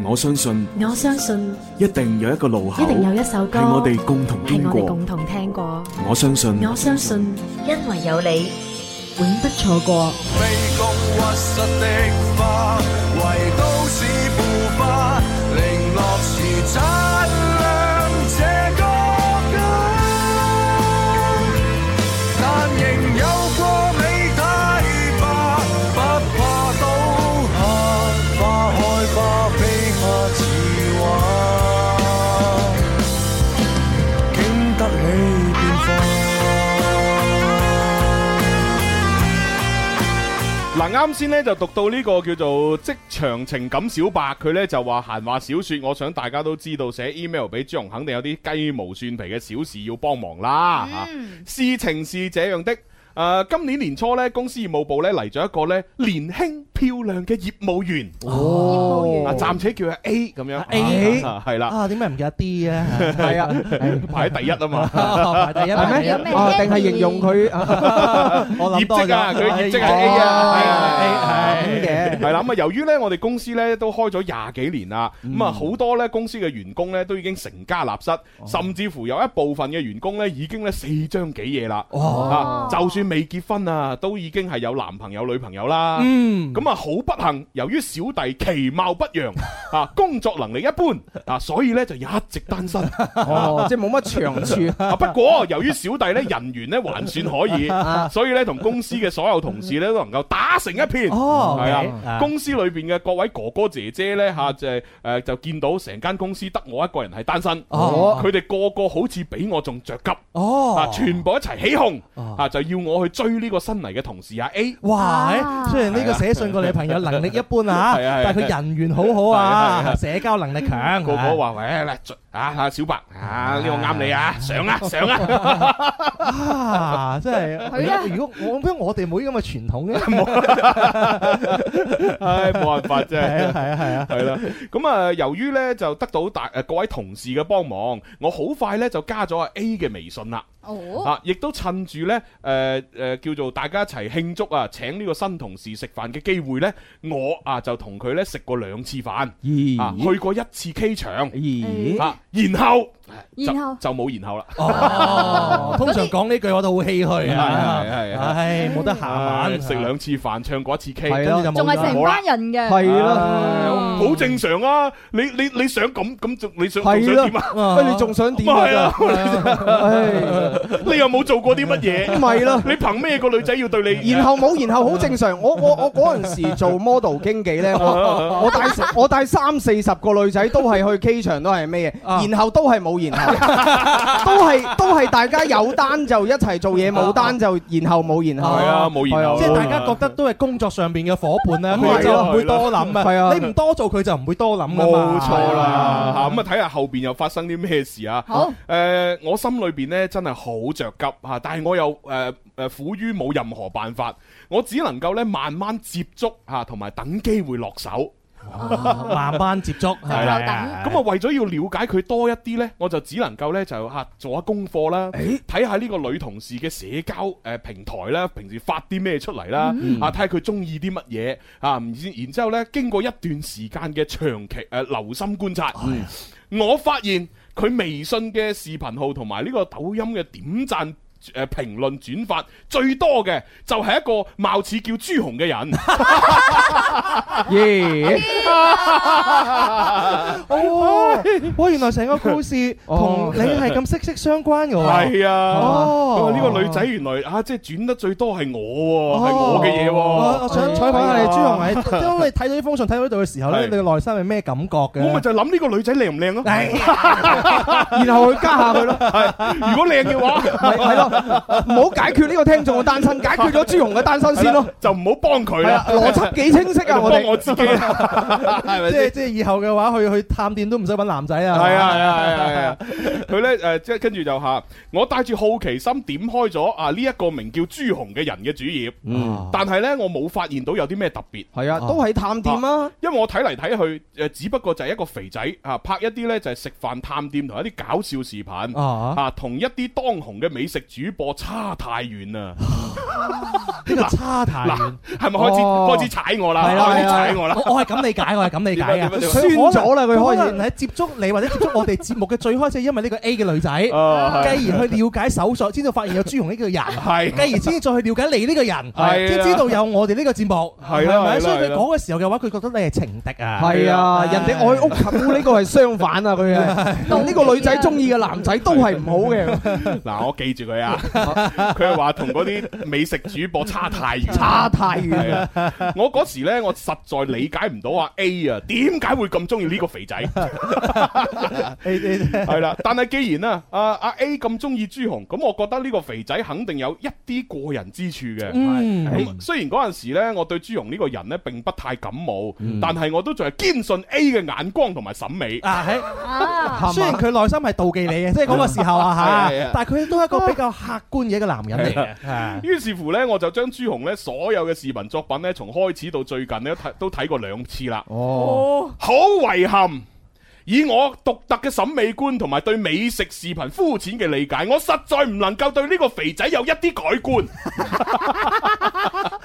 [SPEAKER 20] 我相信
[SPEAKER 21] 我相信
[SPEAKER 20] 一定有一個路口，
[SPEAKER 21] 一定有一首歌
[SPEAKER 20] 係我哋共同
[SPEAKER 21] 係
[SPEAKER 20] 經
[SPEAKER 21] 我哋
[SPEAKER 20] 過。
[SPEAKER 21] 共同聽過。
[SPEAKER 20] 我相信，
[SPEAKER 21] 我相信，因為有你，永不錯過。
[SPEAKER 6] 屈膝的花，為都市腐化，零落時擦亮這個家。但仍有過美太吧，不怕倒下，花開花飛花似畫，經得起變化。
[SPEAKER 4] 嗱，啱先呢就讀到呢個叫做職場情感小白，佢呢就話閒話少説，我想大家都知道寫 email 俾朱紅，嗯肯定有啲雞毛蒜皮嘅小事要幫忙啦。嚇事情是這樣的。誒，今年年初咧，公司業務部咧嚟咗一個咧年輕漂亮嘅業務員，哦，啊，暫且叫佢 A 咁樣
[SPEAKER 7] A
[SPEAKER 4] 啊係啦，
[SPEAKER 7] 啊，點解唔記得 D 咧？
[SPEAKER 4] 係啊，排喺第一啊嘛，
[SPEAKER 7] 排第一排第一係咩
[SPEAKER 8] 哦，定係形 容佢？
[SPEAKER 4] 我諗多咗業績啊，佢業績係 A 啊，係啊，A 係係啦。咁啊，由於咧我哋公司咧都開咗廿幾年啦，咁啊好多咧公司嘅員工咧都已經成家立室，甚至乎有一部分嘅員工咧已經咧四張幾嘢啦。
[SPEAKER 7] 哦
[SPEAKER 4] 啊，就算未結婚啊，都已經係有男朋友女朋友啦。
[SPEAKER 7] 嗯
[SPEAKER 4] 咁啊好不幸，由於小弟其貌不 揚啊，工作能力一般啊，所以咧就一直單身。
[SPEAKER 8] 哦即係冇乜長 處
[SPEAKER 4] 啊，不過由於小弟咧人緣咧還算可 以
[SPEAKER 8] 啊，
[SPEAKER 4] 所以咧同公司嘅所有同事咧都能夠打成一片。
[SPEAKER 7] 哦
[SPEAKER 4] 係
[SPEAKER 7] OK，
[SPEAKER 4] 啊
[SPEAKER 7] 啊，
[SPEAKER 4] 公司裏邊嘅各位哥哥姐姐咧吓就係誒就見到成間公司得我一個人係單身，
[SPEAKER 7] 哦
[SPEAKER 4] 佢哋個個好似比我仲着急。
[SPEAKER 7] 哦
[SPEAKER 4] 啊，全部一齊起哄啊，就要我去追呢個新嚟嘅同事啊 A。
[SPEAKER 7] 哇！雖然呢個寫信過你嘅朋友能力一般 啊，
[SPEAKER 4] 係啊係啊
[SPEAKER 7] 但係佢人緣好好啊
[SPEAKER 4] 係啊係啊，
[SPEAKER 7] 社交能力強。
[SPEAKER 4] 個個話喂嗱，啊啊小白啊呢個啱你啊，上啊上 啊！
[SPEAKER 7] 啊，真
[SPEAKER 4] 係啊
[SPEAKER 7] 係！如果我咁我哋冇呢咁嘅傳統嘅，
[SPEAKER 4] 唉，冇辦法啫，
[SPEAKER 7] 係啊係啊 係啊
[SPEAKER 4] 係啦。咁啊，由於咧就得到大呃誒各位同事嘅幫忙，我好快咧就加咗阿 A 嘅微信啦。
[SPEAKER 2] 哦
[SPEAKER 4] 啊，亦都趁住咧誒誒叫做大家一齊慶祝啊，請呢個新同事食飯嘅機會咧，我啊就同佢咧食過兩次飯，啊去過一次 K 場，啊然後
[SPEAKER 2] 然後
[SPEAKER 4] 就冇然後啦。
[SPEAKER 7] 通常講呢句我都好唏
[SPEAKER 4] 係
[SPEAKER 7] 噓啊，
[SPEAKER 4] 係係，
[SPEAKER 7] 唉，冇得下
[SPEAKER 4] 唉
[SPEAKER 7] 晚
[SPEAKER 4] 哎食兩次飯，唱過一次 K，
[SPEAKER 7] 係咯
[SPEAKER 2] 仲係成班人嘅，
[SPEAKER 4] 係啦，好正常啊！你你你想咁咁仲你想仲
[SPEAKER 8] 係
[SPEAKER 4] 想點啊？
[SPEAKER 8] 啦，喂，你仲想點
[SPEAKER 4] 咪係
[SPEAKER 8] 啊
[SPEAKER 4] 啊？你又冇做過啲乜嘢？
[SPEAKER 8] 咪咯
[SPEAKER 4] 你憑咩個女仔要對你？
[SPEAKER 8] 然後冇，然後好正常。我我我嗰陣時做 model 經紀 咧，我我帶我帶三四十個女仔都係去 K 場都係咩嘢，然後都係冇 然後，都係都係大家有單就一齊做嘢，冇單就然後冇然後。
[SPEAKER 4] 係啊冇然後
[SPEAKER 7] 即係大家覺得都係工作上邊嘅伙伴咧，
[SPEAKER 4] 係啊
[SPEAKER 7] 佢就唔會多諗
[SPEAKER 8] 係
[SPEAKER 7] 啊。
[SPEAKER 8] 啊
[SPEAKER 7] 你唔多做，佢就唔會多諗噶嘛。
[SPEAKER 4] 冇錯啦，吓咁啊睇下後邊又發生啲咩事啊！
[SPEAKER 7] 好，
[SPEAKER 4] 誒，我心裏邊咧真係好着急吓，但係我又誒誒苦於冇任何辦法，我只能夠咧慢慢接觸吓，同埋等機會落手。
[SPEAKER 7] 慢慢接觸
[SPEAKER 4] 係啦，咁啊為咗要了解佢多一啲呢，我就只能夠呢，就吓做下功課啦，睇下呢個女同事嘅社交誒平台啦，平時發啲咩出嚟啦
[SPEAKER 19] 嗯，
[SPEAKER 4] 啊睇下佢中意啲乜嘢啊，然之然之後咧經過一段時間嘅長期誒留心觀察，我發現佢微信嘅視頻號同埋呢個抖音嘅呃點讚。誒評論轉發最多嘅就係一個貌似叫朱紅嘅人，
[SPEAKER 8] 耶！
[SPEAKER 7] 哦，哇！原來成個故事同你係咁息息相關嘅喎。
[SPEAKER 4] 係啊，佢話
[SPEAKER 7] 哦，
[SPEAKER 4] 呢個女仔原來啊，即係轉得最多係我喎，係我嘅嘢喎。
[SPEAKER 7] 我我想採訪下你，朱
[SPEAKER 4] 係
[SPEAKER 7] 紅，係當你睇到呢封信睇到呢度嘅時候咧，
[SPEAKER 4] 係
[SPEAKER 7] 你嘅內心係咩感覺嘅？
[SPEAKER 4] 我咪就係諗呢個女仔靚唔靚咯。
[SPEAKER 8] 然後去加下佢咯。
[SPEAKER 4] 如果靚嘅話，
[SPEAKER 8] 咪係咯，唔好解決呢個聽眾嘅單身，解決咗朱紅嘅單身先咯。
[SPEAKER 4] 就唔好幫佢
[SPEAKER 8] 啦。邏輯幾清晰啊！我
[SPEAKER 4] 幫我
[SPEAKER 8] 哋
[SPEAKER 4] 自己啊，係咪
[SPEAKER 7] 即係
[SPEAKER 4] 先？
[SPEAKER 7] 即係以後嘅話，去去探店都唔使揾男仔啊。
[SPEAKER 4] 係啊係啊係啊係啊！佢咧誒，即係跟住就嚇，我帶住好奇心點開咗啊呢一個名叫朱紅嘅人嘅主頁，但係咧我冇發現到有啲咩特別。
[SPEAKER 8] 係啊，都係探店啊。
[SPEAKER 4] 因為我睇嚟睇去，誒，只不過就係一個肥仔啊，拍一啲呢就係食飯探店同一啲搞笑視頻
[SPEAKER 7] 啊
[SPEAKER 4] 啊，同一啲當紅嘅美食主播差太 遠啦。
[SPEAKER 7] 呢個差太遠
[SPEAKER 4] 嗱，係咪開始
[SPEAKER 7] 哦
[SPEAKER 4] 開始踩我啦？
[SPEAKER 7] 係啦
[SPEAKER 4] 開始踩
[SPEAKER 7] 係啦
[SPEAKER 4] 我啦。
[SPEAKER 7] 我我係咁理解，我係咁理解
[SPEAKER 4] 點
[SPEAKER 7] 嘅
[SPEAKER 4] 啊點啊點。
[SPEAKER 7] 佢
[SPEAKER 4] 啊
[SPEAKER 7] 可能
[SPEAKER 8] 酸咗啦佢開始
[SPEAKER 7] 可能喺接觸你或者接觸我哋節目嘅最開始，係因為呢個 A 嘅女仔，
[SPEAKER 4] 哦係
[SPEAKER 7] 繼而去了解搜索，先到發現有朱紅呢個人，
[SPEAKER 4] 係
[SPEAKER 7] 繼而先至再去了解你呢個
[SPEAKER 4] 係
[SPEAKER 7] 人，先
[SPEAKER 4] 啦
[SPEAKER 7] 知道有我哋呢個節目，
[SPEAKER 4] 係
[SPEAKER 7] 係
[SPEAKER 4] 啦係啦
[SPEAKER 7] 咪？所以
[SPEAKER 4] 係
[SPEAKER 7] 佢
[SPEAKER 4] 啦
[SPEAKER 7] 講嘅時候嘅話，佢覺得你係情敵啊。
[SPEAKER 8] 係啊，人哋愛屋及烏呢個係相反啊， 佢係同呢個女仔中意嘅男仔都係唔好 嘅，
[SPEAKER 4] 嗱，我記住 佢啊，佢係話同嗰啲美食主播差太 遠，
[SPEAKER 8] 差太遠
[SPEAKER 4] 係啊。我嗰時呢，我實在理解唔到啊 A 啊，點解會咁中意呢 個肥仔？系啦，但係既然啊，阿阿 A 咁中意朱紅，咁我覺得呢個肥仔肯定有一啲過人之處嘅。
[SPEAKER 7] 嗯
[SPEAKER 4] 咁雖然嗰陣時咧，我對朱紅呢個人咧並不太感冒，
[SPEAKER 7] 嗯
[SPEAKER 4] 但係我都仲係堅信 A 嘅眼光同埋審美。
[SPEAKER 7] 啊，喺雖然佢內心係妒忌你嘅，即係嗰個時候啊
[SPEAKER 4] 係啊係啊啊
[SPEAKER 7] 嚇，但係佢都係一個比較客觀嘅一個男人嚟嘅，啊係
[SPEAKER 4] 於是乎呢，我就將朱紅呢所有嘅視頻作品呢，從開始到最近呢，睇都睇過兩次啦。
[SPEAKER 7] 哦，
[SPEAKER 4] 好遺憾。以我獨特嘅審美觀同埋對美食視頻膚淺嘅理解，我實在唔能夠對呢個肥仔有一啲改 觀。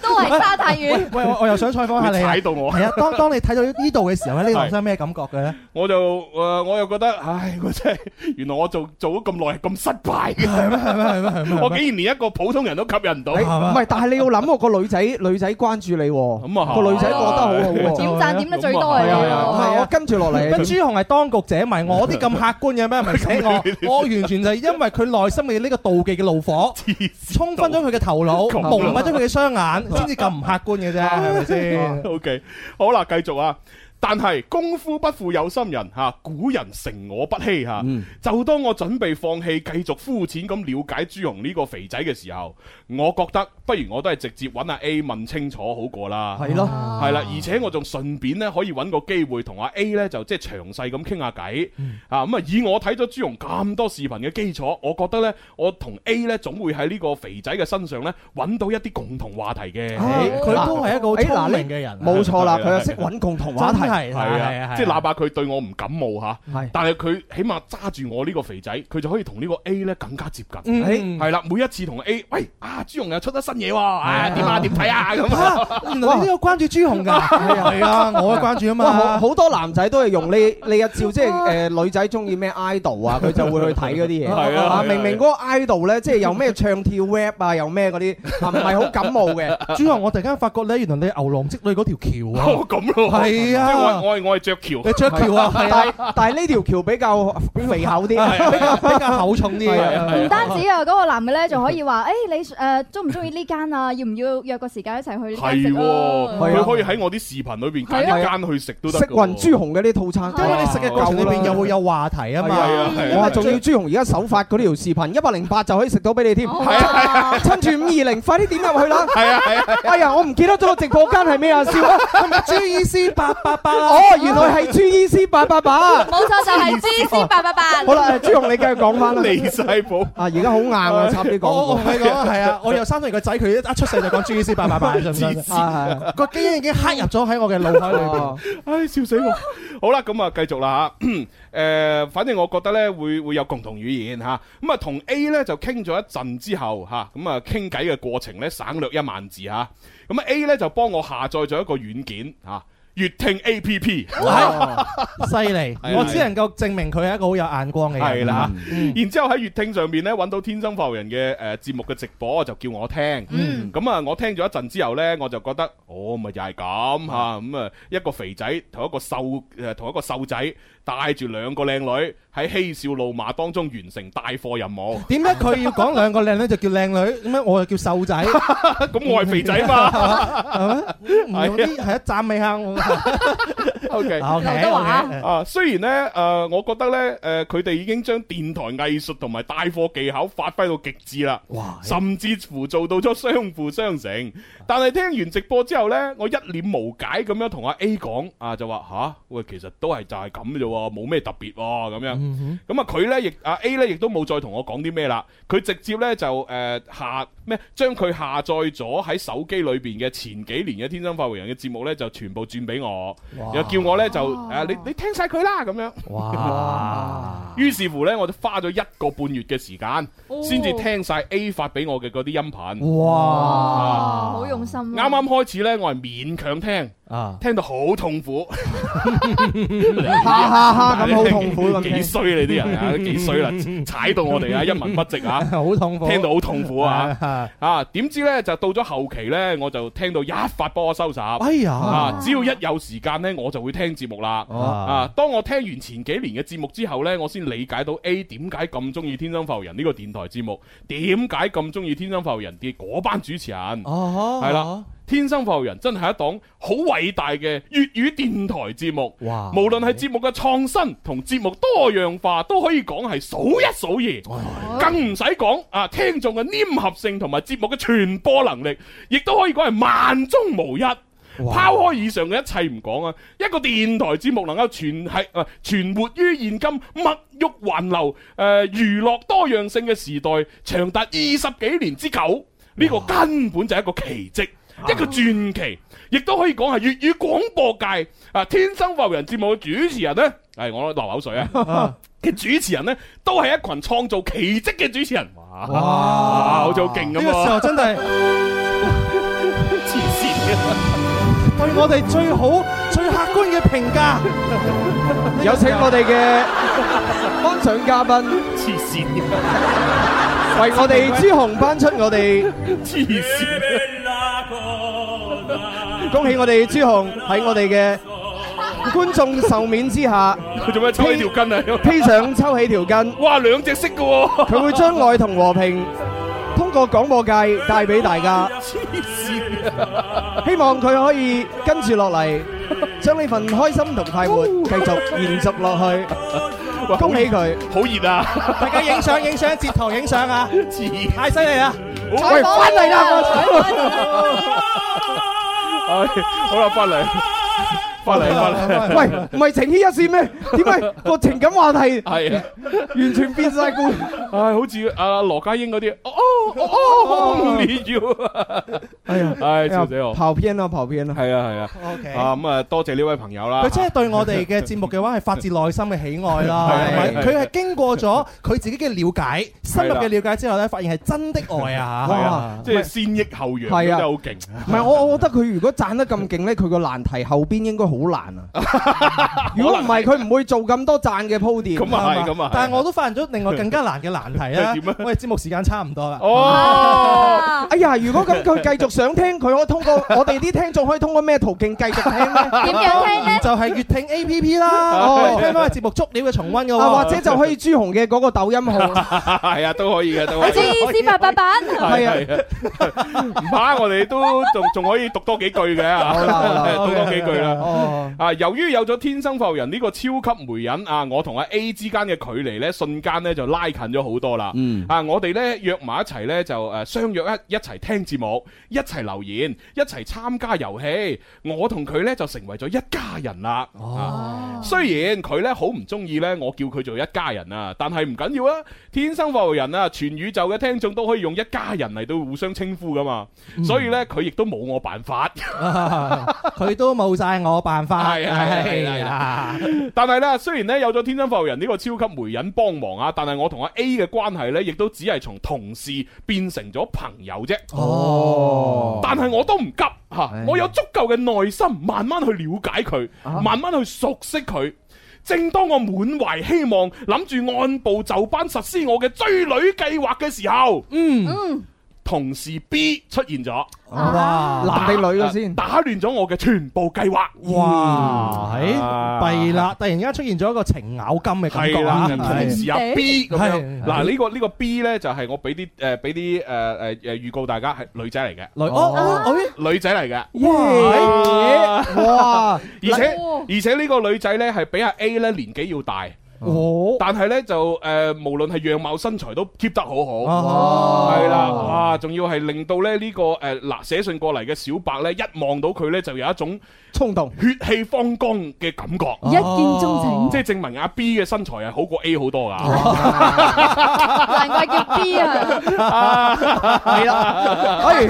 [SPEAKER 2] 都係沙 太魚。
[SPEAKER 7] 喂，我我又想採訪下你啊，
[SPEAKER 4] 你踩到我
[SPEAKER 7] 係啊，當當你睇到呢度嘅時候咧，你內
[SPEAKER 4] 係
[SPEAKER 7] 心咩感覺 嘅咧？
[SPEAKER 4] 我就誒、呃我又覺得，唉，我真係原來我做做咗咁耐係咁失敗嘅，
[SPEAKER 7] 係咩係咩係咩係咩
[SPEAKER 4] 我竟然連一個普通人都吸引唔到，
[SPEAKER 8] 你唔係，但係你要諗喎，個女仔女仔關注你喎，咁
[SPEAKER 4] 啊
[SPEAKER 8] 個女仔覺得好 好喎，
[SPEAKER 2] 點贊點得最多係你
[SPEAKER 8] 係啊係啊
[SPEAKER 2] 喎
[SPEAKER 8] 唔係我跟住落嚟
[SPEAKER 7] 咁朱紅係當局者迷，我啲咁客觀嘅咩咪寫 我？我完全就係因為佢內心嘅呢個妒忌嘅怒火， 沖昏咗佢嘅頭腦，蒙蔽咗佢嘅雙眼，先至咁唔客觀嘅啫，係咪 先？
[SPEAKER 4] o K，好啦，繼續啊。但係功夫不負有心人嚇、古人成我不欺嚇。
[SPEAKER 7] 嗯
[SPEAKER 4] 就當我準備放棄，繼續膚淺咁了解朱紅呢個肥仔嘅時候，我覺得不如我都係直接揾阿 A 問清楚好過啦。
[SPEAKER 7] 係咯
[SPEAKER 2] 哦
[SPEAKER 4] 係啦，而且我仲順便呢，可以揾個機會同阿 A 呢，就即係詳細咁傾下偈啊。咁啊，以我睇咗朱紅咁多視頻嘅基礎，我覺得呢，我同 A 呢，總會喺呢個肥仔嘅身上呢，揾到一啲共同話題嘅。
[SPEAKER 7] 佢都係一個好
[SPEAKER 8] 誒嗱
[SPEAKER 7] 聰
[SPEAKER 8] 呢
[SPEAKER 7] 明嘅人，啊
[SPEAKER 8] 冇錯啦，
[SPEAKER 4] 係
[SPEAKER 8] 佢
[SPEAKER 4] 啦
[SPEAKER 8] 又
[SPEAKER 4] 係
[SPEAKER 8] 識
[SPEAKER 4] 啦
[SPEAKER 8] 揾共同話題，
[SPEAKER 7] 真係
[SPEAKER 4] 係
[SPEAKER 7] 係啊係
[SPEAKER 4] 啊
[SPEAKER 7] 啊，
[SPEAKER 4] 即係哪怕佢對我唔感冒吓，但係佢起碼揸住我呢個肥仔，佢就可以同呢個 A 咧更加接近。
[SPEAKER 7] 嗯
[SPEAKER 4] 係啦，每一次同 A，喂啊，朱紅又出得新嘢喎，啊點啊點睇啊
[SPEAKER 7] 啊
[SPEAKER 4] 咁。
[SPEAKER 7] 原來你都有關注朱紅㗎，係啊，我有關注啊
[SPEAKER 8] 哇
[SPEAKER 7] 嘛
[SPEAKER 8] 好。好多男仔都係用呢呢一招，即係誒女仔中意咩 idol 啊，佢就會去睇嗰啲嘢。
[SPEAKER 4] 係啊係啊
[SPEAKER 8] 明明嗰個 idol 咧，即係有咩唱跳 rap 啊，有咩嗰啲，啊唔係好感冒嘅。
[SPEAKER 7] 朱紅，我突然間發覺咧，原來你係牛郎織女嗰 條橋啊
[SPEAKER 4] 哦，咁咯，
[SPEAKER 7] 係啊
[SPEAKER 4] 即係我我係我係着橋，
[SPEAKER 7] 你着橋啊係啊
[SPEAKER 8] 但係但係呢條橋比較肥厚啲，
[SPEAKER 7] 比較比較厚重啲
[SPEAKER 8] 係啊
[SPEAKER 7] 嘅。
[SPEAKER 2] 唔單止啊，嗰個男嘅咧仲可以話：，誒你誒中唔中意呢間啊？要唔要約個時間一齊去呢間
[SPEAKER 4] 係
[SPEAKER 2] 食
[SPEAKER 4] 喎，
[SPEAKER 2] 啊？
[SPEAKER 4] 佢可以喺我啲視頻裏邊
[SPEAKER 8] 係
[SPEAKER 4] 揀
[SPEAKER 8] 啊
[SPEAKER 4] 一間去食都得
[SPEAKER 8] 食
[SPEAKER 4] 㗎喎。
[SPEAKER 8] 雲朱紅嘅呢套餐，
[SPEAKER 7] 因為你食嘅過程裏邊又會有話題啊嘛。
[SPEAKER 4] 係啊係啊
[SPEAKER 8] 哇！仲要朱紅而家首發嗰條視頻，一百零八就可以食到俾你添。係啊，趁住五二零，快啲點入去啦！
[SPEAKER 4] 係啊係啊！
[SPEAKER 8] 哎呀，我唔記得咗個直播間係咩啊？笑啊！
[SPEAKER 7] 係咪 GEC 八八八？
[SPEAKER 8] 哦，原來係 GEC 八八八。
[SPEAKER 2] 冇錯，就係 G C 八八八。
[SPEAKER 8] 好啦，誒朱紅你繼續講翻啦。
[SPEAKER 4] 離晒譜啊！
[SPEAKER 8] 而家好硬啊，插啲廣
[SPEAKER 7] 我我
[SPEAKER 8] 告
[SPEAKER 7] 同。你講啊係啊，我有生咗個仔，佢一出世就講 GEC 八八八，信唔信
[SPEAKER 4] 黐？ 線啊
[SPEAKER 7] 係個基因已經刻入咗喺我嘅腦海裏
[SPEAKER 8] 啊
[SPEAKER 7] 邊。
[SPEAKER 4] 唉，笑死我！好啦，咁啊，繼續啦吓。 誒、反正我覺得呢會會有共同語言吓。咁啊，同 A 呢就傾咗一陣之後吓，咁啊傾偈嘅過程呢省略一萬字吓。咁啊 A 呢就幫我下載咗一個軟件吓，粵、聽 A P P。
[SPEAKER 8] 哦
[SPEAKER 7] 犀利！
[SPEAKER 4] 係啊
[SPEAKER 7] 我只能夠證明佢係一個好有眼光嘅人。
[SPEAKER 4] 係啦，嗯然之後喺粵聽上面咧揾到《天生發育人》嘅誒呃節目嘅直播，就叫我聽。咁啊，我聽咗一陣之後呢，我就覺得，哦，咪又係咁嚇，咁啊一個肥仔同一個瘦誒同一個瘦仔帶住兩個靚女喺嬉笑怒罵當中完成帶貨任務。
[SPEAKER 7] 點解佢要講兩個靚女就叫靚女，點解我就叫 瘦仔？
[SPEAKER 4] 咁我係肥仔嘛？
[SPEAKER 7] 唔用啲係一讚美下我。
[SPEAKER 4] O K，
[SPEAKER 7] 劉德華
[SPEAKER 4] 啊，雖然呢，誒、呃我覺得呢，誒、佢哋已經將電台藝術同埋帶貨技巧發揮到極致啦，甚至乎做到咗相輔相成。但係聽完直播之後呢，我一臉無解咁樣同阿 A 講啊，就話吓、喂，其實都係就係咁嘅啫喎，冇咩特別喎、咁樣。咁啊，佢呢，亦阿 A 呢，亦都冇再同我講啲咩啦，佢直接呢，就誒、呃下咩將佢下載咗喺手機裏邊嘅前幾年嘅《天生發回人》嘅節目呢，就全部轉俾我，
[SPEAKER 7] 哇
[SPEAKER 4] 又叫我呢，就誒、你你聽晒佢啦咁樣。
[SPEAKER 7] 哇！
[SPEAKER 4] 於是乎呢，我就花咗一個半月嘅時間，
[SPEAKER 2] 哦
[SPEAKER 4] 先至聽晒 A 發俾我嘅嗰啲音頻。
[SPEAKER 2] 哇！
[SPEAKER 7] 哇！
[SPEAKER 2] 好用心
[SPEAKER 4] 啱
[SPEAKER 2] 啊！
[SPEAKER 4] 啱開始呢，我係勉強聽，
[SPEAKER 7] 啊！
[SPEAKER 4] 聽到好痛苦，
[SPEAKER 8] 哈哈哈咁好痛苦咁
[SPEAKER 4] 幾
[SPEAKER 8] 聽。
[SPEAKER 4] 衰你啲人啊，幾衰啦，踩到 我哋啊，一文不值啊！
[SPEAKER 7] 好痛苦，
[SPEAKER 4] 聽到好痛苦啊！
[SPEAKER 7] 啊！
[SPEAKER 4] 啊，點知呢？就到咗後期呢，我就聽到一發波收拾。
[SPEAKER 7] 哎呀
[SPEAKER 4] 啊，只要一有時間呢，我就會聽節目啦。
[SPEAKER 7] 哦
[SPEAKER 4] 啊，當我聽完前幾年嘅節目之後呢，我先理解到 A 點解咁中意《天生浮人》呢個電台節目，點解咁中意《天生浮人》嘅嗰班主持人。
[SPEAKER 7] 哦，
[SPEAKER 4] 係啦，《天生浮人》真係一檔好偉大嘅粵語電台節目。
[SPEAKER 7] 哇！
[SPEAKER 4] 無論係節目嘅創新同節目多樣化，都可以講係數一數二，更唔使講啊！聽眾嘅黏合性同埋節目嘅傳播能力，亦都可以講係萬中無一。拋開以上嘅一切唔講啊，一個電台節目能夠存係啊存活於現今物欲環流、誒娛樂多樣性嘅時代，長達二十幾年之久，呢個根本就係一個奇蹟。一個傳奇，亦都可以講係粵語廣播界啊天生發人節目嘅主持人呢，係我流口水 啊！嘅主持人呢，都係一群創造奇蹟嘅主持人。哇！好似好勁咁啊
[SPEAKER 7] 呢個時候真係
[SPEAKER 4] 黐線嘅。
[SPEAKER 7] 對我哋最好、最客觀嘅評價。
[SPEAKER 8] 有請我哋嘅頒獎嘉賓，
[SPEAKER 4] 黐線嘅，
[SPEAKER 8] 為我哋朱紅頒出我哋
[SPEAKER 4] 黐線，
[SPEAKER 8] 恭喜我哋朱紅喺我哋嘅觀眾受面之下，
[SPEAKER 4] 佢做咩抽起條筋 啊？
[SPEAKER 8] 披上抽起條巾，
[SPEAKER 4] 哇，兩隻色嘅喎，
[SPEAKER 8] 佢會將愛同和平通過廣播界帶俾大家。
[SPEAKER 4] 黐線啊！
[SPEAKER 8] 希望佢可以跟住落嚟，將呢份開心同快活繼續延續落去。恭喜佢！
[SPEAKER 4] 好熱啊！
[SPEAKER 7] 大家影相、影相、截圖、影相啊！太犀利啦！
[SPEAKER 8] 喂，翻嚟啦！
[SPEAKER 4] 啊唉好啦，翻嚟，翻嚟，翻嚟，
[SPEAKER 8] 喂，唔係情牽一線咩？點 解個情感話題
[SPEAKER 4] 係啊，
[SPEAKER 8] 完全變晒故？
[SPEAKER 4] 唉，好似阿羅家英嗰啲，哦哦哦，你要，哎呀，唉，笑死我！
[SPEAKER 8] 跑偏啦，跑偏啦！
[SPEAKER 4] 係啊，係啊
[SPEAKER 7] OK
[SPEAKER 4] 啊咁啊，多謝呢位朋友啦。
[SPEAKER 7] 佢真係對我哋嘅節目嘅話係發自內心嘅喜愛啦，係咪
[SPEAKER 4] 係
[SPEAKER 7] 佢係經過咗佢自己嘅了解、深入嘅了解之後咧，發現係真的愛啊！
[SPEAKER 4] 係
[SPEAKER 7] 哇
[SPEAKER 4] 啊，即係先抑後揚，
[SPEAKER 8] 係
[SPEAKER 4] 真
[SPEAKER 8] 啊
[SPEAKER 4] 係好勁。
[SPEAKER 8] 唔係我，我覺得佢如果賺得咁勁咧，佢個難題後邊應該好難 啊！如果唔係，佢唔會做咁多賺嘅鋪墊。！
[SPEAKER 4] 咁啊係咁啊係
[SPEAKER 7] 但係我都發現咗另外更加難嘅難題啊
[SPEAKER 8] 點
[SPEAKER 7] 我哋節目時間差唔多啦。
[SPEAKER 4] 哦，
[SPEAKER 8] 哎呀！如果咁 佢繼續想聽，佢可以通 過我哋啲聽眾可以通過咩途徑繼續聽 咧？
[SPEAKER 7] 點樣聽呢就係粵聽 A P P 啦，
[SPEAKER 8] 哦
[SPEAKER 7] 我哋聽翻個節目足料嘅重温嘅
[SPEAKER 8] 啊，
[SPEAKER 7] 喎，
[SPEAKER 8] 或者就可以朱紅嘅嗰個抖音號。
[SPEAKER 4] 係啊，都可以嘅，都可
[SPEAKER 2] 我
[SPEAKER 4] 以。
[SPEAKER 2] 知思八八八，
[SPEAKER 4] 係啊，係啊唔怕，我哋都仲仲可以讀多幾句嘅， 讀多幾句
[SPEAKER 8] 哦
[SPEAKER 4] 啦。啊，由於有咗天生浮人呢個超級媒人啊，我同阿 A 之間嘅距離呢，瞬間呢就拉近咗好多啦。啊，我哋呢約埋一齊呢，就誒相約一一齊聽節目，一齊留言，一齊參加遊戲。我同佢呢就成為咗一家人啦。
[SPEAKER 2] 哦
[SPEAKER 4] 啊雖然佢呢好唔中意呢，我叫佢做一家人啊，但係唔緊要啊。天生浮人啊，全宇宙嘅聽眾都可以用一家人嚟到互相稱呼噶嘛。所以呢，佢亦都冇我辦法。
[SPEAKER 7] 佢都冇晒我辦法。
[SPEAKER 4] 啊係啊係啦係啦，但係咧，雖然咧有咗天生發育人呢個超級媒人幫忙啊，但係我同阿 A 嘅關係咧，亦都只係從同事變成咗朋友啫。
[SPEAKER 8] 哦
[SPEAKER 4] 但係我都唔急吓，我有足夠嘅耐心，慢慢去了解佢，慢慢去熟悉佢。正當我滿懷希望，諗住按部就班實施我嘅追女計劃嘅時候，
[SPEAKER 2] 嗯，
[SPEAKER 4] 同事 B 出現咗，
[SPEAKER 7] 哇
[SPEAKER 4] 啊
[SPEAKER 8] 男定女嘅
[SPEAKER 4] 先，打亂咗我嘅全部計劃。
[SPEAKER 7] 哇，
[SPEAKER 4] 嗯啊
[SPEAKER 7] 係弊啦！突然間出現咗一個程咬金嘅感覺
[SPEAKER 4] 係
[SPEAKER 7] 啦，
[SPEAKER 4] 啦，同時啊 B 咁樣，
[SPEAKER 7] 係
[SPEAKER 4] 嗱呢個呢個 B 咧就係我俾啲誒俾啲誒誒誒預告大家係女仔嚟嘅，
[SPEAKER 7] 女哦哦
[SPEAKER 4] 女仔嚟嘅，
[SPEAKER 7] 哇
[SPEAKER 8] 哇！
[SPEAKER 4] 而且而且呢個女仔咧係比阿 A 咧年紀要大。
[SPEAKER 7] 哦，
[SPEAKER 4] 但係咧就誒、呃無論係樣貌身材都 keep 得好
[SPEAKER 7] 哦
[SPEAKER 4] 好，係啦，哇！仲要係令到咧呢個誒嗱寫信過嚟嘅小白咧，一望到佢咧就有一種
[SPEAKER 8] 衝動、
[SPEAKER 4] 血氣方剛嘅感覺，
[SPEAKER 2] 一見鍾情
[SPEAKER 4] 即係證明阿 B 嘅身材係好過 A 好多㗎。
[SPEAKER 2] 難怪叫 B 啊！
[SPEAKER 4] 哦
[SPEAKER 8] 係啦， 哎，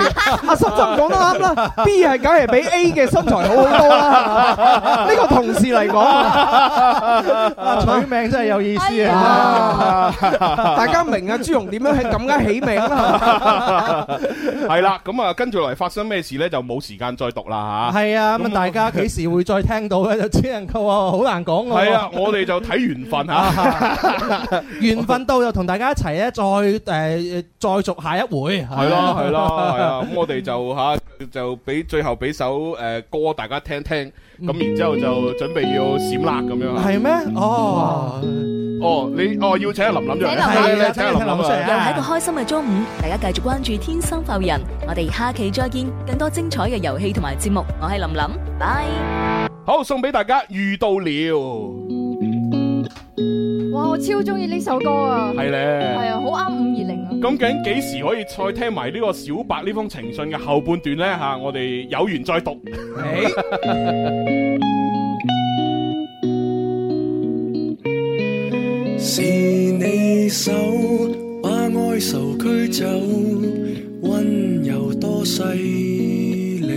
[SPEAKER 8] 阿深圳講得啱啦，B 係梗係比 A 嘅身材好好多啦。呢個同事嚟啊 講，
[SPEAKER 7] 啊取名真係有意思
[SPEAKER 8] 啊！大家明啊，朱紅點樣係咁啱起名啊啦？
[SPEAKER 4] 係啦，咁啊，跟住嚟發生咩事咧，就冇時間再讀啦吓。
[SPEAKER 7] 係啊，咁啊大家幾時會再聽到咧？就只能夠話好難講喎。
[SPEAKER 4] 係啊，我哋就睇緣分啊 吓。
[SPEAKER 7] 緣分到就同大家一齊咧，再誒再續下一回。
[SPEAKER 4] 係 咯，係咯，係啊！咁我哋就吓就俾最後俾首诶歌大家聽聽，咁然之后就準備要閃啦咁樣。
[SPEAKER 7] 係？咩？哦，
[SPEAKER 4] 哦，你哦要請阿林林出嚟，係啊請阿林林出啊
[SPEAKER 16] 又係一個
[SPEAKER 4] 嚟。
[SPEAKER 16] 開心嘅中午，大家繼續關注《天生浮人》，我哋下期再見，更多精彩嘅遊戲同埋節目，我係林琳，拜。
[SPEAKER 4] 好，送俾大家遇到了。
[SPEAKER 2] 哇，我超中意呢首歌啊！
[SPEAKER 4] 係咧
[SPEAKER 2] à. 係啊，好啱五二零啊！
[SPEAKER 4] 咁究竟幾時可以再聽埋呢個小白呢封情信嘅後半段呢？吓，我哋有緣再讀。
[SPEAKER 18] 是你手把哀愁驅走，温柔多細膩。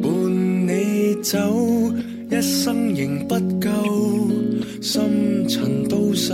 [SPEAKER 18] 伴你走，一生仍不夠，深沉都細